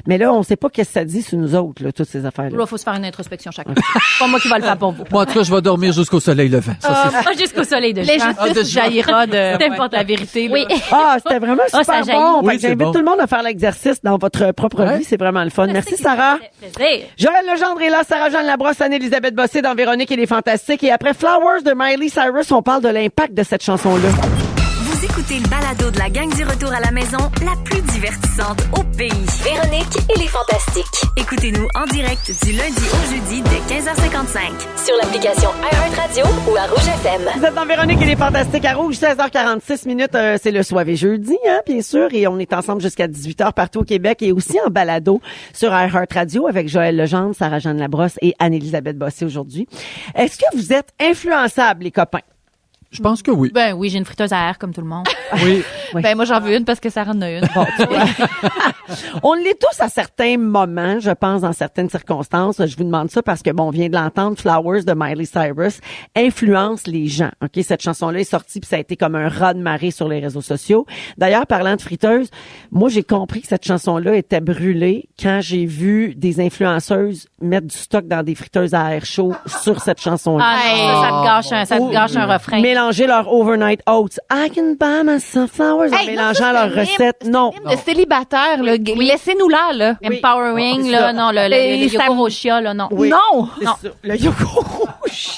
Speaker 1: Mais là, on sait pas qu'est-ce que ça dit sur nous autres là, toutes ces affaires là.
Speaker 3: Là, faut se faire une introspection chacun. C'est pas moi qui va le faire pour vous.
Speaker 2: Moi, en tout cas, je vais dormir jusqu'au soleil levant. Ça,
Speaker 1: Ah.
Speaker 2: c'est
Speaker 3: Pas jusqu'au soleil de
Speaker 5: Les
Speaker 3: juin.
Speaker 2: Ah, de
Speaker 5: justices jaillira de
Speaker 3: C'est important.
Speaker 5: la vérité. là.
Speaker 3: Oui.
Speaker 1: Ah, c'était vraiment
Speaker 3: Ah, ça
Speaker 1: super
Speaker 3: jaillit.
Speaker 1: bon.
Speaker 2: Oui,
Speaker 1: Fait que
Speaker 2: c'est
Speaker 1: J'invite
Speaker 2: bon.
Speaker 1: tout le monde à faire l'exercice dans votre propre
Speaker 2: Ouais.
Speaker 1: vie, c'est vraiment le fun. Merci Sarah.
Speaker 3: Plaisir.
Speaker 1: Joël Legendre est là, Sarah-Jeanne Labrosse, Anne-Elisabeth Bossé dans Véronique et les Fantastiques. Et après Flowers de Miley Cyrus, on parle de l'impact de cette chanson-là.
Speaker 4: Vous écoutez le balado de la gang du retour à la maison, la plus divertissante au pays.
Speaker 7: Véronique et les Fantastiques.
Speaker 4: Écoutez-nous en direct du lundi au jeudi dès 15h55.
Speaker 7: Sur l'application iHeartRadio ou à Rouge FM.
Speaker 1: Vous êtes dans Véronique et les Fantastiques à Rouge, 16h46 minutes. euh, c'est le soir et jeudi, hein, bien sûr. Et on est ensemble jusqu'à 18h partout au Québec et aussi en balado sur iHeartRadio avec Joël Legendre, Sarah-Jeanne Labrosse et Anne-Elisabeth Bossé aujourd'hui. Est-ce que vous êtes influençables, les copains?
Speaker 2: Je pense que oui.
Speaker 3: Ben oui, j'ai une friteuse à air comme tout le monde.
Speaker 2: Oui.
Speaker 5: Ben moi, j'en veux une parce que Sarah en a une.
Speaker 1: On l'est tous à certains moments, je pense, dans certaines circonstances. Je vous demande ça parce que, bon, on vient de l'entendre, Flowers de Miley Cyrus influence les gens. OK, cette chanson-là est sortie puis ça a été comme un raz de marée sur les réseaux sociaux. D'ailleurs, parlant de friteuse, moi, j'ai compris que cette chanson-là était brûlée quand j'ai vu des influenceuses mettre du stock dans des friteuses à air chaud sur cette chanson-là.
Speaker 3: Ah, non, ça, ça te gâche un, ça te gâche un refrain.
Speaker 1: Mélanger leur overnight oats. I can buy myself flowers en
Speaker 5: Hey, non,
Speaker 1: mélangeant
Speaker 5: ça,
Speaker 1: leurs
Speaker 5: c'est un hymne.
Speaker 1: recettes. Non.
Speaker 5: Le célibataire, là, g- laissez-nous-là, là.
Speaker 3: Empowering,
Speaker 1: Oui.
Speaker 3: là, non, le,
Speaker 5: Et
Speaker 3: le, le
Speaker 5: ça-
Speaker 3: yogourt au chia, là, non.
Speaker 1: Oui.
Speaker 5: Non!
Speaker 1: C'est ça, Le yoga rouge.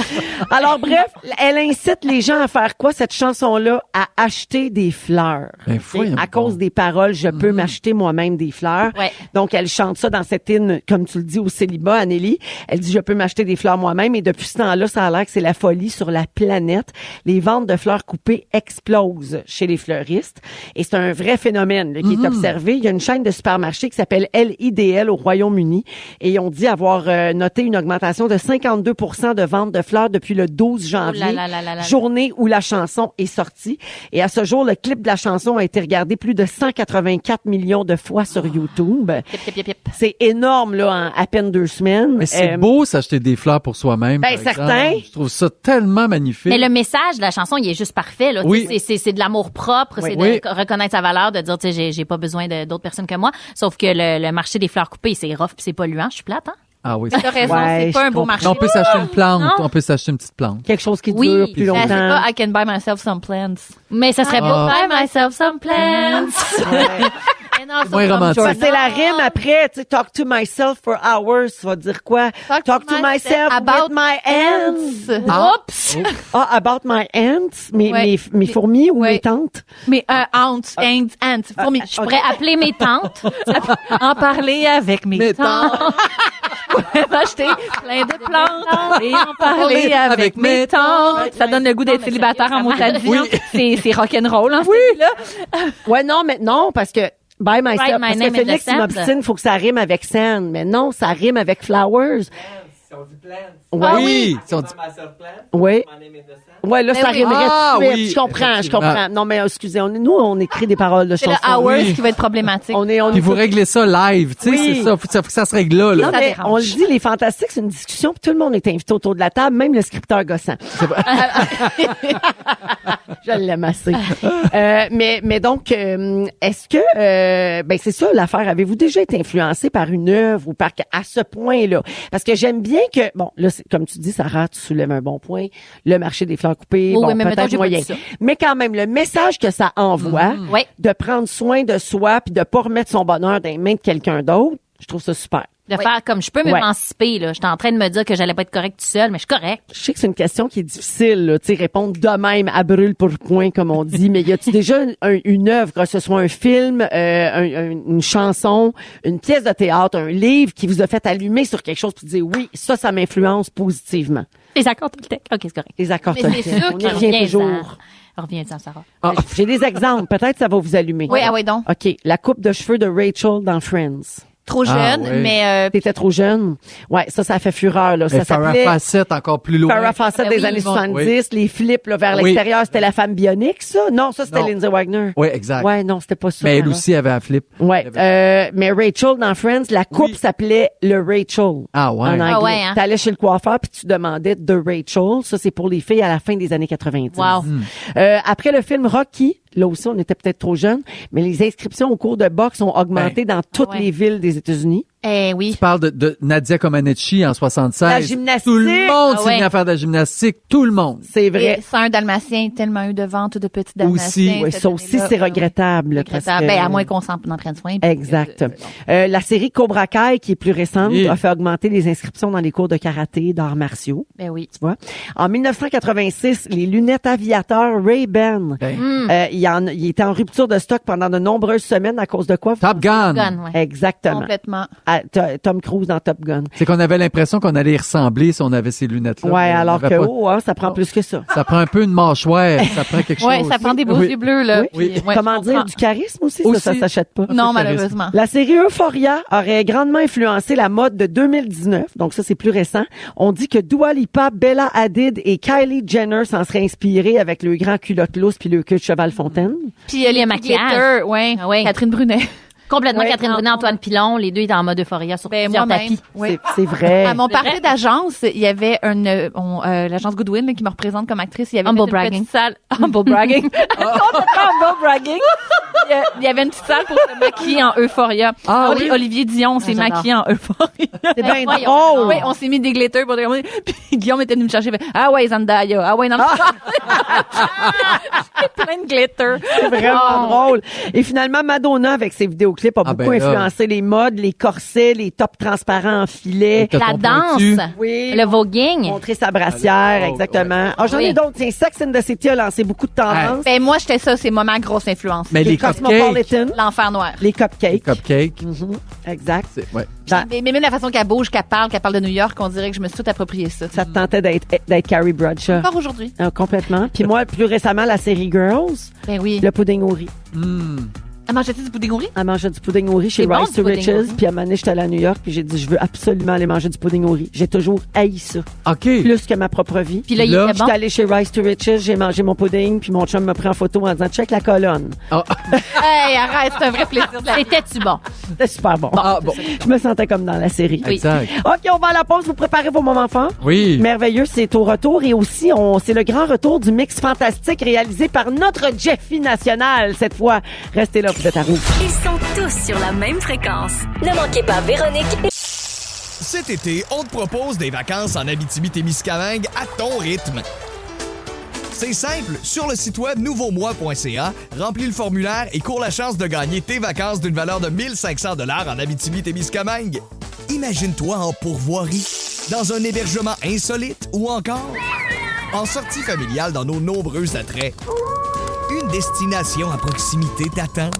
Speaker 1: Alors bref, elle incite les gens à faire quoi cette chanson-là À acheter des fleurs.
Speaker 2: Ben, voyons
Speaker 1: à
Speaker 2: donc.
Speaker 1: cause des paroles, je peux m'acheter moi-même des fleurs.
Speaker 3: Mhm. Ouais.
Speaker 1: Donc elle chante ça dans cette hymne, comme tu le dis au célibat, Anélie. Elle dit je peux m'acheter des fleurs moi-même. Et depuis ce temps-là, ça a l'air que c'est la folie sur la planète. Les ventes de fleurs coupées explosent chez les fleuristes. Et c'est un vrai phénomène là, qui
Speaker 3: Mhm.
Speaker 1: est observé. Il y a une chaîne de supermarchés qui s'appelle LIDL au Royaume-Uni et ils ont dit avoir euh, noté une augmentation de 52 de ventes de fleurs depuis le 12 janvier,
Speaker 3: Oh là là là là là.
Speaker 1: journée où la chanson est sortie. Et à ce jour, le clip de la chanson a été regardé plus de 184 millions de fois sur YouTube.
Speaker 3: Yip, yip, yip, yip.
Speaker 1: C'est énorme là, en à peine deux semaines.
Speaker 2: Mais c'est
Speaker 1: Euh,
Speaker 2: beau s'acheter des fleurs pour soi-même.
Speaker 1: Ben,
Speaker 2: par exemple.
Speaker 1: certain.
Speaker 2: Je trouve ça tellement magnifique.
Speaker 3: Mais le message de la chanson, il est juste parfait. Là. Tu
Speaker 2: Oui.
Speaker 3: sais, C'est, c'est, c'est de l'amour propre,
Speaker 2: Oui.
Speaker 3: c'est
Speaker 2: Oui.
Speaker 3: de reconnaître sa valeur, de dire, tu sais, j'ai, j'ai pas besoin de, d'autres personnes que moi. Sauf que le, le marché des fleurs coupées, c'est rough puis c'est polluant. Je suis plate, hein?
Speaker 2: Ah oui.
Speaker 5: T'as raison,
Speaker 1: Ouais,
Speaker 5: c'est pas
Speaker 1: je
Speaker 5: un beau
Speaker 1: comprends.
Speaker 5: marché.
Speaker 2: Non, on peut s'acheter une plante.
Speaker 3: Non.
Speaker 2: On peut s'acheter une petite plante.
Speaker 1: Quelque chose qui
Speaker 3: Oui.
Speaker 1: dure plus
Speaker 5: Ah,
Speaker 1: longtemps.
Speaker 5: c'est pas I can buy myself some plants.
Speaker 3: Mais ça serait beau.
Speaker 2: Ah.
Speaker 3: Buy myself some plants. And also
Speaker 2: Moins
Speaker 3: some
Speaker 2: romantique.
Speaker 1: Parce que c'est la
Speaker 3: journals.
Speaker 1: rime après, tu sais, talk to myself for hours, tu vas dire quoi? Talk, to myself
Speaker 5: about
Speaker 1: with my hands.
Speaker 3: Oups!
Speaker 1: Ah, about my ants, mes,
Speaker 5: Ouais.
Speaker 1: mes, mes fourmis ou
Speaker 5: Ouais.
Speaker 1: mes tantes.
Speaker 5: Mais euh, un ounce,
Speaker 1: Ah.
Speaker 5: hands, hands, fourmis. Je
Speaker 3: Je pourrais appeler mes tantes.
Speaker 5: pourrais en parler avec mes,
Speaker 2: Mais
Speaker 5: tantes. Je pourrais m'acheter
Speaker 1: Ah.
Speaker 5: plein de plantes et en parler
Speaker 2: Parler
Speaker 5: avec,
Speaker 2: avec
Speaker 5: mes
Speaker 2: mes
Speaker 5: tantes. Ça donne le goût d'être
Speaker 3: mais
Speaker 5: célibataire en
Speaker 3: sérieux,
Speaker 5: mot
Speaker 3: ça
Speaker 5: à C'est, c'est rock'n'roll, hein. Oui, là.
Speaker 1: Ouais, non, mais non, parce que by myself,
Speaker 3: Write my
Speaker 1: parce que
Speaker 3: name in
Speaker 1: Félix
Speaker 3: the
Speaker 1: il
Speaker 3: sand.
Speaker 1: m'obstine, faut que ça rime avec sand, mais non, ça rime avec flowers. Ouais.
Speaker 2: Ah oui! Si on dit-
Speaker 1: Ouais. Ouais, là,
Speaker 5: Ben
Speaker 1: ça
Speaker 5: oui.
Speaker 1: rimerait
Speaker 2: Ah
Speaker 1: tout de suite.
Speaker 2: oui,
Speaker 1: Je comprends, je
Speaker 2: effectivement.
Speaker 1: comprends. Non, mais excusez, on, nous, on écrit des paroles de
Speaker 5: C'est le ah
Speaker 1: chansons.
Speaker 5: hours
Speaker 2: oui.
Speaker 5: qui va être problématique.
Speaker 1: On est, on
Speaker 2: Puis
Speaker 1: est-
Speaker 2: vous réglez ça live, tu sais,
Speaker 1: Oui.
Speaker 2: c'est ça. Faut, ça- faut que ça se règle là. là.
Speaker 1: Non,
Speaker 5: Ça
Speaker 1: mais
Speaker 5: dérange.
Speaker 1: on le dit, les fantastiques, c'est une discussion, puis tout le monde est invité autour de la table, même le scripteur gossant. Je l'aime assez. Euh, mais, mais donc, euh, est-ce que, euh, ben c'est ça l'affaire. Avez-vous déjà été influencé par une œuvre ou par à ce point-là Parce que j'aime bien que, bon, là, c'est- comme tu dis, Sarah, tu soulèves un bon point. Le marché des fleurs coupées,
Speaker 5: Oui,
Speaker 1: bon,
Speaker 5: oui, mais mettons,
Speaker 1: peut-être
Speaker 5: j'ai pas
Speaker 1: moyen.
Speaker 5: dit ça. Mm-hmm.
Speaker 1: Mais quand même, le message que ça envoie,
Speaker 5: Ouais.
Speaker 1: de prendre soin de soi puis de pas remettre son bonheur dans les mains de quelqu'un d'autre, je trouve ça super.
Speaker 3: De
Speaker 5: Oui.
Speaker 3: faire comme je peux
Speaker 1: Ouais.
Speaker 3: m'émanciper, là. J'étais en train de me dire que j'allais pas être correcte tout seul, mais je suis correcte.
Speaker 1: Je sais que c'est une question qui est difficile, là, tu sais, répondre de même à brûle pour point, comme on dit, mais y a-tu déjà un- une œuvre, que ce soit un film, euh, un- un- une chanson, une pièce de théâtre, un livre qui vous a fait allumer sur quelque chose puis dire oui, ça, ça m'influence positivement.
Speaker 3: Les accords Toltec. OK, c'est correct.
Speaker 1: Les accords
Speaker 5: Mais
Speaker 1: Tolkien,
Speaker 5: c'est sûr hein.
Speaker 1: on y
Speaker 5: qu'il
Speaker 1: revient
Speaker 3: Reviens-en.
Speaker 1: toujours.
Speaker 3: Reviens-en, Sarah.
Speaker 2: Ah.
Speaker 1: J'ai des exemples, peut-être ça va vous allumer.
Speaker 5: Oui, ah oui, donc.
Speaker 1: OK, la coupe de cheveux de Rachel dans Friends.
Speaker 5: Trop jeune,
Speaker 2: Ah, ouais.
Speaker 5: mais euh,
Speaker 1: T'étais trop jeune. Ouais, ça, ça fait fureur, là.
Speaker 2: Mais
Speaker 1: Ça
Speaker 2: Farrah
Speaker 1: s'appelait
Speaker 2: Fawcett, encore plus loin.
Speaker 1: Farrah Fawcett
Speaker 5: Ben
Speaker 1: des
Speaker 5: oui,
Speaker 1: années
Speaker 5: ils vont-
Speaker 1: 70,
Speaker 2: Oui.
Speaker 1: les flips, là, vers
Speaker 2: Oui.
Speaker 1: l'extérieur. C'était la femme bionique, ça? Non, ça, c'était
Speaker 2: Non.
Speaker 1: Lindsay Wagner.
Speaker 2: Oui, exact.
Speaker 1: Ouais, non, c'était pas ça.
Speaker 2: Mais elle
Speaker 1: Farrah.
Speaker 2: aussi avait un flip.
Speaker 1: Ouais.
Speaker 2: Elle avait-
Speaker 1: Euh, mais Rachel dans Friends, la coupe
Speaker 2: Oui.
Speaker 1: s'appelait le Rachel.
Speaker 2: Ah ouais.
Speaker 1: En anglais.
Speaker 3: Ah ouais, hein.
Speaker 1: T'allais chez le coiffeur puis tu demandais de Rachel. Ça, c'est pour les filles à la fin des années 90.
Speaker 3: Wow.
Speaker 2: Hmm.
Speaker 1: Euh, après le film Rocky, là aussi, on était peut-être trop jeunes, mais les inscriptions au cours de boxe ont augmenté dans toutes
Speaker 5: Ah,
Speaker 3: Ouais.
Speaker 1: les villes des États-Unis.
Speaker 3: Eh oui.
Speaker 2: Tu parles de, de Nadia Comaneci en 76.
Speaker 1: La gymnastique.
Speaker 2: Tout le monde
Speaker 3: Ah
Speaker 2: s'est mis
Speaker 3: ouais.
Speaker 2: à faire de la gymnastique. Tout le monde.
Speaker 1: C'est
Speaker 5: et
Speaker 1: vrai.
Speaker 5: c'est un dalmatien, tellement eu de ventes de petits dalmatiens.
Speaker 2: Aussi.
Speaker 5: cette
Speaker 1: Ouais, ça aussi,
Speaker 5: année-là.
Speaker 1: c'est
Speaker 5: Ouais, ouais.
Speaker 1: regrettable. parce
Speaker 5: Regrettable.
Speaker 1: que-
Speaker 5: Ben, à moins qu'on s'en en prenne soin. puis
Speaker 1: Exact.
Speaker 5: que-
Speaker 1: Euh, la série Cobra Kai, qui est plus récente,
Speaker 2: Oui.
Speaker 1: a fait augmenter les inscriptions dans les cours de karaté, d'arts martiaux.
Speaker 5: Ben oui.
Speaker 1: Tu vois. En 1986, les lunettes aviateurs Ray-Ban,
Speaker 2: Ben,
Speaker 5: Hmm.
Speaker 1: euh, il, y en- il était en rupture de stock pendant de nombreuses semaines à cause de quoi?
Speaker 2: Top Gun.
Speaker 3: Gun, ouais.
Speaker 1: Exactement.
Speaker 5: Complètement.
Speaker 1: À- T- Tom Cruise dans Top Gun.
Speaker 2: C'est qu'on avait l'impression qu'on allait y ressembler si on avait ces lunettes-là.
Speaker 1: ouais,
Speaker 2: On
Speaker 1: alors que,
Speaker 2: avait pas-
Speaker 1: oh, hein, ça prend plus que ça.
Speaker 2: Ça prend un peu une mâchoire. ça prend quelque
Speaker 5: Ouais,
Speaker 2: chose.
Speaker 5: ça prend des beaux
Speaker 2: Oui.
Speaker 5: yeux bleus, là.
Speaker 1: Oui.
Speaker 5: puis- ouais,
Speaker 1: Comment
Speaker 5: je
Speaker 1: dire,
Speaker 5: comprends.
Speaker 1: du charisme aussi,
Speaker 2: Aussi.
Speaker 1: ça, ça s'achète pas.
Speaker 2: Un
Speaker 5: Non,
Speaker 2: peu charisme.
Speaker 5: malheureusement.
Speaker 1: La série Euphoria aurait grandement influencé la mode de 2019, donc ça c'est plus récent. On dit que Dua Lipa, Bella Hadid et Kylie Jenner s'en seraient inspirées avec le grand culotte lousse puis le cul de cheval fontaine.
Speaker 5: Puis euh,
Speaker 3: Les
Speaker 5: les
Speaker 3: maquillages.
Speaker 5: maquillages. Ouais.
Speaker 3: Ah ouais.
Speaker 5: Catherine Brunet.
Speaker 3: Complètement
Speaker 1: Ouais.
Speaker 3: Catherine Brunet, Antoine Pilon, les deux étaient en mode euphoria sur
Speaker 5: Ben,
Speaker 3: plusieurs
Speaker 5: moi-même.
Speaker 3: tapis.
Speaker 5: Ouais.
Speaker 1: C'est- C'est vrai.
Speaker 5: À mon party d'agence, il y avait une euh, on, euh, l'agence Goodwin là, qui me représente comme actrice. Il y avait
Speaker 3: Humble
Speaker 5: fait une
Speaker 3: bragging.
Speaker 5: petite salle. Humble bragging. Complètement humble bragging. Il y a- Il y avait une petite salle pour se maquiller en euphoria.
Speaker 2: Ah
Speaker 5: Oli-
Speaker 2: oui?
Speaker 5: Olivier Dion s'est
Speaker 3: j'adore.
Speaker 5: maquillé en euphoria.
Speaker 1: C'est bien
Speaker 3: voyons
Speaker 1: drôle.
Speaker 3: donc.
Speaker 5: Oui, on s'est mis des glitters pour dire. Puis Guillaume était venu me chercher. il fait, Ah ouais, Zandaya. Ah ouais, non. J'ai plein de glitters.
Speaker 1: C'est vraiment drôle. Et finalement, Madonna, avec ses vidéoclips, a
Speaker 2: Ah,
Speaker 1: beaucoup
Speaker 2: ben là.
Speaker 1: influencé les modes, les corsets, les tops transparents en filet.
Speaker 2: T'as
Speaker 3: La
Speaker 2: ton pointu.
Speaker 3: danse.
Speaker 1: Oui.
Speaker 3: Le voguing.
Speaker 1: Montrer sa brassière,
Speaker 2: Ah,
Speaker 1: exactement. Ah, j'en ai
Speaker 3: Oui.
Speaker 1: d'autres. Tiens, Sex and the City a lancé beaucoup de tendances.
Speaker 5: Ben moi, j'étais ça. C'est moi ma grosse influence.
Speaker 2: Mais Ah, les cupcakes.
Speaker 1: Cosmopolitan,
Speaker 5: L'enfer noir.
Speaker 1: les
Speaker 2: Les
Speaker 1: cupcakes.
Speaker 2: cupcakes.
Speaker 1: Mhm, Exact.
Speaker 2: c'est- Ouais.
Speaker 1: Ça,
Speaker 5: Mais, mais même la façon qu'elle bouge, qu'elle parle, qu'elle parle de New York, on dirait que je me suis tout approprié ça.
Speaker 1: ça te tentait d'être d'être Carrie Bradshaw.
Speaker 5: Encore aujourd'hui.
Speaker 1: Euh, complètement. Puis moi, plus récemment, la série Girls,
Speaker 5: Ben oui.
Speaker 1: le pudding au riz.
Speaker 2: Hmm.
Speaker 5: Elle mangeait-tu du pudding au riz?
Speaker 1: Elle mangeait du pudding au riz chez
Speaker 3: C'est bon,
Speaker 1: Rice
Speaker 3: du
Speaker 1: to
Speaker 3: pudding au
Speaker 1: Riches.
Speaker 3: riz.
Speaker 1: Puis à un moment donné, j'étais allée à New York, puis j'ai dit, je veux absolument aller manger du pudding au riz. J'ai toujours haï ça,
Speaker 2: OK.
Speaker 1: plus que ma propre vie.
Speaker 3: Puis là, il
Speaker 2: Là,
Speaker 3: était
Speaker 1: J'étais
Speaker 3: bon.
Speaker 1: allée chez Rice to Riches, j'ai mangé mon pudding, puis mon chum me prend en photo en disant check la colonne.
Speaker 2: Ah,
Speaker 5: hey, arrête, c'est un vrai plaisir de la vie.
Speaker 3: C'était-tu bon?
Speaker 1: C'était super bon.
Speaker 2: ah, bon.
Speaker 1: Je me sentais comme dans la série.
Speaker 3: Oui.
Speaker 2: Exact.
Speaker 1: OK, on va à la pause, vous préparez vos moments forts.
Speaker 2: Oui.
Speaker 1: Merveilleux, c'est au retour et aussi on c'est le grand retour du mix fantastique réalisé par notre Jeffy national cette fois. Restez là, vous êtes à rouge.
Speaker 4: Ils sont tous sur la même fréquence.
Speaker 7: Ne manquez pas Véronique et
Speaker 8: Cet été, on te propose des vacances en Abitibi-Témiscamingue à ton rythme. C'est simple, sur le site web nouveaumois.ca, remplis le formulaire et cours la chance de gagner tes vacances d'une valeur de 1500 dollars en Abitibi-Témiscamingue. Imagine-toi en pourvoirie, dans un hébergement insolite ou encore en sortie familiale dans nos nombreux attraits. Une destination à proximité t'attend.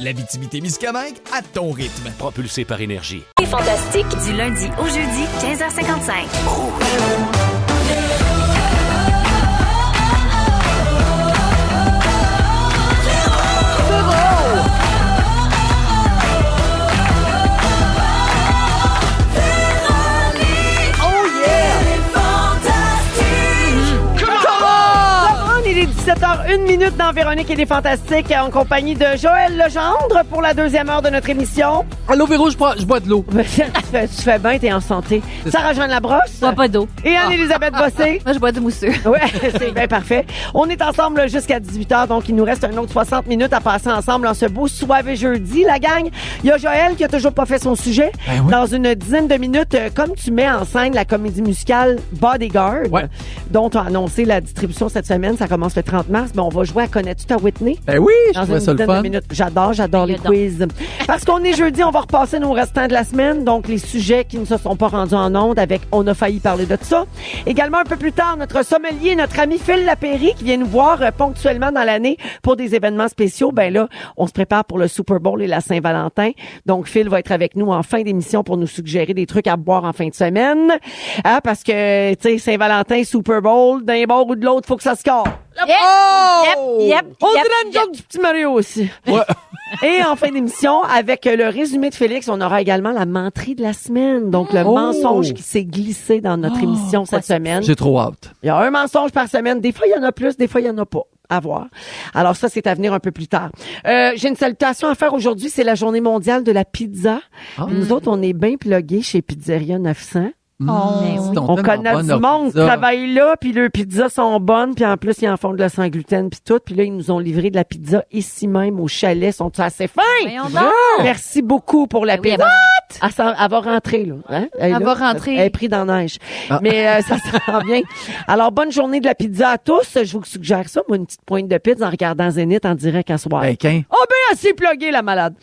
Speaker 8: L'Abitibi-Témiscamingue à ton rythme.
Speaker 9: Propulsé par énergie.
Speaker 7: les Fantastiques.
Speaker 4: Du lundi au jeudi, 15h55.
Speaker 1: une minute dans Véronique et les Fantastiques en compagnie de Joël Legendre pour la deuxième heure de notre émission.
Speaker 2: Allô, Véro, je bois, je bois de l'eau.
Speaker 1: Ben, tu, fais, tu fais bien, t'es en santé. Sarah-Jeanne Labrosse.
Speaker 3: Bois pas d'eau.
Speaker 1: Et Anne-Élisabeth Bossé.
Speaker 5: Moi, je bois du mousseux.
Speaker 1: Ouais, c'est bien parfait. On est ensemble là, jusqu'à 18h, donc il nous reste un autre 60 minutes à passer ensemble en ce beau soirée jeudi, la gang. Il y a Joël qui a toujours pas fait son sujet.
Speaker 2: Ben oui.
Speaker 1: Dans une dizaine de minutes, euh, comme tu mets en scène la comédie musicale Bodyguard,
Speaker 2: Ouais.
Speaker 1: dont on a annoncé la distribution cette semaine, ça commence le 30 mars, mais on va jouer à Connais-tu ta Whitney?
Speaker 2: Ben oui, je
Speaker 1: Dans
Speaker 2: trouvais
Speaker 1: une
Speaker 2: ça le
Speaker 1: dizaine
Speaker 2: fun.
Speaker 1: de minutes. J'adore, j'adore les
Speaker 3: Voyons
Speaker 1: quiz. Parce qu'on est jeudi, on va repasser nos restants de la semaine, donc les sujets qui ne se sont pas rendus en ondes avec On a failli parler de ça. Également, un peu plus tard, notre sommelier, notre ami Phil Lapéry, qui vient nous voir euh, ponctuellement dans l'année pour des événements spéciaux. Ben là, on se prépare pour le Super Bowl et la Saint-Valentin. Donc, Phil va être avec nous en fin d'émission pour nous suggérer des trucs à boire en fin de semaine. Ah, parce que, tu sais, Saint-Valentin, Super Bowl, d'un bord ou de l'autre, faut que ça se score.
Speaker 3: Oh! Eh, Yep, yep,
Speaker 1: On
Speaker 3: yep,
Speaker 1: dirait une
Speaker 3: yep.
Speaker 1: joke du petit Mario aussi. Et en fin d'émission, avec euh, le résumé de Félix, on aura également la menterie de la semaine. Donc, le
Speaker 2: Oh.
Speaker 1: mensonge qui s'est glissé dans
Speaker 3: Oh,
Speaker 1: notre émission cette semaine.
Speaker 2: J'ai trop hâte.
Speaker 1: Il y a un mensonge par semaine. Des fois, il y en a plus, des fois, il y en a pas. À voir. Alors ça, c'est à venir un peu plus tard. Euh, J'ai une salutation à faire aujourd'hui. C'est la journée mondiale de la pizza.
Speaker 2: Ah.
Speaker 3: Mm.
Speaker 1: Nous autres, on est bien plugués chez Pizzeria 900.
Speaker 2: Mmh, ils sont
Speaker 1: Oh. Ben On
Speaker 2: tellement
Speaker 1: connaît
Speaker 2: bonnes,
Speaker 1: du
Speaker 2: leurs
Speaker 1: monde qui
Speaker 2: pizzas.
Speaker 1: travaille là, puis leurs pizzas sont bonnes, puis en plus, ils en font de la sans gluten, puis tout. Puis là, ils nous ont livré de la pizza ici même au chalet. Sont-ils assez fins? Ah!
Speaker 3: Voyons donc.
Speaker 1: Merci beaucoup pour la
Speaker 3: Ben oui,
Speaker 1: pizza.
Speaker 3: elle va-
Speaker 1: Elle, s'en- elle va rentrer, là. hein? Elle, est
Speaker 5: Elle
Speaker 1: là.
Speaker 5: va rentrer.
Speaker 1: Elle est prise dans la neige.
Speaker 2: Ah.
Speaker 1: Mais euh, ça s'en vient. Alors, bonne journée de la pizza à tous. Je vous suggère ça, moi, une petite pointe de pizza en regardant Zénith en direct à soir.
Speaker 2: Ben, qu'un.
Speaker 1: Oh ben assez plugué la malade.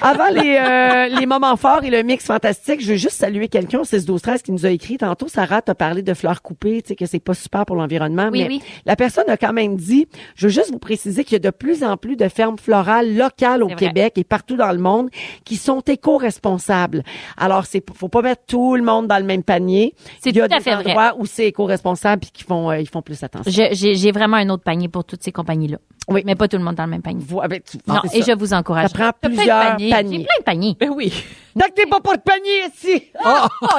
Speaker 1: Avant les, euh, les moments forts et le mix fantastique, je veux juste saluer quelqu'un au 6 12 13 qui nous a écrit tantôt Sarah t'a parlé de fleurs coupées, tu sais que c'est pas super pour l'environnement
Speaker 3: Oui,
Speaker 1: mais
Speaker 3: oui.
Speaker 1: la personne a quand même dit je veux juste vous préciser qu'il y a de plus en plus de fermes florales locales au
Speaker 3: C'est vrai.
Speaker 1: Québec et partout dans le monde qui sont éco-responsables. Alors c'est faut pas mettre tout le monde dans le même panier.
Speaker 3: C'est
Speaker 1: Il y a
Speaker 3: tout à
Speaker 1: des
Speaker 3: fait vrai.
Speaker 1: endroits où c'est éco-responsable puis qui font euh, ils font plus attention.
Speaker 3: Je- J'ai j'ai vraiment un autre panier pour toutes ces compagnies-là.
Speaker 1: Oui.
Speaker 3: Mais pas tout le monde dans le même panier.
Speaker 1: Vous- avec- tu-
Speaker 3: Non,
Speaker 1: c'est
Speaker 3: et
Speaker 1: ça.
Speaker 3: je vous
Speaker 1: ça
Speaker 3: encourage.
Speaker 1: prend
Speaker 3: J'ai plein de
Speaker 1: plusieurs
Speaker 3: paniers.
Speaker 1: paniers.
Speaker 3: J'ai plein de paniers.
Speaker 1: Ben oui. Tant que t'es pas porte-panier ici.
Speaker 6: Oh,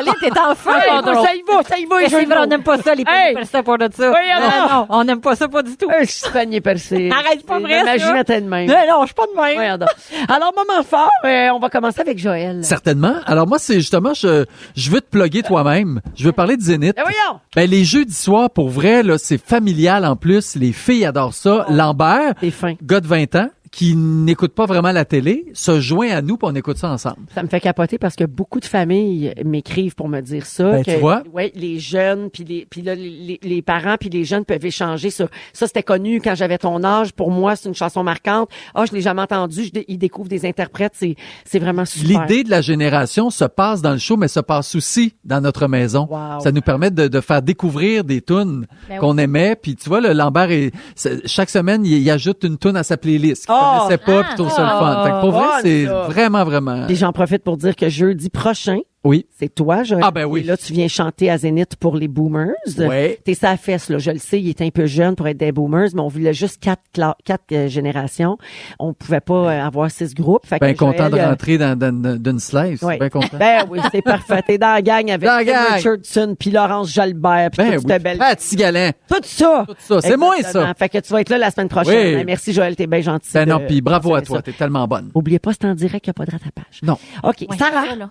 Speaker 6: là, t'es en feu!
Speaker 1: Hey, moi, ça y va, ça y va.
Speaker 6: Mais
Speaker 1: les
Speaker 6: c'est
Speaker 1: jeux de
Speaker 6: vrai, on
Speaker 1: mots.
Speaker 6: n'aime pas ça, les
Speaker 1: Hey!
Speaker 6: pays pour ça, pour de ça.
Speaker 1: Oui, alors.
Speaker 6: non, non, on n'aime pas ça, pas du tout.
Speaker 1: Un petit panier percé.
Speaker 6: Arrête, c'est pas vrai,
Speaker 1: Imagine
Speaker 6: ça.
Speaker 1: à telle main.
Speaker 6: Non, non, je suis pas de même.
Speaker 1: Voyons donc. Alors, moment fort, euh, on va commencer avec Joël.
Speaker 2: Certainement. Alors moi, c'est justement, je, je veux te plugger toi-même. Je veux parler de Zénith.
Speaker 1: Eh, voyons!
Speaker 2: Ben, les jeudis soirs, pour vrai, là, c'est familial en plus. Les filles adorent ça.
Speaker 1: Ah.
Speaker 2: Lambert,
Speaker 1: T'es fin.
Speaker 2: gars de 20 ans, qui n'écoute pas vraiment la télé, se joint à nous pour on écoute ça ensemble.
Speaker 1: Ça me fait capoter parce que beaucoup de familles m'écrivent pour me dire ça.
Speaker 2: Ben,
Speaker 1: que,
Speaker 2: tu vois.
Speaker 1: Ouais, les jeunes, puis les, puis là, les- les, les parents, puis les jeunes peuvent échanger sur ça. C'était connu quand j'avais ton âge. Pour moi, c'est une chanson marquante. Ah, je l'ai jamais entendue. Je dé- Ils découvrent des interprètes. C'est, c'est vraiment super.
Speaker 2: L'idée de la génération se passe dans le show, mais se passe aussi dans notre maison.
Speaker 1: Wow.
Speaker 2: Ça nous permet de, de faire découvrir des tunes
Speaker 3: Ben oui.
Speaker 2: qu'on aimait. Puis tu vois, le Lambert, est- c'est- chaque semaine, il, il ajoute une tune à sa playlist. qu'il
Speaker 1: Oh.
Speaker 2: connaissait pas, puis trouve ça le fun. Fait que pour vrai,
Speaker 1: fun,
Speaker 2: c'est
Speaker 1: ça.
Speaker 2: vraiment, vraiment...
Speaker 1: Puis j'en profite pour dire que jeudi prochain,
Speaker 2: Oui.
Speaker 1: C'est toi, Joël.
Speaker 2: Ah, ben oui.
Speaker 1: Et là, tu viens chanter à Zénith pour les boomers.
Speaker 2: Ouais.
Speaker 1: T'es sa fesse, là. Je le sais, il est un peu jeune pour être des boomers, mais on voulait juste quatre, cla- quatre euh, générations. On pouvait pas euh, avoir six groupes. Fait
Speaker 2: Bien
Speaker 1: que
Speaker 2: Ben, content de
Speaker 1: Joël, euh,
Speaker 2: rentrer dans, dans- dans- d'une slice.
Speaker 1: ouais.
Speaker 2: Bien content.
Speaker 1: Ben oui, c'est parfait. T'es dans la gang avec
Speaker 2: Dans la
Speaker 1: Tim
Speaker 2: gang.
Speaker 1: Richardson, puis Laurence Jalbert, puis
Speaker 2: Ben
Speaker 1: toute
Speaker 2: oui.
Speaker 1: cette belle-
Speaker 2: Ah, petit galant.
Speaker 1: Tout ça!
Speaker 2: Tout ça, c'est moins
Speaker 1: Exactement.
Speaker 2: ça.
Speaker 1: Fait que tu vas être là la semaine prochaine.
Speaker 2: Oui.
Speaker 1: Hein, Merci Joël, t'es bien gentil.
Speaker 2: Ben non,
Speaker 1: de-
Speaker 2: puis bravo à
Speaker 1: de-
Speaker 2: toi, t'es tellement bonne.
Speaker 1: Oubliez pas, c'est en direct, il n'y a pas de rattrapage.
Speaker 2: Non.
Speaker 1: OK.
Speaker 3: Ouais,
Speaker 1: Sarah,
Speaker 3: c'est ça, là.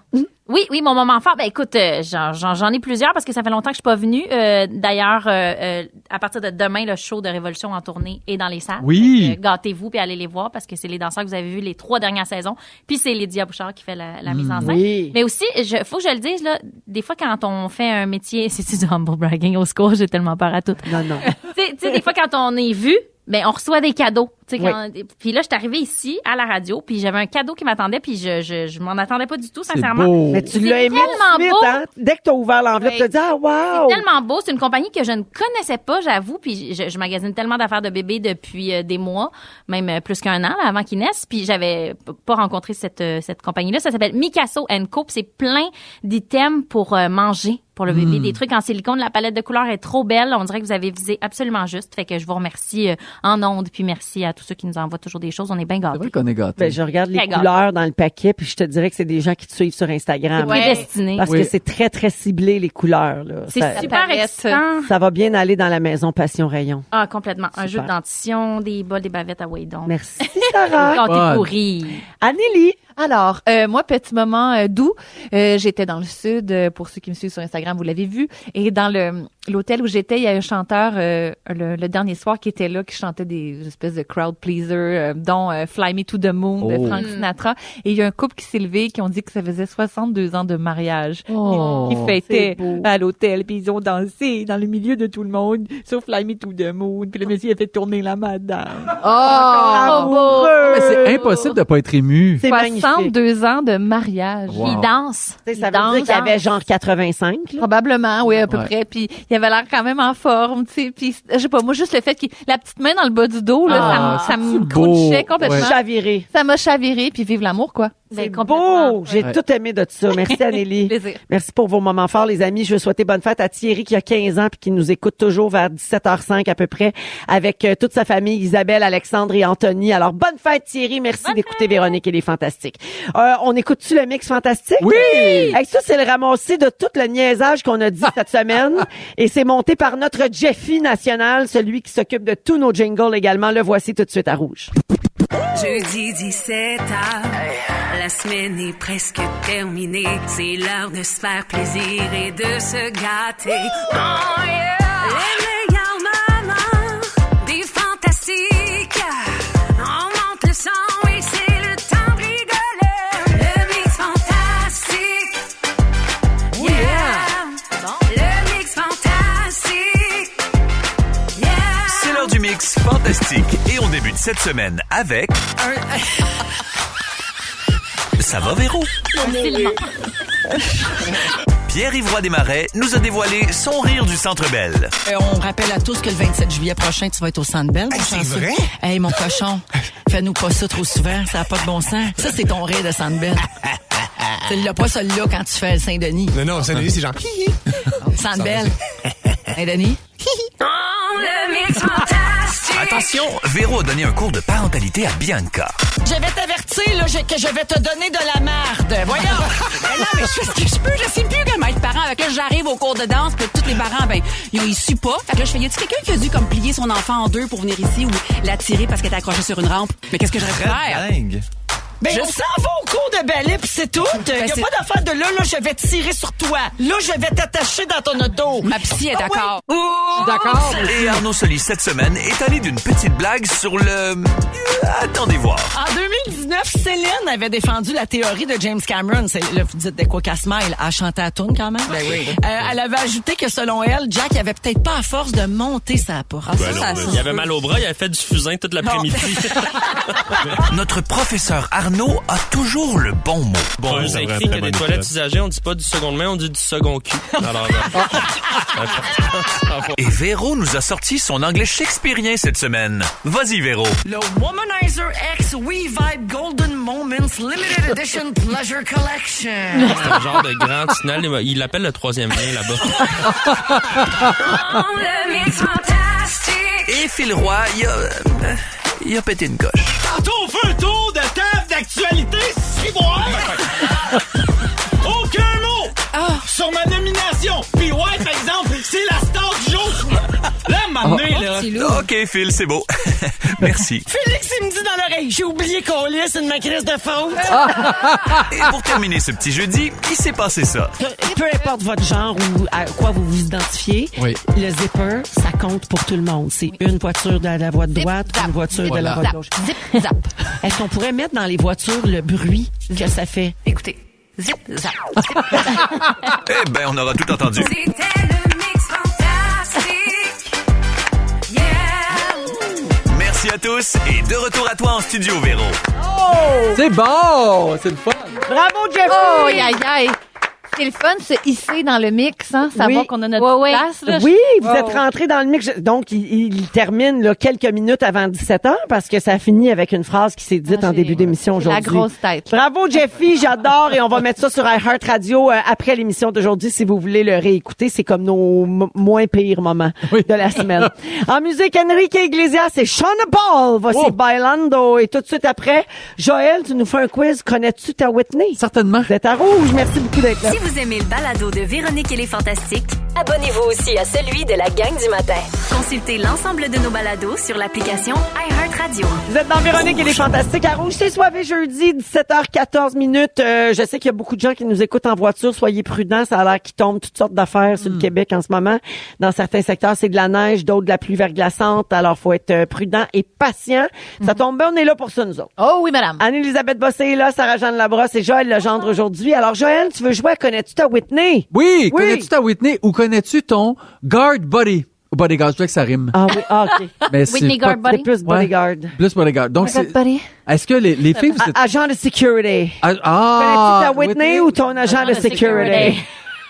Speaker 3: Oui, oui, mon moment fort. Ben écoute, euh, j'en- j'en j'en ai plusieurs parce que ça fait longtemps que je suis pas venue. Euh, D'ailleurs, euh, euh, à partir de demain, le show de Révolution en tournée est dans les salles.
Speaker 2: Oui.
Speaker 3: Fait que, euh, Gâtez-vous puis allez les voir parce que c'est les danseurs que vous avez vus les trois dernières saisons. Puis c'est Lydia Bouchard qui fait la, la mise en scène.
Speaker 1: oui.
Speaker 3: Mais aussi, il faut que je le dise, là, des fois quand on fait un métier, c'est du humble bragging au secours, j'ai tellement peur à tout.
Speaker 1: Non, non.
Speaker 3: tu sais- tu sais, des fois, quand on est vu, ben, on reçoit des cadeaux. Tu sais,
Speaker 1: Oui.
Speaker 3: quand- Puis là, je suis arrivée ici, à la radio, puis j'avais un cadeau qui m'attendait, puis je, je, je m'en attendais pas du tout,
Speaker 2: C'est
Speaker 3: sincèrement.
Speaker 2: beau.
Speaker 1: Mais tu
Speaker 3: C'est
Speaker 1: l'as aimé
Speaker 3: tellement
Speaker 1: tout de suite,
Speaker 3: beau.
Speaker 1: hein? Dès que t'as ouvert l'enveloppe,
Speaker 3: Oui.
Speaker 1: t'as dit Ah wow!
Speaker 3: C'est tellement beau. C'est une compagnie que je ne connaissais pas, j'avoue. Puis je, je magasine tellement d'affaires de bébés depuis euh, des mois, même euh, plus qu'un an là, avant qu'ils naissent. Puis j'avais p- pas rencontré cette, euh, cette compagnie-là. Ça s'appelle Micasso Co. puis C'est plein d'items pour euh, manger. pour le
Speaker 1: Hmm.
Speaker 3: bébé. Des trucs en silicone, la palette de couleurs est trop belle. On dirait que vous avez visé absolument juste. Fait que je vous remercie euh, en ondes, puis merci à tous ceux qui nous envoient toujours des choses. On est bien
Speaker 2: C'est
Speaker 3: gâtés.
Speaker 2: vrai qu'on est gâtés.
Speaker 1: Ben, je regarde les
Speaker 3: Très gâté.
Speaker 1: couleurs dans le paquet, puis je te dirais que c'est des gens qui te suivent sur Instagram.
Speaker 5: Ouais.
Speaker 3: Prédestiné.
Speaker 1: Parce
Speaker 2: Oui.
Speaker 1: que c'est très, très ciblé, les couleurs. là.
Speaker 3: C'est
Speaker 1: Ah, Ça,
Speaker 3: super
Speaker 5: palette.
Speaker 3: excitant.
Speaker 1: ça va bien aller dans la maison Passion Rayon.
Speaker 3: Ah, complètement. Un
Speaker 1: Super.
Speaker 3: jeu de dentition, des bols, des bavettes à Waydon.
Speaker 1: Merci, Sarah.
Speaker 3: Quand
Speaker 2: Bonne.
Speaker 1: Ah,
Speaker 3: t'es pourri.
Speaker 1: Anélie,
Speaker 5: Alors, euh, moi, petit moment euh, doux, euh, j'étais dans le sud, euh, pour ceux qui me suivent sur Instagram, vous l'avez vu, et dans le l'hôtel où j'étais, il y a un chanteur euh, le, le dernier soir qui était là, qui chantait des espèces de crowd pleaser, euh, dont euh, Fly Me to the Moon
Speaker 2: Oh.
Speaker 5: de Frank Sinatra, et il y a un couple qui s'est levé, qui ont dit que ça faisait 62 ans de mariage,
Speaker 2: Oh.
Speaker 5: qui fêtaient
Speaker 1: C'est beau.
Speaker 5: à l'hôtel, puis ils ont dansé dans le milieu de tout le monde, sauf Fly Me to the Moon, puis le monsieur il a fait tourner la madame.
Speaker 2: Oh!
Speaker 1: amoureux.
Speaker 2: Mais c'est impossible de pas être ému.
Speaker 1: Ah! C'est magnifique.
Speaker 5: 62 ans de mariage.
Speaker 2: Wow.
Speaker 3: Il danse.
Speaker 1: Tu sais, Ça veut
Speaker 3: Il danse.
Speaker 1: dire qu'il y avait genre 85. là.
Speaker 5: Probablement, oui, à peu
Speaker 2: Ouais.
Speaker 5: près. Puis il avait l'air quand même en forme, tu sais. Puis je sais pas, moi juste le fait que la petite main dans le bas du dos là,
Speaker 2: Ah,
Speaker 5: ça, me- ça
Speaker 2: c'est
Speaker 5: me crunchait
Speaker 2: beau.
Speaker 5: complètement.
Speaker 2: Ouais.
Speaker 1: Chaviré.
Speaker 5: Ça m'a chaviré puis vive l'amour quoi.
Speaker 3: Ben,
Speaker 1: C'est
Speaker 3: complètement.
Speaker 1: beau. J'ai
Speaker 2: Ouais.
Speaker 1: tout aimé de ça. Merci, Anélie.
Speaker 5: Plaisir.
Speaker 1: Merci pour vos moments forts, les amis. Je veux souhaiter bonne fête à Thierry qui a 15 ans puis qui nous écoute toujours vers 17h05 à peu près avec euh, toute sa famille, Isabelle, Alexandre et Anthony. Alors, bonne fête, Thierry. Merci d'écouter Véronique et les Fantastiques. Euh, on écoute-tu le mix fantastique?
Speaker 2: Oui!
Speaker 1: Hey, ça, c'est le ramassé de tout le niaisage qu'on a dit cette semaine. Et c'est monté par notre Jeffy national, celui qui s'occupe de tous nos jingles également. Le voici tout de suite à Rouge.
Speaker 9: Jeudi 17 à La semaine est presque terminée. C'est l'heure de se faire plaisir et de se gâter. Oh, yeah! Les meilleurs moments des fantastiques. On monte le son et c'est le temps de rigoler. Le mix fantastique. hein? Yeah! Le mix fantastique. Yeah!
Speaker 10: C'est l'heure du mix fantastique et on débute cette semaine avec. Ça va, Véro? Pierre-Yves Roy Desmarais nous a dévoilé son rire du Centre Belle.
Speaker 11: Euh, on rappelle à tous que le 27 juillet prochain, tu vas être au Centre Bell. mon
Speaker 10: c'est
Speaker 11: chanceux.
Speaker 10: vrai?
Speaker 11: Hey, mon cochon, fais-nous pas ça trop souvent, ça n'a pas de bon sens. Ça, c'est ton rire de Centre Bell. tu l'as pas celui-là quand tu fais le Saint-Denis.
Speaker 10: Non, non, ça c'est genre.
Speaker 11: Centre Bell. Hein, Saint-Denis?
Speaker 9: Oh, le mix fantastique.
Speaker 10: Attention, Véro a donné un cours de parentalité à Bianca.
Speaker 11: Je vais t'avertir là, je- que je vais te donner de la marde. Voyons. Ben non, mais je fais ce que je peux. Je sais plus comment être parent. Fait que là, j'arrive au cours de danse, puis tous les parents, ben, ils ont issu pas. Fait que là, je fais, y a-tu quelqu'un qui a dû comme plier son enfant en deux pour venir ici ou l'attirer parce qu'elle était accrochée sur une rampe? Mais qu'est-ce que j'aurais pu faire?
Speaker 10: dingue.
Speaker 11: Je-
Speaker 12: On s'en va au cours de balai, puis c'est tout. Il
Speaker 11: Ben,
Speaker 12: n'y a
Speaker 11: c'est-
Speaker 12: pas d'affaire de là, là, je vais tirer sur toi. Là, je vais t'attacher dans ton auto.
Speaker 11: Ma psy est d'accord. Oh
Speaker 6: D'accord.
Speaker 10: Et Arnaud Solis, cette semaine, est allé d'une petite blague sur le. Euh, Attendez voir.
Speaker 11: En 2019, Céline avait défendu la théorie de James Cameron. C'est, là, vous dites de quoi qu'à Smile a chanté à tourne quand même. Euh, elle avait ajouté que selon elle, Jack avait peut-être pas à force de monter sa porte.
Speaker 12: Il avait mal au bras, il avait fait du fusain toute l'après-midi.
Speaker 10: Notre professeur Arnaud a toujours le bon mot. Bon,
Speaker 12: On s'est écrit que des toilettes usagées, on dit pas du second main, on dit du second cul. Alors, euh,
Speaker 10: Et Véro nous a sorti son anglais shakespearien cette semaine. Vas-y, Véro.
Speaker 11: Le Womanizer X We Vibe Golden Moments Limited Edition Pleasure Collection.
Speaker 12: c'est un genre de grand tunnel. Il l'appelle le troisième lien là-bas.
Speaker 9: Oh, le mix fantastique.
Speaker 10: Et Phil Roy, il a. euh, Il a pété une coche.
Speaker 12: Tantôt, feu, tour de table d'actualité, c'est moi! Aucun mot! Sur ma nomination! Puis ouais, par exemple, c'est la star du jour! Là, m'amener, là!
Speaker 10: Ok, Phil, c'est beau. Merci.
Speaker 12: Félix, il me dit dans l'oreille, j'ai oublié qu'on lit, c'est de ma crise de faute!
Speaker 10: Et pour terminer ce petit jeudi, il s'est passé ça.
Speaker 1: Peu importe votre genre ou à quoi vous vous identifiez,
Speaker 2: Oui.
Speaker 1: le zipper, ça compte pour tout le monde. C'est une voiture de la voie de droite,
Speaker 5: zap,
Speaker 1: une voiture de
Speaker 2: voilà.
Speaker 1: la voie de gauche.
Speaker 5: Zip, zap.
Speaker 1: Est-ce qu'on pourrait mettre dans les voitures le bruit que ça fait?
Speaker 5: Écoutez. Zip, zap.
Speaker 10: Eh ben, on aura tout entendu.
Speaker 9: C'était le mix fantastique. Yeah.
Speaker 10: Merci à tous et de retour à toi en studio, Véro.
Speaker 2: C'est bon! C'est le fun!
Speaker 1: Bravo, Jeff!
Speaker 5: Oh, aïe, aïe. C'est le fun de se hisser dans le mix, hein, savoir
Speaker 1: Oui.
Speaker 5: qu'on a notre place. là.
Speaker 1: Oui,
Speaker 5: Je-
Speaker 1: vous
Speaker 5: Wow.
Speaker 1: êtes rentré dans le mix. Je- Donc, il, il termine là, quelques minutes avant 17 ans parce que ça finit avec une phrase qui s'est dite en début d'émission
Speaker 5: Ah, c'est la
Speaker 1: aujourd'hui.
Speaker 5: grosse tête.
Speaker 1: Bravo, Jeffy, j'adore. Et on va mettre ça sur iHeart Radio euh, après l'émission d'aujourd'hui si vous voulez le réécouter. C'est comme nos m- moins pires moments de la semaine. en musique, Enrique Iglesias et Sean Paul. Voici Bailando. Et tout de suite après, Joël, tu nous fais un quiz. Connais-tu ta Whitney?
Speaker 2: Certainement.
Speaker 1: Vous êtes à rouge. Merci beaucoup d'être là.
Speaker 4: Si vous aimez le balado de Véronique et les Fantastiques,
Speaker 7: Abonnez-vous aussi à celui de la gang du matin.
Speaker 4: consultez l'ensemble de nos balados sur l'application iHeartRadio.
Speaker 1: Vous êtes dans Véronique et les Fantastiques à Rouge. C'est soirée jeudi, 17h14 minutes. Euh, je sais qu'il y a beaucoup de gens qui nous écoutent en voiture. Soyez prudents. Ça a l'air qu'il tombe toutes sortes d'affaires sur le Québec en ce moment. Dans certains secteurs, c'est de la neige, d'autres de la pluie verglaçante. Alors, faut être euh, prudent et patient. Ça tombe bien. On est là pour ça, nous autres.
Speaker 5: Oh oui, madame.
Speaker 1: Ah, Anne-Elisabeth Bossé est là, Sarah-Jeanne Labrosse et Joël Legendre aujourd'hui. Alors, Joël, tu veux jouer à Connais-tu ta Whitney?
Speaker 2: Oui, connais-tu ta Whitney ou connais-tu ton guard buddy? Bodyguard, je voulais que ça rime.
Speaker 1: Ah oui, ah, OK.
Speaker 2: Mais c'est
Speaker 1: Whitney
Speaker 2: pas-
Speaker 1: Guard Buddy? C'est plus bodyguard.
Speaker 2: Plus bodyguard. Donc,
Speaker 1: Guard
Speaker 2: c'est-
Speaker 1: buddy?
Speaker 2: est-ce que les, les filles, vous êtes...
Speaker 1: A- Agent de sécurité.
Speaker 2: Ah, ah,
Speaker 1: Connais-tu ta Whitney, ou ton agent, de sécurité?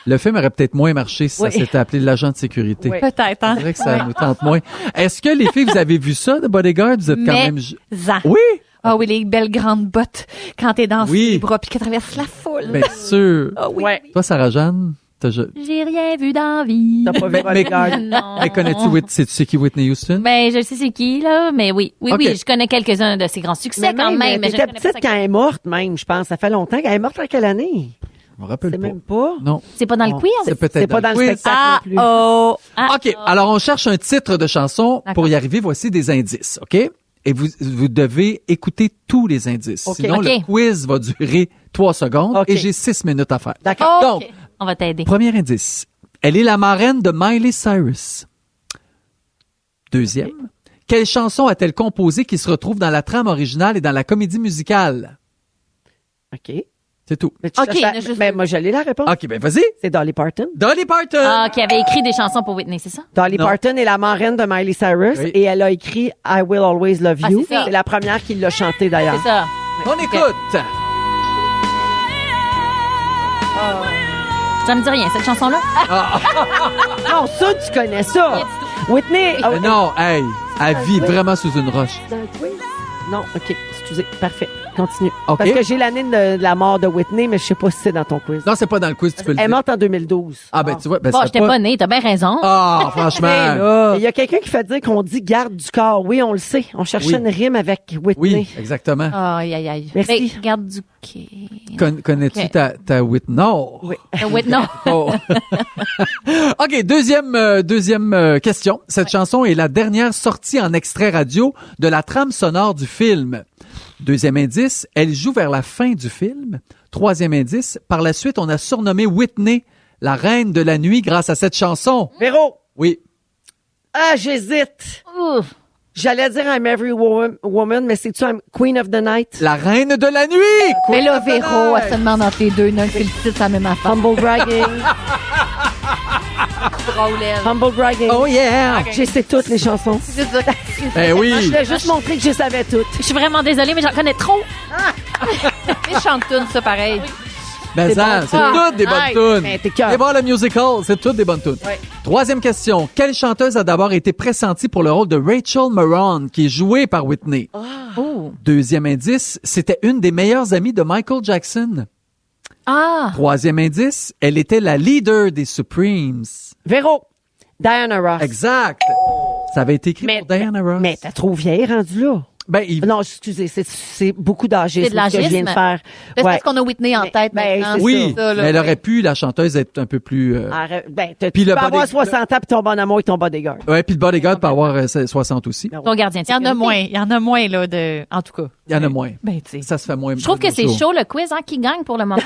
Speaker 2: Le film aurait peut-être moins marché si
Speaker 1: Oui.
Speaker 2: ça s'était appelé l'agent de sécurité.
Speaker 5: Oui. Peut-être, hein?
Speaker 2: C'est vrai que ça
Speaker 5: Oui.
Speaker 2: nous tente moins. Est-ce que les filles, vous avez vu ça de Bodyguard? Vous êtes quand
Speaker 5: Mais
Speaker 2: même... ju-
Speaker 5: zan.
Speaker 2: Oui!
Speaker 5: Ah oui, les belles grandes bottes quand t'es dans les bras puis qu'elles traversent la foule.
Speaker 2: Bien sûr.
Speaker 5: Ah oui.
Speaker 2: Toi, Sarah-Jeanne, t'as... ju-
Speaker 3: J'ai rien vu d'envie.
Speaker 1: T'as pas vu Bodyguard?
Speaker 3: Non.
Speaker 2: Mais connais-tu Whit- sais-tu c'est qui Whitney Houston?
Speaker 3: Ben, je sais c'est qui, là, mais oui. Oui,
Speaker 2: Ok.
Speaker 3: oui, je connais quelques-uns de ses grands succès quand même, mais je
Speaker 1: T'étais
Speaker 3: ne connais pas
Speaker 1: petite
Speaker 3: ça.
Speaker 1: quand elle est morte, même, je pense. Ça fait longtemps qu'elle est morte en quelle année?
Speaker 2: Je me rappelle
Speaker 1: C'est
Speaker 2: pas.
Speaker 1: même pas.
Speaker 2: Non.
Speaker 3: C'est pas dans le
Speaker 2: Bon,
Speaker 3: quiz? Ah!
Speaker 2: C'est peut-être
Speaker 1: C'est pas dans le
Speaker 2: quiz.
Speaker 1: spectacle non plus.
Speaker 5: oh.
Speaker 2: OK. Alors, on cherche un titre de chanson.
Speaker 3: D'accord.
Speaker 2: Pour y arriver, voici des indices, OK? Et vous, vous devez écouter tous les indices.
Speaker 3: OK.
Speaker 2: Sinon,
Speaker 3: OK.
Speaker 2: le quiz va durer trois secondes
Speaker 1: OK.
Speaker 2: et j'ai six minutes à faire.
Speaker 1: D'accord.
Speaker 2: Donc,
Speaker 3: On va t'aider.
Speaker 2: premier indice. Elle est la marraine de Miley Cyrus. Deuxième. Quelle chanson a-t-elle composée qui se retrouve dans la trame originale et dans la comédie musicale?
Speaker 3: Oh!
Speaker 1: OK.
Speaker 2: C'est tout.
Speaker 1: Mais tu
Speaker 5: Ok,
Speaker 1: cherches la-
Speaker 5: il y en a juste
Speaker 1: ben, moi, j'allais la réponse.
Speaker 2: OK, ben vas-y.
Speaker 1: C'est Dolly Parton.
Speaker 2: Dolly Parton.
Speaker 3: Ah, qui avait écrit des chansons pour Whitney, c'est ça?
Speaker 1: Dolly
Speaker 2: Non.
Speaker 1: Parton est la marraine de Miley Cyrus
Speaker 2: Oui.
Speaker 1: et elle a écrit I Will Always Love
Speaker 3: Ah,
Speaker 1: You.
Speaker 3: c'est ça. Ah,
Speaker 1: c'est la première qui l'a chantée d'ailleurs.
Speaker 3: C'est ça.
Speaker 2: On écoute.
Speaker 1: Ah
Speaker 3: Ça me dit rien, cette chanson-là? Ah,
Speaker 1: Non, Ah, ça, tu connais ça. Whitney. oh,
Speaker 2: Mais Euh, non, hey, elle vit vraiment sous une roche.
Speaker 1: Non, OK. Excusez. Parfait. Continue.
Speaker 2: OK.
Speaker 1: Parce que j'ai l'année de, de la mort de Whitney, mais je sais pas si c'est dans ton quiz.
Speaker 2: Non, c'est pas dans le quiz, tu peux le
Speaker 1: Elle est
Speaker 2: dire.
Speaker 1: morte Oh, en 2012.
Speaker 2: Ah, ben, tu vois, ben,
Speaker 3: bon,
Speaker 2: c'est
Speaker 3: j'étais pas née, t'as bien raison.
Speaker 2: Ah, franchement.
Speaker 1: Il y a quelqu'un qui fait dire qu'on dit garde du corps. Oui, on le sait. On cherchait
Speaker 2: Oui.
Speaker 1: une rime avec Whitney.
Speaker 2: Oui, exactement.
Speaker 1: Ah.
Speaker 5: Ah, Aïe, aïe, Ben, aïe.
Speaker 3: Mais
Speaker 1: Merci.
Speaker 3: garde du quai.
Speaker 2: Con- Connais-tu
Speaker 3: Ok.
Speaker 2: ta, ta Whitney? Non.
Speaker 1: Oui.
Speaker 3: Euh, Whit- non.
Speaker 2: Oh. OK, deuxième, euh, deuxième euh, question. Cette chanson est la dernière sortie en extrait radio de la trame sonore du film. Deuxième indice, elle joue vers la fin du film. Troisième indice, par la suite, on a surnommé Whitney la reine de la nuit grâce à cette chanson.
Speaker 1: Véro.
Speaker 2: Oui.
Speaker 1: Ah, j'hésite.
Speaker 3: Ouf.
Speaker 1: J'allais dire I'm every wo- woman, mais c'est-tu I'm Queen of the Night?
Speaker 2: La reine de la nuit!
Speaker 5: Mais là, Véro, elle se demande entre les deux. Non, c'est le titre, ça même affaire.
Speaker 1: Humble bragging. Humble bragging.
Speaker 2: Oh yeah!
Speaker 1: Je sais toutes les chansons. Ah,
Speaker 5: C'est ça.
Speaker 2: Eh
Speaker 1: Je
Speaker 2: oui!
Speaker 1: voulais juste montrer que je savais toutes.
Speaker 3: Je suis vraiment désolée, mais j'en connais trop.
Speaker 5: Mais chante-tune, ça, pareil.
Speaker 2: Mais ça, Ben, c'est toutes des
Speaker 5: Aïe,
Speaker 2: bonnes
Speaker 1: mais Ah, Ben, t'es
Speaker 2: tunes.
Speaker 1: cœur.
Speaker 2: Allez voir le musical, c'est toutes des bonnes tunes. Troisième question. Quelle chanteuse a d'abord été pressentie pour le rôle de Rachel Moran, qui est jouée par Whitney?
Speaker 1: Ah.
Speaker 2: Deuxième indice, c'était une des meilleures amies de Michael Jackson.
Speaker 3: Ah!
Speaker 2: Troisième indice, elle était la leader des Supremes.
Speaker 1: Véro. Diana Ross.
Speaker 2: Exact. Ça avait été écrit pour Diana Ross.
Speaker 1: Oh. Mais t'as trop vieille rendue là.
Speaker 2: ben, il-
Speaker 1: Non, excusez, c'est- c'est beaucoup d'âgisme
Speaker 3: C'est de
Speaker 1: que je viens de faire.
Speaker 3: l'âgisme.
Speaker 5: Là, Ben, C'est
Speaker 1: Ouais.
Speaker 5: parce qu'on a Whitney en
Speaker 1: Mais-
Speaker 5: tête
Speaker 1: ben,
Speaker 5: maintenant.
Speaker 1: c'est
Speaker 2: oui,
Speaker 5: ça, là,
Speaker 2: mais elle
Speaker 5: oui.
Speaker 2: aurait pu, la chanteuse, être un peu plus... euh,
Speaker 1: Arrête- Ben, t'as-
Speaker 2: Puis
Speaker 1: tu
Speaker 2: le
Speaker 1: peux avoir
Speaker 2: body-
Speaker 1: 60 ans puis ton bon amour et ton bodyguard.
Speaker 2: Ouais, puis le bodyguard peut avoir euh, 60 aussi.
Speaker 3: Ton gardien de
Speaker 5: Il y en a
Speaker 3: sécurité.
Speaker 5: moins. Il y en a moins, là, de. En tout cas.
Speaker 2: Il y en a moins.
Speaker 5: Ben, tu sais.
Speaker 2: Ça se fait moins.
Speaker 3: Je trouve que c'est chaud le quiz, hein, qui gagne pour le moment.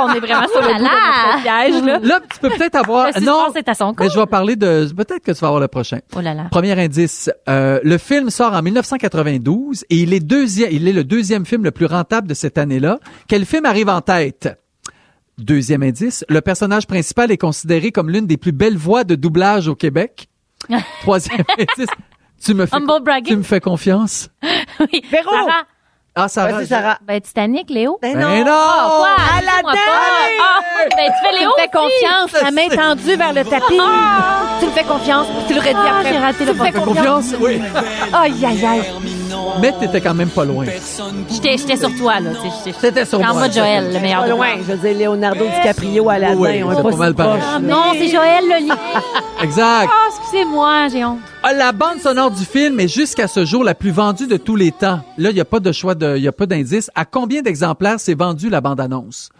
Speaker 3: on est vraiment sur le bout de notre piège, là.
Speaker 2: Là, tu peux peut-être avoir.
Speaker 3: Le suspense
Speaker 2: non,
Speaker 3: est à son
Speaker 2: mais
Speaker 3: compte.
Speaker 2: je vais parler de. Peut-être que tu vas avoir le prochain.
Speaker 3: Oh là là.
Speaker 2: Premier indice. euh, le film sort en 1992 et il est deuxième. Il est le deuxième film le plus rentable de cette année-là. Quel film arrive en tête Deuxième indice. Le personnage principal est considéré comme l'une des plus belles voix de doublage au Québec. Troisième indice. Tu me fais.
Speaker 3: Humble bragging.
Speaker 2: Tu me fais confiance.
Speaker 3: Oui.
Speaker 1: Véro!
Speaker 3: Sarah,
Speaker 2: Ah, Sarah.
Speaker 3: Vas-y, Sarah. Ben, Titanic, Léo.
Speaker 1: Oh,
Speaker 2: Ben non. Ben non.
Speaker 3: Ah, quoi?
Speaker 2: Aladdin!
Speaker 3: Dis-moi pas. Ah, ben, tu fais Léo.
Speaker 13: Tu me fais confiance, la main tendue vers le tapis.
Speaker 5: Ah!
Speaker 13: Tu me fais confiance, tu l'aurais dit
Speaker 3: Ah,
Speaker 13: après.
Speaker 3: j'ai raté
Speaker 13: tu
Speaker 3: le
Speaker 13: me fais
Speaker 2: bon.
Speaker 13: confiance.
Speaker 2: Confiance, oui.
Speaker 13: Aïe, aïe, aïe.
Speaker 5: Ah,
Speaker 2: Mais t'étais quand même pas loin.
Speaker 3: J'étais j'étais sur toi, là. tu sais, j'étais-
Speaker 2: C'était sur
Speaker 3: j'étais En
Speaker 2: moi.
Speaker 3: bas de Joël, le meilleur.
Speaker 1: Pas
Speaker 3: de moi.
Speaker 1: loin. Je veux dire, Leonardo DiCaprio à la
Speaker 2: Oui,
Speaker 1: main. On
Speaker 2: c'est
Speaker 1: est pas
Speaker 2: pas mal
Speaker 1: si
Speaker 2: pareil.
Speaker 1: proche.
Speaker 3: Ah, non, c'est Joël, le lien.
Speaker 2: Exact.
Speaker 3: Ah, excusez-moi, j'ai honte.
Speaker 2: Ah, La bande sonore du film est jusqu'à ce jour la plus vendue de tous les temps. Là, il n'y a pas de choix, de, il n'y a pas d'indice. À combien d'exemplaires s'est vendue la bande-annonce?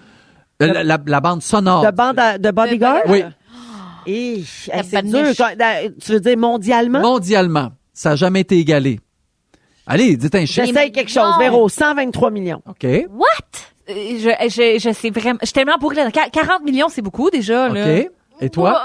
Speaker 2: Euh, La, la- la bande sonore.
Speaker 1: De, bande à- de bodyguard?
Speaker 2: Oui.
Speaker 1: Eh, hey, c'est dur. Quand- la- Tu veux dire mondialement?
Speaker 2: Mondialement. Ça n'a jamais été égalé. Allez, dites un
Speaker 5: Ben,
Speaker 2: chiffre.
Speaker 1: J'essaye quelque chose. Véro, 123 millions.
Speaker 2: OK.
Speaker 5: What? Je, je, je sais vraiment. Je suis tellement pour 40 millions, c'est beaucoup déjà. Là.
Speaker 2: OK. Et toi?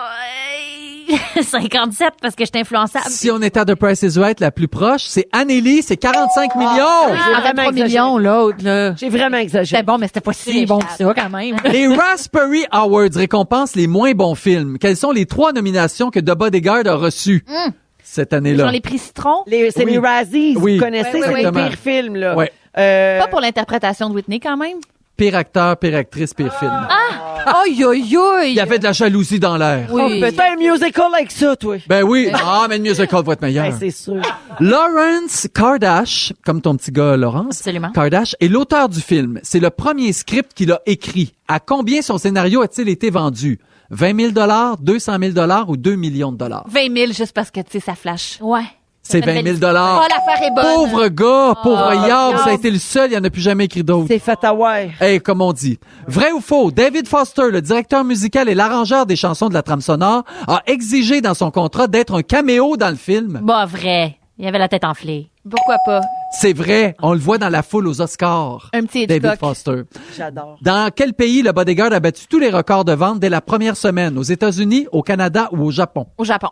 Speaker 3: Euh, 57 parce que j'étais influençable.
Speaker 2: Si on était à The Price is Right, la plus proche, c'est Anneli, c'est 45 millions.
Speaker 5: Ah,
Speaker 1: vraiment
Speaker 5: 3
Speaker 1: exagéré.
Speaker 5: millions, l'autre, là.
Speaker 1: J'ai vraiment exagéré.
Speaker 5: C'était bon, mais c'était pas si bon que ça, quand même.
Speaker 2: Les Raspberry Awards récompensent les moins bons films. Quelles sont les trois nominations que The Bodyguard a reçues
Speaker 5: Hum.
Speaker 2: cette année-là?
Speaker 5: Genre les prix citron.
Speaker 1: Les- C'est
Speaker 2: Oui.
Speaker 1: les Razzies,
Speaker 2: Oui,
Speaker 1: vous connaissez, c'est les
Speaker 2: exactement.
Speaker 1: pires films, là.
Speaker 2: Ouais.
Speaker 1: Euh,
Speaker 5: Pas pour l'interprétation de Whitney, quand même.
Speaker 2: Pire acteur, pire actrice, pire film.
Speaker 5: Aïe, aïe, aïe.
Speaker 2: Il y avait de la jalousie dans l'air.
Speaker 1: on peut faire oh, un musical avec ça, toi.
Speaker 2: Ben oui. Ah, mais le musical va être meilleur.
Speaker 1: Ben, c'est sûr.
Speaker 2: Lawrence Kardash, comme ton petit gars Lawrence,
Speaker 3: Absolument.
Speaker 2: Kardash est l'auteur du film. C'est le premier script qu'il a écrit. À combien son scénario a-t-il été vendu? 20 000 200 000 ou 2 millions de dollars?
Speaker 5: 20 000 juste parce que, tu sais, ça flash.
Speaker 3: Ouais.
Speaker 2: C'est
Speaker 3: fait une
Speaker 2: 20 000
Speaker 3: belle histoire.
Speaker 5: Oh, l'affaire est bonne.
Speaker 2: Ah. Pauvre gars, pauvre
Speaker 5: Oh,
Speaker 2: Yarb,
Speaker 5: Yarb.
Speaker 2: ça a été le seul, il n'y en a plus jamais écrit d'autres.
Speaker 1: C'est Fataway.
Speaker 2: Hey, Eh, comme on dit. Vrai ou faux, David Foster, le directeur musical et l'arrangeur des chansons de la trame sonore, a exigé dans son contrat d'être un caméo dans le film.
Speaker 3: Bah, vrai. Il avait la tête enflée.
Speaker 5: Pourquoi pas?
Speaker 2: C'est vrai, on le voit dans la foule aux Oscars.
Speaker 5: Un petit
Speaker 2: David
Speaker 5: Hitchcock.
Speaker 2: Foster.
Speaker 1: J'adore.
Speaker 2: Dans quel pays le bodyguard a battu tous les records de vente dès la première semaine? Aux États-Unis, au Canada ou au Japon?
Speaker 5: Au Japon.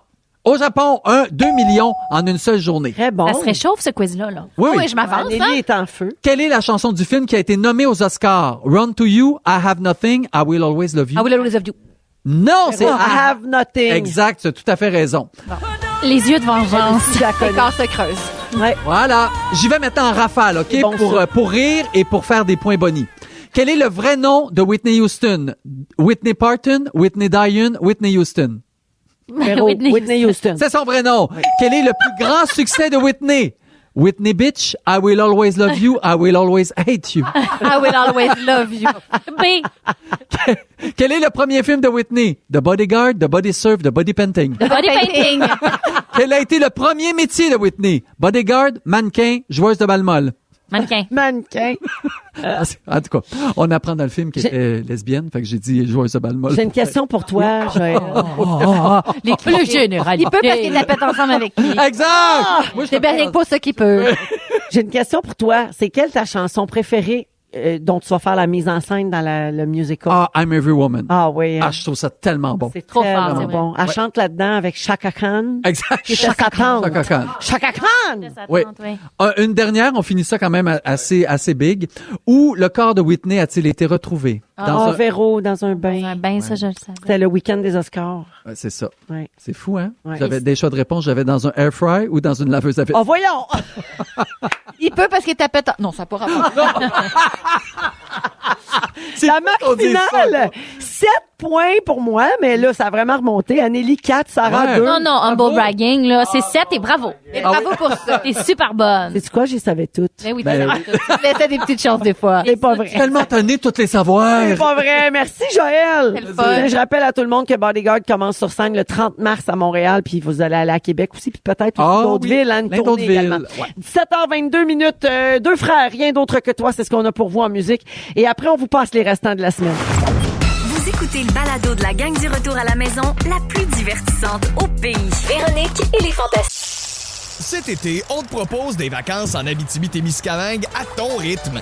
Speaker 2: Au Japon, 1, 2 millions en une seule journée.
Speaker 1: Très bon.
Speaker 3: Ça se réchauffe, ce quiz-là, là.
Speaker 2: Oh. Oui,
Speaker 5: Oui,
Speaker 2: oui.
Speaker 5: je m'avance.
Speaker 1: Anneli
Speaker 5: hein?
Speaker 1: est en feu.
Speaker 2: Quelle est la chanson du film qui a été nommée aux Oscars? Run to You, I Have Nothing, I Will Always Love You.
Speaker 5: I will always love you.
Speaker 2: Non, c'est
Speaker 1: I have nothing.
Speaker 2: Exact, tu as tout à fait raison.
Speaker 3: Les yeux de vengeance.
Speaker 1: Si je la
Speaker 5: Les
Speaker 1: connais.
Speaker 5: corps se creusent.
Speaker 1: Ouais.
Speaker 2: Voilà. J'y vais maintenant en rafale, OK?
Speaker 1: C'est bon,
Speaker 2: pour,
Speaker 1: ça.
Speaker 2: euh, pour rire et pour faire des points bonnies. Quel est le vrai nom de Whitney Houston? Whitney Parton, Whitney Diane, Whitney Houston.
Speaker 1: Véro,
Speaker 3: Whitney
Speaker 1: Whitney, Houston.
Speaker 2: C'est son vrai nom. Quel est le plus grand succès de Whitney? Whitney Bitch, I will always love you, I will always hate you.
Speaker 5: I will always love you.
Speaker 3: B.
Speaker 2: Quel est le premier film de Whitney? The Bodyguard, The Body Surf, The Body Painting.
Speaker 3: Body painting.
Speaker 2: Quel a été le premier métier de Whitney? Bodyguard, mannequin, joueuse de balle molle.
Speaker 3: Mannequin.
Speaker 1: Mannequin.
Speaker 2: En tout cas, on apprend dans le film qu'elle était lesbienne, fait que j'ai dit joueuse de balle molle.
Speaker 1: J'ai une question pour toi, Joël.
Speaker 5: Les
Speaker 13: Le général.
Speaker 5: Il peut parce qu'il la pète ensemble avec lui.
Speaker 2: Exact!
Speaker 1: Ah!
Speaker 2: Moi, je
Speaker 5: C'est
Speaker 2: te parle.
Speaker 5: bien pas ça qui peut.
Speaker 1: J'ai une question pour toi. C'est quelle ta chanson préférée euh, dont tu vas faire la mise en scène dans la- le musical?
Speaker 2: Ah, I'm Every Woman.
Speaker 1: Ah oui. hein.
Speaker 2: Ah, je trouve ça tellement bon.
Speaker 1: c'est
Speaker 3: trop
Speaker 1: trop
Speaker 3: fort, c'est
Speaker 1: fort,
Speaker 3: vrai.
Speaker 1: bon. Elle chante là-dedans avec Chaka Khan.
Speaker 2: Exact.
Speaker 1: Qui était sa tante.
Speaker 2: Chaka Khan.
Speaker 1: Chaka Khan!
Speaker 2: Oui. Euh, une dernière, on finit ça quand même a- assez, assez big. Où le corps de Whitney a-t-il été retrouvé?
Speaker 1: en
Speaker 2: Dans un-
Speaker 1: Ah, véro, dans un bain.
Speaker 3: Un bain, ben, ça, je le savais.
Speaker 1: C'était le week-end des Oscars.
Speaker 2: Ouais, C'est ça.
Speaker 1: Ouais.
Speaker 2: C'est fou, hein?
Speaker 1: Ouais.
Speaker 2: J'avais des choix de réponse. J'avais dans un air fry ou dans une laveuse à
Speaker 1: Oh,
Speaker 2: vêtements.
Speaker 1: voyons!
Speaker 5: Il peut parce qu'il tapette. Non, ça pourra pas.
Speaker 1: La marque
Speaker 2: on dit ça,
Speaker 1: finale! 7 points pour moi, mais là, ça a vraiment remonté. Anneli 4,
Speaker 2: Ouais.
Speaker 1: Sarah 2.
Speaker 3: Non, non, humble bragging, là. C'est 7 et bravo. Et bravo pour ça. T'es super bonne.
Speaker 1: C'est quoi, j'y savais toutes.
Speaker 3: Ben oui,
Speaker 2: Ben
Speaker 3: t'as-
Speaker 5: Il laissait des petites chances des fois.
Speaker 1: C'est pas vrai.
Speaker 2: Tellement tanné de toutes les
Speaker 1: C'est
Speaker 2: savoirs.
Speaker 1: pas vrai. Merci, Joël.
Speaker 5: le fun.
Speaker 1: Je rappelle à tout le monde que Bodyguard commence sur scène le 30 mars à Montréal, puis vous allez aller à Québec aussi, puis peut-être aussi
Speaker 2: Ah
Speaker 1: d'autres
Speaker 2: oui,
Speaker 1: villes, hein, une
Speaker 2: plein d'autres
Speaker 1: tournée
Speaker 2: villes,
Speaker 1: également.
Speaker 2: ouais.
Speaker 1: 17h22 minutes, euh, deux frères, rien d'autre que toi, c'est ce qu'on a pour vous en musique. Et après, on vous passe les restants de la semaine.
Speaker 4: Vous écoutez le balado de la gang du retour à la maison, la plus divertissante au pays.
Speaker 7: Véronique et les Fantastiques.
Speaker 8: Cet été, on te propose des vacances en Abitibi-Témiscamingue à ton rythme.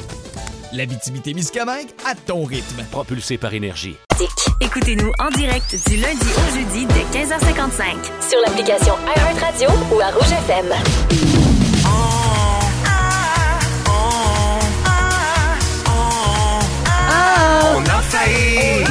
Speaker 8: L'Abitibi-Témiscamingue à ton rythme.
Speaker 10: Propulsé par énergie.
Speaker 4: Écoutez-nous en direct du lundi au jeudi dès 15h55 sur l'application iHeartRadio ou à Rouge FM.
Speaker 1: Ah.
Speaker 9: On a failli.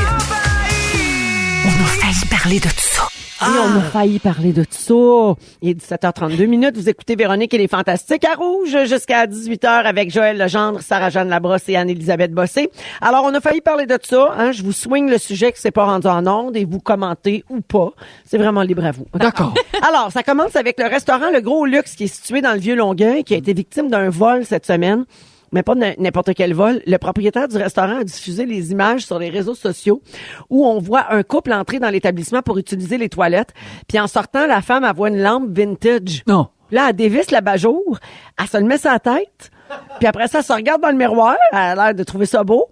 Speaker 1: On a failli parler de tout ça. on a failli parler de tout ça. Il est 17h32 minutes. Vous écoutez Véronique et les Fantastiques à Rouge jusqu'à 18h avec Joël Legendre, Sarah-Jeanne Labrosse et Anne-Élisabeth Bossé. Alors, on a failli parler de tout ça. hein. Je vous swing le sujet qui s'est pas rendu en onde et vous commentez ou pas. C'est vraiment libre à vous. D'accord. Alors, ça commence avec le restaurant Le Gros Luxe qui est situé dans le Vieux-Longueuil qui a été victime d'un vol cette semaine mais pas n- n'importe quel vol. Le propriétaire du restaurant a diffusé les images sur les réseaux sociaux où on voit un couple entrer dans l'établissement pour utiliser les toilettes. Puis en sortant, la femme elle voit une lampe vintage. Non. Là, elle dévisse la bajour, elle se le met sur la tête, puis après ça, elle se regarde dans le miroir, elle a l'air de trouver ça beau.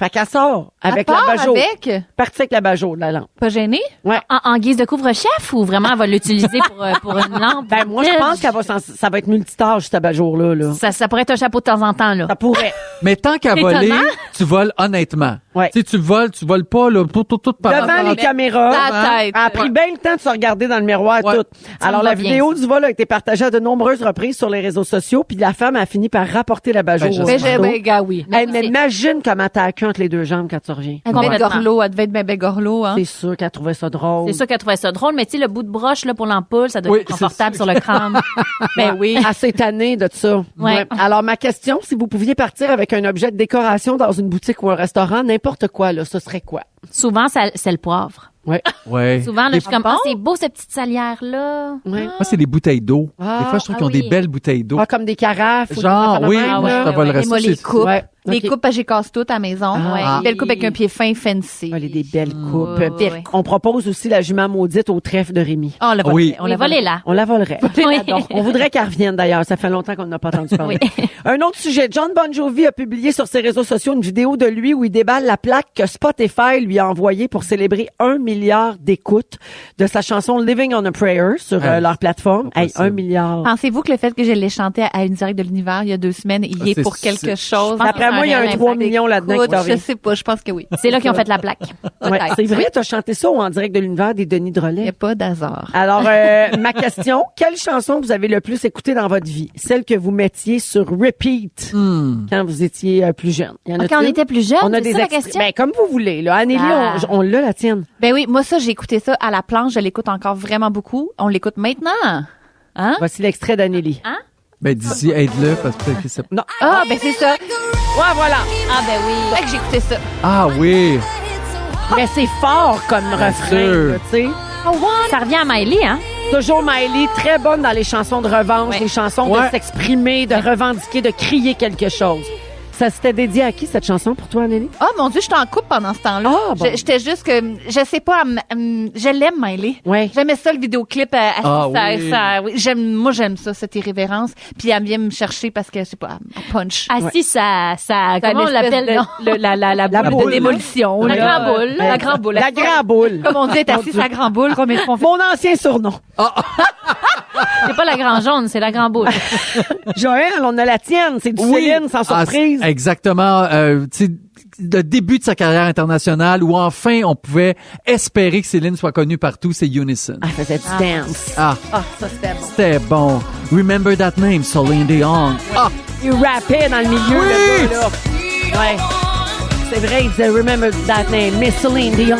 Speaker 1: Fait qu'elle sort avec
Speaker 5: part
Speaker 1: la bajour.
Speaker 5: avec?
Speaker 1: Partie avec la bajour de la lampe.
Speaker 3: Pas gênée?
Speaker 1: Ouais.
Speaker 3: En, en guise de couvre-chef ou vraiment elle va l'utiliser pour, euh, pour une lampe?
Speaker 1: Ben, moi, je pense qu'elle va s'en- ça va être multitâche, ce tabac-jour-là. Là.
Speaker 3: Ça, ça pourrait être un chapeau de temps en temps, là. Ça
Speaker 1: pourrait.
Speaker 2: Mais tant qu'à
Speaker 3: Étonnant.
Speaker 2: voler, tu voles honnêtement. Tu sais, tu voles, tu voles pas, là, tout, tout, tout par
Speaker 1: devant les caméras. Elle a pris bien le temps de se regarder dans le miroir tout.
Speaker 2: Ça
Speaker 1: Alors
Speaker 2: me
Speaker 1: la
Speaker 2: va bien,
Speaker 1: vidéo du vol a été partagée à de nombreuses reprises sur les réseaux sociaux, puis la femme a fini par rapporter la bajour.
Speaker 5: Ben,
Speaker 1: au
Speaker 5: j'espère. Ben, j'ai-
Speaker 1: resto.
Speaker 5: ben, gars, oui. Ben,
Speaker 1: Hey, mais imagine comment t'as la queue entre les deux jambes quand tu reviens.
Speaker 5: Elle devait être gorlo, elle devait être bébé gorlo, hein.
Speaker 1: C'est sûr qu'elle trouvait ça drôle.
Speaker 3: C'est sûr qu'elle trouvait ça drôle, mais tu sais, le bout de broche là, pour l'ampoule, ça doit
Speaker 1: Oui,
Speaker 3: être confortable sur le crâne. ben oui.
Speaker 1: Ah, Assez tannée de ça. Ouais. Alors, ma question, si vous pouviez partir avec un objet de décoration dans une boutique ou un restaurant, n'importe quoi, là, ce serait quoi?
Speaker 3: Souvent, ça- c'est le poivre.
Speaker 1: Ouais.
Speaker 2: Ouais.
Speaker 3: Souvent, là,
Speaker 2: Des-
Speaker 3: je suis comme, ah, c'est beau, cette petite salière-là.
Speaker 2: Moi, c'est les bouteilles d'eau.
Speaker 3: Ah,
Speaker 2: des fois, je trouve
Speaker 3: ah
Speaker 2: qu'ils ont
Speaker 3: oui.
Speaker 2: des belles bouteilles d'eau.
Speaker 1: Ah, comme des carafes. ou des
Speaker 2: Genre,
Speaker 1: affaires de
Speaker 2: oui,
Speaker 1: même,
Speaker 2: moi,
Speaker 1: là.
Speaker 2: je te volerais
Speaker 5: Et moi,
Speaker 2: ça,
Speaker 5: les
Speaker 2: c'est-
Speaker 5: coupes.
Speaker 2: Ouais.
Speaker 5: Les
Speaker 1: ok.
Speaker 5: coupes, parce que j'ai casse toutes à la maison.
Speaker 1: Ah.
Speaker 5: Ouais. Une belle coupe avec un pied fin fancy.
Speaker 1: Ah, les- des belles coupes.
Speaker 5: Ouais, ouais, ouais.
Speaker 1: On propose aussi la jument maudite au trèfle de Rémi.
Speaker 5: Ah, on la volerait, Oui. on la
Speaker 1: les
Speaker 5: volerait. Volez-la.
Speaker 1: On la volerait.
Speaker 5: Volez-la donc.
Speaker 1: On voudrait qu'elle revienne d'ailleurs. Ça fait longtemps qu'on n'a pas entendu parler. Un autre sujet. John Bon Jovi a publié sur ses réseaux sociaux une vidéo de lui où il déballe la plaque que Spotify lui a envoyée pour célébrer un milliard d'écoutes de sa chanson Living on a Prayer sur euh,
Speaker 5: Ouais,
Speaker 1: leur plateforme. Hey, un milliard.
Speaker 5: Pensez-vous que le fait que je l'ai chanté à- à une directe de l'univers il y a deux semaines, il y est
Speaker 1: C'est-
Speaker 5: pour quelque
Speaker 1: c'est-
Speaker 5: chose?
Speaker 1: D'après moi, il y a un 3 millions là-dedans
Speaker 5: Écoute,
Speaker 1: qui t'aurait.
Speaker 5: Je sais pas, je pense que oui.
Speaker 3: C'est là qu'ils ont fait la plaque.
Speaker 1: Ouais, c'est vrai, t'as chanté ça ou en direct de l'univers des Denis Drolet. Ah, Il n'y a
Speaker 5: pas d'hasard.
Speaker 1: Alors, euh, ma question, quelle chanson vous avez le plus écoutée dans votre vie? Celle que vous mettiez sur repeat quand vous étiez euh, plus jeune. Il y en
Speaker 5: Ah,
Speaker 1: a
Speaker 5: quand on
Speaker 1: une?
Speaker 5: était plus jeune,
Speaker 1: on a
Speaker 5: c'est
Speaker 1: des
Speaker 5: ça la
Speaker 1: extraits.
Speaker 5: question?
Speaker 1: Ben, comme vous voulez. Là. Anneli,
Speaker 5: Ah.
Speaker 1: on, on l'a, la tienne.
Speaker 5: Ben oui, moi, ça, j'ai écouté ça à la planche. Je l'écoute encore vraiment beaucoup. On l'écoute maintenant. Hein?
Speaker 1: Voici l'extrait d'Anneli.
Speaker 2: Ben, d'ici, aide-le, parce que peut-être que ça...
Speaker 1: Non.
Speaker 5: Ah, ben c'est ça.
Speaker 1: Ouais, voilà.
Speaker 5: Ah, ben oui. C'est vrai que j'ai écouté ça.
Speaker 2: Ah oui!
Speaker 1: Mais c'est fort comme refrain,
Speaker 2: sûr.
Speaker 1: là, tu sais.
Speaker 3: Ça revient à Miley, hein?
Speaker 1: Toujours Miley, très bonne dans les chansons de revanche, les chansons de
Speaker 3: Ouais.
Speaker 1: s'exprimer, de revendiquer, de crier quelque chose. Ça s'était dédié à qui, cette chanson, pour toi, Anneli?
Speaker 5: Ah, mon Dieu, je t'en coupe pendant ce temps-là.
Speaker 1: Ah, bon.
Speaker 5: Je- J'étais juste que, je sais pas, hum, hum, je l'aime, Miley. J'aimais ça, le vidéoclip. euh, assis,
Speaker 1: Ah
Speaker 5: ça-
Speaker 1: oui.
Speaker 5: ça- oui, j'aime, moi, j'aime ça, cette irrévérence. Puis elle vient me chercher parce que, je sais pas, elle me punch.
Speaker 3: Ah si, ça, ça, comment on l'appelle? non?
Speaker 5: la, la, la,
Speaker 3: boule
Speaker 5: de
Speaker 3: boule.
Speaker 5: démolition.
Speaker 3: La
Speaker 5: là.
Speaker 3: grand boule.
Speaker 5: La grand boule.
Speaker 1: La grand boule.
Speaker 5: Comme on dit, t'as assis
Speaker 1: Mon Dieu.
Speaker 5: sa grand boule. Combien de fois on fait-
Speaker 1: Mon ancien surnom.
Speaker 3: C'est pas la grand jaune, c'est la grand boule.
Speaker 1: Joël, on a la tienne. C'est du Céline, sans
Speaker 2: Ah,
Speaker 1: surprise.
Speaker 2: c'est- exactement. Euh, tu sais, le début de sa carrière internationale où enfin on pouvait espérer que Céline soit connue partout, c'est Unison. Ah,
Speaker 1: faisait du dance.
Speaker 2: Ah,
Speaker 5: Ah, ça, c'était bon.
Speaker 2: c'était bon. Remember that name, Celine Dion. Ah,
Speaker 1: Il rappait dans le milieu,
Speaker 2: Oui.
Speaker 1: le gars, là. Ouais. C'est vrai, il disait « Remember that name, Miss Celine Dion. »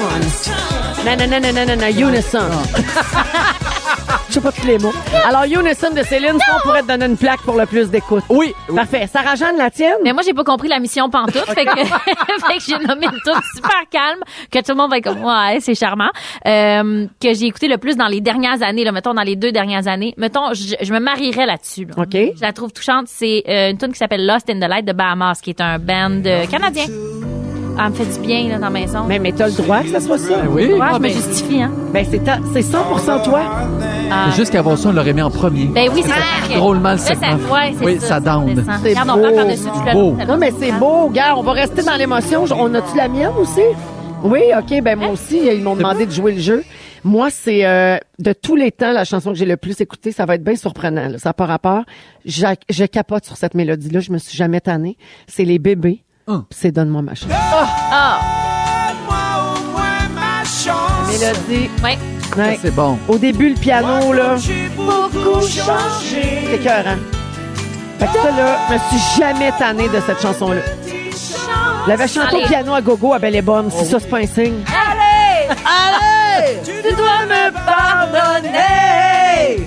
Speaker 1: Non, non, non, non, non, non, non, Unison.
Speaker 2: Ah.
Speaker 1: Je sais pas tous les mots. Alors, Unison de Céline, ça, on pourrait te donner une plaque pour le plus d'écoute.
Speaker 2: Oui.
Speaker 1: Parfait. Sarah-Jeanne, la tienne?
Speaker 3: Mais moi, j'ai pas compris la mission pantoute. fait que, fait que j'ai nommé une tour super calme, que tout le monde va être comme, ouais, c'est charmant. Euh, que j'ai écouté le plus dans les dernières années, là, mettons, dans les deux dernières années. Mettons, je, je me marierais là-dessus. là.
Speaker 1: OK.
Speaker 3: Je la trouve touchante. C'est euh, une tune qui s'appelle Lost in the Light de Bahamas, qui est un band euh, canadien. Ah, elle me fait du bien, là, dans la maison.
Speaker 1: Mais, mais t'as le droit que ça soit ça.
Speaker 2: oui.
Speaker 3: Ouais,
Speaker 2: Ah,
Speaker 3: je me
Speaker 2: ben-
Speaker 3: justifie, hein.
Speaker 1: Ben, c'est ta- c'est 100% toi.
Speaker 2: Mais Juste qu'avant ça, on l'aurait mis en premier.
Speaker 3: Ben oui, c'est ça.
Speaker 2: Drôlement
Speaker 3: Là,
Speaker 2: le segment.
Speaker 3: ça- ouais, c'est
Speaker 2: oui,
Speaker 3: ça,
Speaker 2: ça down.
Speaker 3: descend.
Speaker 1: C'est
Speaker 3: Regarde, on parle par-dessus tout le long.
Speaker 2: Beau.
Speaker 1: Non, mais c'est beau. Regarde, on va rester dans l'émotion. Je- On a-tu la mienne aussi? Oui, OK. Ben, moi aussi, ils m'ont demandé de jouer le jeu. Moi, c'est euh, de tous les temps la chanson que j'ai le plus écoutée. Ça va être bien surprenant. là. Ça n'a pas rapport. J'a- Je capote sur cette mélodie-là. Je me suis jamais tannée.
Speaker 2: Ah.
Speaker 1: C'est Les Bébés. Puis C'est Donne-moi ma chance.
Speaker 5: Ah!
Speaker 1: Mélodie.
Speaker 3: Ouais.
Speaker 1: Ouais.
Speaker 2: C'est bon.
Speaker 1: Au début, le piano, là.
Speaker 12: beaucoup changé.
Speaker 1: C'est écœurant. Fait que ça, là, je me suis jamais tannée de cette chanson-là. Je l'avais chanté au
Speaker 12: Allez. Oh
Speaker 1: piano à gogo à Belle et Bonne, si ça, c'est pas un signe.
Speaker 12: Allez, allez, tu dois me pardonner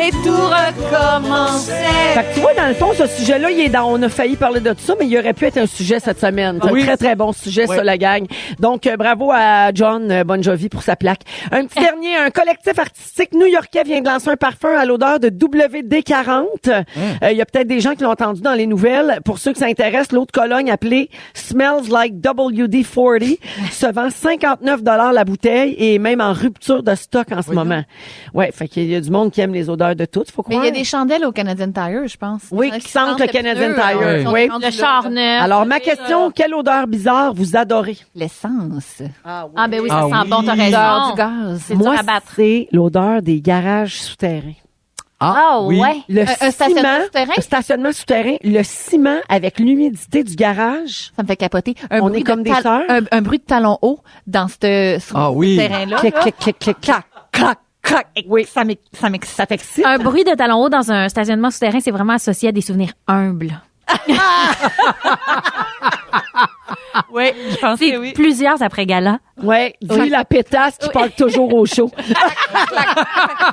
Speaker 12: et tout recommencer.
Speaker 1: Fait que tu vois, dans le fond, ce sujet-là, il est dans, on a failli parler de tout ça, mais il aurait pu être un sujet cette semaine. C'est
Speaker 12: Oui.
Speaker 1: un très, très bon sujet,
Speaker 12: Ouais.
Speaker 1: ça, la gang. Donc, euh, bravo à John euh, Bon Jovi pour sa plaque. Un petit dernier, un collectif artistique new-yorkais vient de lancer un parfum à l'odeur de WD-40. Euh,
Speaker 5: Hein?
Speaker 1: Il y a peut-être des gens qui l'ont entendu dans les nouvelles. Pour ceux qui s'intéressent, l'autre colonne appelée Smells Like WD-40 se vend 59 la bouteille et est même en rupture de stock en ce moment. Ouais, fait qu'il y a du monde qui aime les odeurs de toutes, faut
Speaker 5: Mais il
Speaker 1: croire.
Speaker 5: y a des chandelles au Canadian Tire, je pense.
Speaker 1: Oui, qui sentent le Canadian
Speaker 5: hein.
Speaker 1: Tire. Oui.
Speaker 5: Le char neuf.
Speaker 1: Alors, ma question, quelle odeur bizarre vous adorez?
Speaker 5: L'essence.
Speaker 1: Ah oui,
Speaker 3: Ah, ben oui, ça
Speaker 1: Ah
Speaker 3: sent
Speaker 1: oui.
Speaker 3: bon, t'as raison.
Speaker 5: L'odeur du gaz.
Speaker 3: C'est dur
Speaker 1: Moi,
Speaker 3: à battre.
Speaker 1: c'est l'odeur des garages souterrains.
Speaker 3: Ah, oui. ouais.
Speaker 1: Le
Speaker 3: Un- un stationnement
Speaker 1: ciment,
Speaker 3: souterrain?
Speaker 1: un stationnement souterrain, le ciment avec l'humidité du garage.
Speaker 5: Ça me fait capoter. Un
Speaker 1: On
Speaker 5: bruit
Speaker 1: est comme
Speaker 5: de
Speaker 1: des
Speaker 5: tal-
Speaker 1: sœurs.
Speaker 5: Un, un bruit de talon haut dans ce, sur
Speaker 2: Ah
Speaker 5: ce
Speaker 2: oui.
Speaker 5: terrain-là.
Speaker 1: Clic,
Speaker 5: là.
Speaker 1: clic, clic, clic, clac.
Speaker 5: Crac, crac. Oui. Ça m'ex- ça m'excite.
Speaker 3: Un bruit de talon haut dans un stationnement souterrain, c'est vraiment associé à des souvenirs humbles.
Speaker 5: oui, je pense
Speaker 3: C'est plusieurs après gala.
Speaker 1: Ouais, dis la pétasse qui parle toujours au chaud.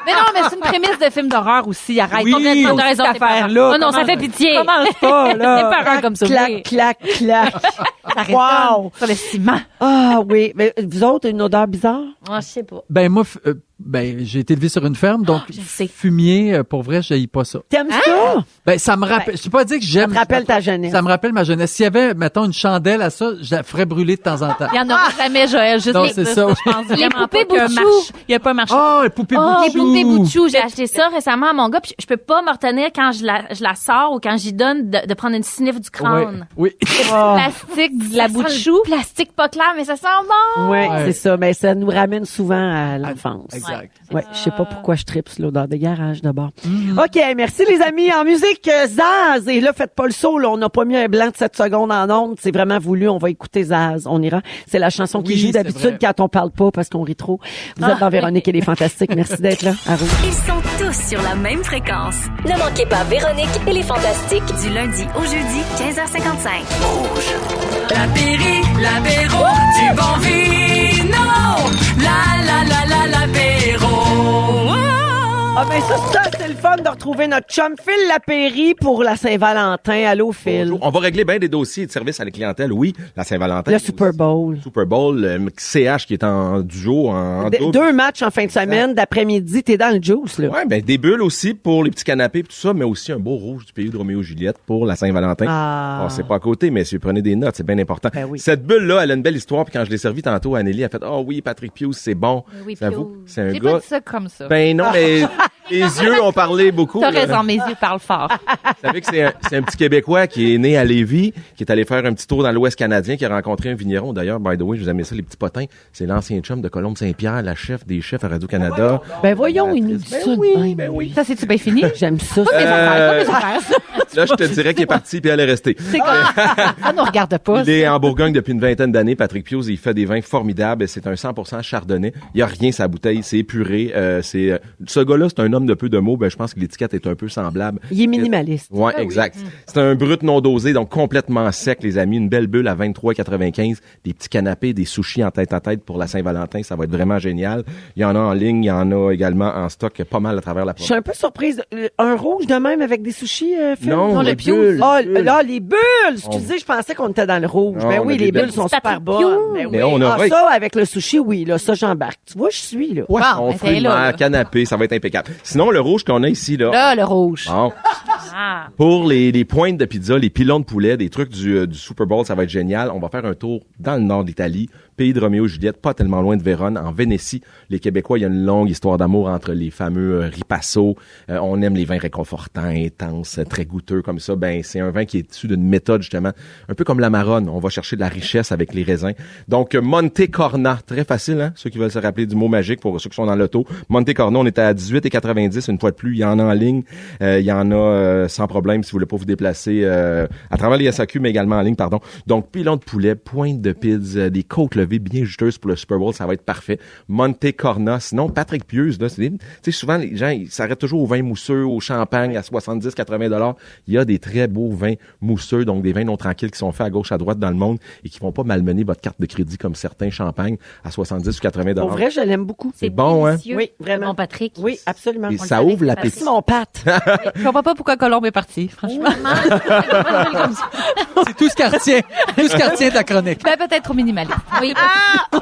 Speaker 5: mais non, mais c'est une prémisse de film d'horreur aussi. Arrête.
Speaker 1: Oui,
Speaker 5: complètement
Speaker 1: aussi,
Speaker 5: raison,
Speaker 1: cette
Speaker 5: t'es pas
Speaker 1: affaire-là,
Speaker 5: grave.
Speaker 3: Oh non, ça fait pitié.
Speaker 5: Commence pas, là.
Speaker 3: C'est peurant comme ça.
Speaker 1: Clac, clac, clac. wow.
Speaker 5: Sur le ciment.
Speaker 1: Ah oui, mais vous autres, une odeur bizarre?
Speaker 3: Ah, je sais pas.
Speaker 2: Ben moi, f- euh, ben j'ai été élevé sur une ferme, donc fumier, euh, pour vrai, je pas ça.
Speaker 1: T'aimes ça?
Speaker 2: Ben ça me rappelle. je peux pas dire que j'aime.
Speaker 1: Ça te rappelle ta jeunesse.
Speaker 2: Ça me rappelle ma jeunesse. S'il y avait, mettons, une chandelle à ça, je la ferais brûler de temps en temps.
Speaker 5: Il y en aura jamais, Joël. Juste
Speaker 2: Non,
Speaker 5: Ah! les-
Speaker 2: c'est ça, oui.
Speaker 5: Je pense
Speaker 3: Les
Speaker 5: vraiment
Speaker 3: poupées
Speaker 5: pas qu'il y a un
Speaker 3: Boutchou.
Speaker 5: marché- Il n'y a pas un marché.
Speaker 2: Oh, les poupées
Speaker 3: Oh,
Speaker 2: Boutchou!
Speaker 3: Boutchou, Boutchou, j'ai acheté ça récemment à mon gars, puis je je peux pas me retenir quand je la, je la sors ou quand j'y donne de, de prendre une sniff du crâne.
Speaker 2: Oui.
Speaker 3: Plastique, de la boutchou. Plastique pas clair, mais ça sent bon.
Speaker 1: Ouais,
Speaker 2: Ouais.
Speaker 1: c'est ça. Mais ça nous ramène souvent à l'enfance.
Speaker 2: Exact. Mm.
Speaker 1: Ouais, je sais pas pourquoi je tripe sur l'odeur des garages d'abord. OK, merci les amis. En musique, euh, Zaz. Et là, faites pas le saut. Là. On n'a pas mis un blanc de 7 secondes en ondes. C'est vraiment voulu. On va écouter Zaz. On ira. C'est la chanson qui
Speaker 2: Oui,
Speaker 1: joue
Speaker 2: c'est
Speaker 1: d'habitude
Speaker 2: vrai.
Speaker 1: quand on parle pas parce qu'on rit trop. Vous êtes dans Véronique et les Fantastiques. Merci d'être là. À Rouge.
Speaker 4: Ils sont tous sur la même fréquence.
Speaker 7: Ne manquez pas Véronique et les Fantastiques.
Speaker 4: Du lundi au jeudi, 15h55.
Speaker 9: La Péri, l'apéro, du bon vino. La la la la l'apéro.
Speaker 1: Ah ben ça, ça, c'est le fun de retrouver notre chum Phil Lapéry pour la Saint-Valentin. Allô, Phil.
Speaker 14: On va régler bien des dossiers de service à la clientèle, oui, la Saint-Valentin.
Speaker 1: Le Super Bowl.
Speaker 14: Super Bowl, le CH qui est en duo, en
Speaker 1: D-
Speaker 14: double.
Speaker 1: Deux matchs en fin de semaine, d'après-midi, t'es dans le juice, là.
Speaker 14: Ouais, ben, des bulles aussi pour les petits canapés et tout ça, mais aussi un beau rouge du pays de Roméo et Juliette pour la Saint-Valentin.
Speaker 1: Ah. Ben
Speaker 14: Bon, c'est pas à côté, mais si vous prenez des notes, c'est bien important. Cette bulle-là, elle a une belle histoire, puis quand je l'ai servi tantôt, Anneli a fait, oh oui, Patrick Pius, c'est bon.
Speaker 5: Oui,
Speaker 14: Ça
Speaker 5: Pius.
Speaker 14: vaut- c'est un
Speaker 5: J'ai pas
Speaker 14: gars.
Speaker 5: dit ça comme ça.
Speaker 14: Ben non, mais les yeux ont parlé beaucoup.
Speaker 5: T'as
Speaker 14: là.
Speaker 5: raison, mes yeux parlent fort.
Speaker 14: Vous savez que c'est un, c'est un petit Québécois qui est né à Lévis, qui est allé faire un petit tour dans l'Ouest canadien, qui a rencontré un vigneron. D'ailleurs, by the way, je vous aimais ça, les petits potins. C'est l'ancien chum de Colombe Saint-Pierre, la chef des chefs à Radio-Canada.
Speaker 1: Ben voyons, il nous dit ça. Oui,
Speaker 14: ben oui.
Speaker 5: Ça, c'est-tu bien fini?
Speaker 1: J'aime ça.
Speaker 5: Pas mes affaires, pas mes
Speaker 14: Euh,
Speaker 5: affaires. ça.
Speaker 14: Là, je te dirais qu'il est parti puis elle est restée.
Speaker 5: C'est comme- Ça nous regarde pas.
Speaker 14: Il est en Bourgogne depuis une vingtaine d'années, Patrick Pius. Il fait des vins formidables. et C'est un 100% chardonnay. Il y a rien sa bouteille, c'est épuré. Euh, c'est euh, ce gars-là, c'est un homme de peu de mots. Ben, je pense que l'étiquette est un peu semblable.
Speaker 1: Il est minimaliste.
Speaker 14: Ouais, exact. C'est un brut non dosé, donc complètement sec, les amis. Une belle bulle à 23,95. Des petits canapés, des sushis en tête à tête pour la Saint-Valentin. Ça va être vraiment génial. Il y en a en ligne, il y en a également en stock pas mal à travers la
Speaker 1: Je suis
Speaker 14: province.
Speaker 1: un peu surprise. Euh, Un rouge de même avec des sushis, euh, Phil?
Speaker 14: Non, Non, les le Pius. bulles,
Speaker 1: Ah,
Speaker 14: les bulles.
Speaker 1: là, les bulles! Excusez, je pensais qu'on était dans le rouge.
Speaker 14: Non,
Speaker 1: ben
Speaker 14: on a
Speaker 1: oui,
Speaker 14: des
Speaker 1: les bulles
Speaker 14: belles-
Speaker 1: sont
Speaker 14: C'est
Speaker 1: super
Speaker 14: Patrick
Speaker 1: bonnes. Ben
Speaker 14: Mais
Speaker 1: oui.
Speaker 14: on aurait-
Speaker 1: Ah, ça, avec le sushi, oui, là, ça, j'embarque. Tu vois, je suis, là.
Speaker 14: Ouais, on
Speaker 5: ben,
Speaker 14: fruit de mer, canapé, ça va être impeccable. Sinon, le rouge qu'on a ici, là.
Speaker 5: Là, le rouge.
Speaker 14: Bon.
Speaker 3: Ah.
Speaker 14: Pour les, les pointes de pizza, les pilons de poulet, des trucs du, euh, du Super Bowl, ça va être génial. On va faire un tour dans le nord d'Italie, pays de Roméo et Juliette, pas tellement loin de Vérone, en Vénétie. Les Québécois, il y a une longue histoire d'amour entre les fameux euh, ripasso. Euh, on aime les vins réconfortants, intenses, euh, très goûteux comme ça. Ben, c'est un vin qui est issu d'une méthode, justement, un peu comme la marronne. On va chercher de la richesse avec les raisins. Donc, euh, Monte Corna, très facile, hein, ceux qui veulent se rappeler du mot magique pour ceux qui sont dans l'auto. Monte Corna, on était à 18,90 une fois de plus. Il y en a en ligne. Euh, il y en a euh, sans problème si vous voulez pas vous déplacer euh, à travers les SAQ, mais également en ligne, pardon. Donc, pilon de poulet, pointe de pizza, des côtes relevées bien juteuses pour le Super Bowl, ça va être parfait. Monte Corna, sinon Patrick Pius, là, c'est des- tu sais, souvent les gens, ils s'arrêtent toujours au vin mousseux, au champagne à 70, 80 dollars. Il y a des très beaux vins mousseux, donc des vins non tranquilles qui sont faits à gauche, à droite dans le monde et qui vont pas malmener votre carte de crédit comme certains champagnes à 70 ou 80
Speaker 1: Pour vrai, je l'aime beaucoup.
Speaker 14: C'est bon, hein?
Speaker 1: Oui, vraiment. Mon
Speaker 3: Patrick.
Speaker 1: Oui, absolument.
Speaker 14: Et ça ouvre l'appétit.
Speaker 1: Merci, mon Pat.
Speaker 5: Je comprends pas pourquoi Colombe est parti, franchement.
Speaker 2: C'est tout ce quartier, tout ce quartier de la chronique.
Speaker 5: Ben, peut-être trop minimaliste. Ah, Oui.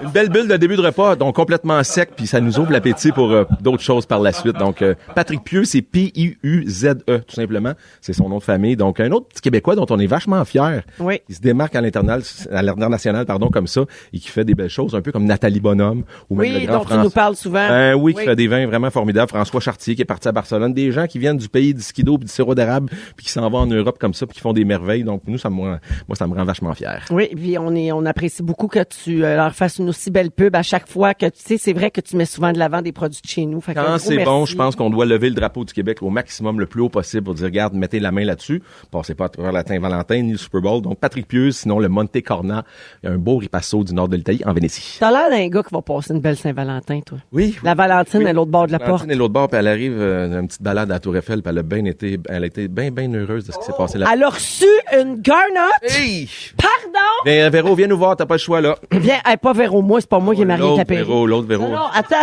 Speaker 14: Une belle bulle de début de repas, donc complètement sec, puis ça nous ouvre l'appétit pour euh, d'autres choses par la suite. Donc, euh, Patrick Pieux, c'est P-I-U-Z-E, E, tout simplement. C'est son nom de famille. Donc, un autre petit Québécois dont on est vachement fier.
Speaker 1: Oui.
Speaker 14: Il se démarque à l'international, à l'international, pardon, comme ça, et qui fait des belles choses, un peu comme Nathalie Bonhomme, ou même
Speaker 1: Oui,
Speaker 14: le grand
Speaker 1: dont tu
Speaker 14: François-
Speaker 1: nous parles souvent.
Speaker 14: Ben oui, qui
Speaker 1: Oui.
Speaker 14: fait des vins vraiment formidables. François Chartier, qui est parti à Barcelone. Des gens qui viennent du pays du skido puis du sirop d'érable, puis qui s'en vont en Europe comme ça, puis qui font des merveilles. Donc, nous, ça me rend, moi, ça me rend vachement fier.
Speaker 1: Oui, puis on est, on apprécie beaucoup que tu euh, leur fasses une aussi belle pub à chaque fois que tu sais, c'est vrai que tu mets souvent de l'avant des produits de chez nous. Fait que un
Speaker 14: Quand
Speaker 1: gros
Speaker 14: c'est
Speaker 1: merci.
Speaker 14: bon, je pense qu'on doit lever le drapeau du Québec au maximum, le plus haut possible pour dire, regarde, mettez la main là-dessus. Passez pas à travers la Saint-Valentin ni le Super Bowl. Donc, Patrick Pius, sinon le Monte Corna, un beau ripasso du nord de l'Italie, en Vénétie.
Speaker 1: T'as l'air d'un gars qui va passer une belle Saint-Valentin, toi.
Speaker 14: Oui.
Speaker 1: La Valentine
Speaker 14: Oui.
Speaker 1: à l'autre bord de la porte.
Speaker 14: Valentine est l'autre bord, puis elle arrive, euh, une petite balade à la Tour Eiffel, puis elle a bien été, elle a été bien, bien heureuse de ce qui s'est passé là.
Speaker 1: Elle a reçu une garnotte. Pardon.
Speaker 14: Mais, euh, Véro, viens nous voir, t'as pas le choix, là.
Speaker 1: Viens, hey, pas Véro, moi, c'est pas moi qui ai marié ta
Speaker 14: L'autre
Speaker 1: perruque.
Speaker 14: Véro, l'autre Véro.
Speaker 1: Non, non, attends.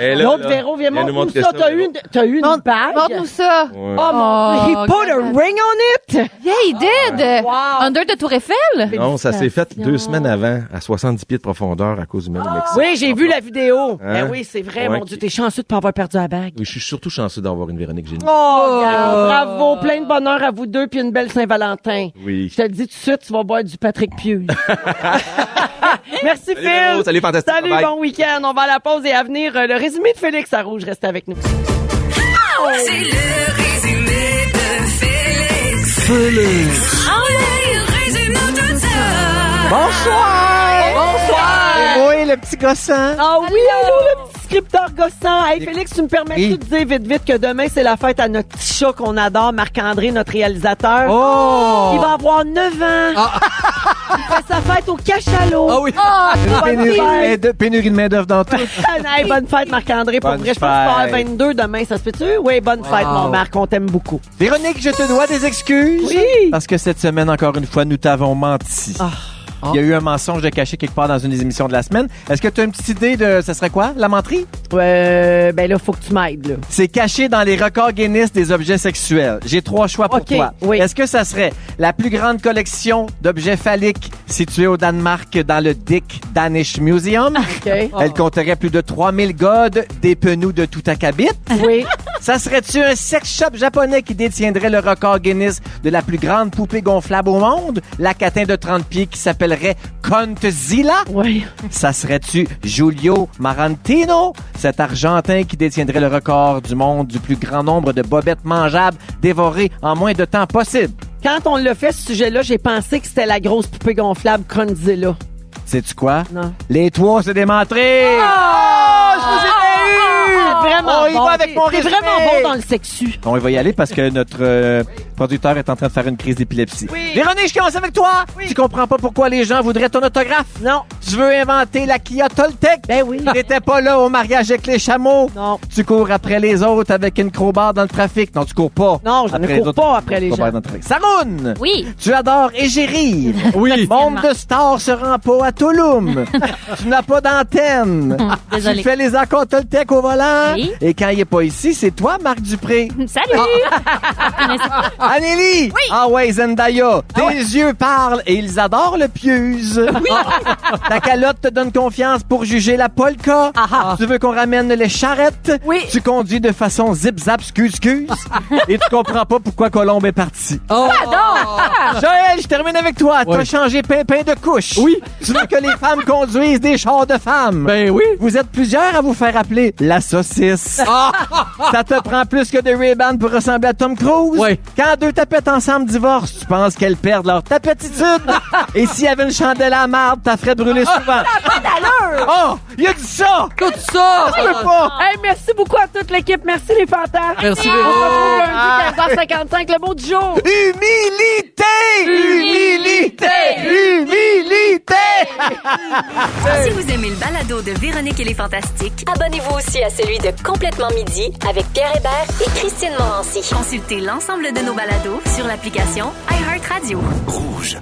Speaker 14: Eh, là,
Speaker 1: L'autre
Speaker 14: là,
Speaker 1: Véro,
Speaker 14: viens
Speaker 1: viens,
Speaker 14: nous
Speaker 1: montre-nous
Speaker 14: montrer
Speaker 1: ça.
Speaker 14: ça,
Speaker 1: T'as eu
Speaker 14: Véro.
Speaker 1: une, t'as eu une bague.
Speaker 5: Montre-nous ça.
Speaker 14: Ouais.
Speaker 1: Oh mon Dieu, he put a ring on it.
Speaker 5: Yeah, he did. Under the Tour Eiffel.
Speaker 14: Non, ça s'est fait deux semaines avant, à 70 pieds de profondeur, à cause du même Mexique.
Speaker 1: Oui, j'ai vu la vidéo.
Speaker 14: Hein?
Speaker 1: Ben oui, c'est vrai,
Speaker 14: Ouais,
Speaker 1: mon Dieu,
Speaker 14: qui-
Speaker 1: t'es chanceux de pas avoir perdu la bague.
Speaker 14: Oui, je suis surtout chanceux d'avoir une Véronique Génie.
Speaker 1: Oh, regarde, bravo, plein de bonheur à vous deux, puis une belle Saint-Valentin.
Speaker 14: Oui.
Speaker 1: Je te le dis tout de suite, tu vas boire du Patrick Pieux. Merci
Speaker 14: Salut,
Speaker 1: Phil.
Speaker 14: Véro, salut, fantastique,
Speaker 1: Salut,
Speaker 14: bye-bye.
Speaker 1: bon week-end. On va à la pause et à venir euh, le résumé de Félix à Rouge. Reste avec nous.
Speaker 9: C'est le résumé de Félix. Ah
Speaker 10: Félix.
Speaker 9: En lui résume tout ça.
Speaker 6: Bonsoir!
Speaker 1: Bonsoir!
Speaker 6: Oui, le petit gossant.
Speaker 1: Ah oui, allô, le petit scripteur gossant. Hey, Félix, tu me permets
Speaker 6: Oui.
Speaker 1: de te dire vite, vite que demain, c'est la fête à notre petit chat qu'on adore, Marc-André, notre réalisateur.
Speaker 6: Oh! Ah.
Speaker 1: Il va avoir 9 ans. Il fait sa fête au cachalot. Ah oui.
Speaker 6: Une
Speaker 1: bonne
Speaker 6: pénurie, de
Speaker 1: fête.
Speaker 6: main-d'œuvre- pénurie de main-d'œuvre dans tout.
Speaker 1: Hey, bonne fête, Marc-André. Pour
Speaker 6: Bonne
Speaker 1: vrai, je pense que tu vas
Speaker 6: fête.
Speaker 1: avoir 22 demain, ça se peut-tu? Oui, bonne fête,
Speaker 6: Wow.
Speaker 1: mon Marc. On t'aime beaucoup.
Speaker 6: Véronique, je te dois des excuses.
Speaker 1: Oui. Ah.
Speaker 6: Parce que cette semaine, encore une fois, nous t'avons menti. Il y a eu un mensonge de caché quelque part dans une des émissions de la semaine. Est-ce que tu as une petite idée de ça serait quoi, la menterie?
Speaker 1: Euh, ben là, faut que tu m'aides, là.
Speaker 6: C'est caché dans les records Guinness des objets sexuels. J'ai trois choix pour
Speaker 1: Ok,
Speaker 6: toi.
Speaker 1: oui.
Speaker 6: Est-ce que ça serait la plus grande collection d'objets phalliques située au Danemark dans le Dick Danish Museum?
Speaker 1: Ah.
Speaker 6: Elle compterait plus de 3000 godes, des penous de tout
Speaker 1: Oui.
Speaker 6: Ça serait-tu un sex shop japonais qui détiendrait le record Guinness de la plus grande poupée gonflable au monde? La catin de 30 pieds qui s'appellerait Contzilla?
Speaker 1: Oui.
Speaker 6: Ça serait-tu Giulio Marantino? Cet Argentin qui détiendrait le record du monde du plus grand nombre de bobettes mangeables dévorées en moins de temps possible?
Speaker 1: Quand on l'a fait, ce sujet-là, j'ai pensé que c'était la grosse poupée gonflable Cronzilla.
Speaker 6: Sais-tu quoi?
Speaker 1: Non.
Speaker 6: Les trois se Ah, démentrés!
Speaker 1: Ah,
Speaker 6: Ah,
Speaker 1: Vraiment
Speaker 6: On y
Speaker 1: bon.
Speaker 6: va avec mon
Speaker 1: T'es
Speaker 6: résumé.
Speaker 1: vraiment bon dans le sexu.
Speaker 6: On va y aller parce que notre euh, producteur est en train de faire une crise d'épilepsie. Véronique, je commence avec toi. Tu comprends pas pourquoi les gens voudraient ton autographe?
Speaker 1: Non.
Speaker 6: Tu veux inventer la Kia Toltec?
Speaker 1: Ben oui.
Speaker 6: T'étais pas là au mariage avec les chameaux?
Speaker 1: Non.
Speaker 6: Tu cours après les autres avec une crowbar dans le trafic? Non, tu cours pas.
Speaker 1: Non, je ne
Speaker 6: Après
Speaker 1: cours
Speaker 6: autres,
Speaker 1: pas
Speaker 6: tu
Speaker 1: après les
Speaker 6: crowbar
Speaker 1: gens.
Speaker 6: dans le trafic. Saroun!
Speaker 3: Oui.
Speaker 6: Tu adores égérie. Oui. Monde de stars se rend pas à Touloum. tu n'as pas d'antenne.
Speaker 3: Désolée.
Speaker 6: Tu fais les accords Toltec au volant.
Speaker 3: Oui.
Speaker 6: Et quand il est pas ici, c'est toi, Marc Dupré.
Speaker 3: Salut! Ah.
Speaker 6: Anélie! Ah ouais, Zendaya, tes yeux parlent et ils adorent le piuse. Ta calotte te donne confiance pour juger la polka. Tu veux qu'on ramène les charrettes. Tu conduis de façon zip-zap, scuse-scuse. et tu comprends pas pourquoi Colombe est parti.
Speaker 2: Ah,
Speaker 6: Joël, je termine avec toi. T'as changé pimpin de couche. Oui. Tu veux que les femmes conduisent des chars de femmes. Ben oui. Vous êtes plusieurs à vous faire appeler la saucisse. Ça te prend plus que des Ray-Ban pour ressembler à Tom Cruise. Oui. Quand deux tapettes ensemble divorcent, tu penses qu'elles perdent leur tapetitude. Et s'il y avait une chandelle à marde, t'as ferait brûler souvent. Oh, il y a du Oh! ça.
Speaker 1: Tout
Speaker 6: Ça
Speaker 1: ça!
Speaker 6: se peut pas.
Speaker 1: Hey, merci beaucoup à toute l'équipe. Merci les fantasmes.
Speaker 2: Merci,
Speaker 1: On
Speaker 2: Véro.
Speaker 1: se retrouve lundi 15h55, le mot du jour.
Speaker 6: Humilité! Humilité! Humilité!
Speaker 4: Si vous aimez le balado de Véronique et les Fantastiques,
Speaker 7: Abonnez-vous aussi à celui de Complètement Midi avec Pierre Hébert et Christine Morancy.
Speaker 4: consultez l'ensemble de nos balados sur l'application iHeartRadio.
Speaker 10: Rouge.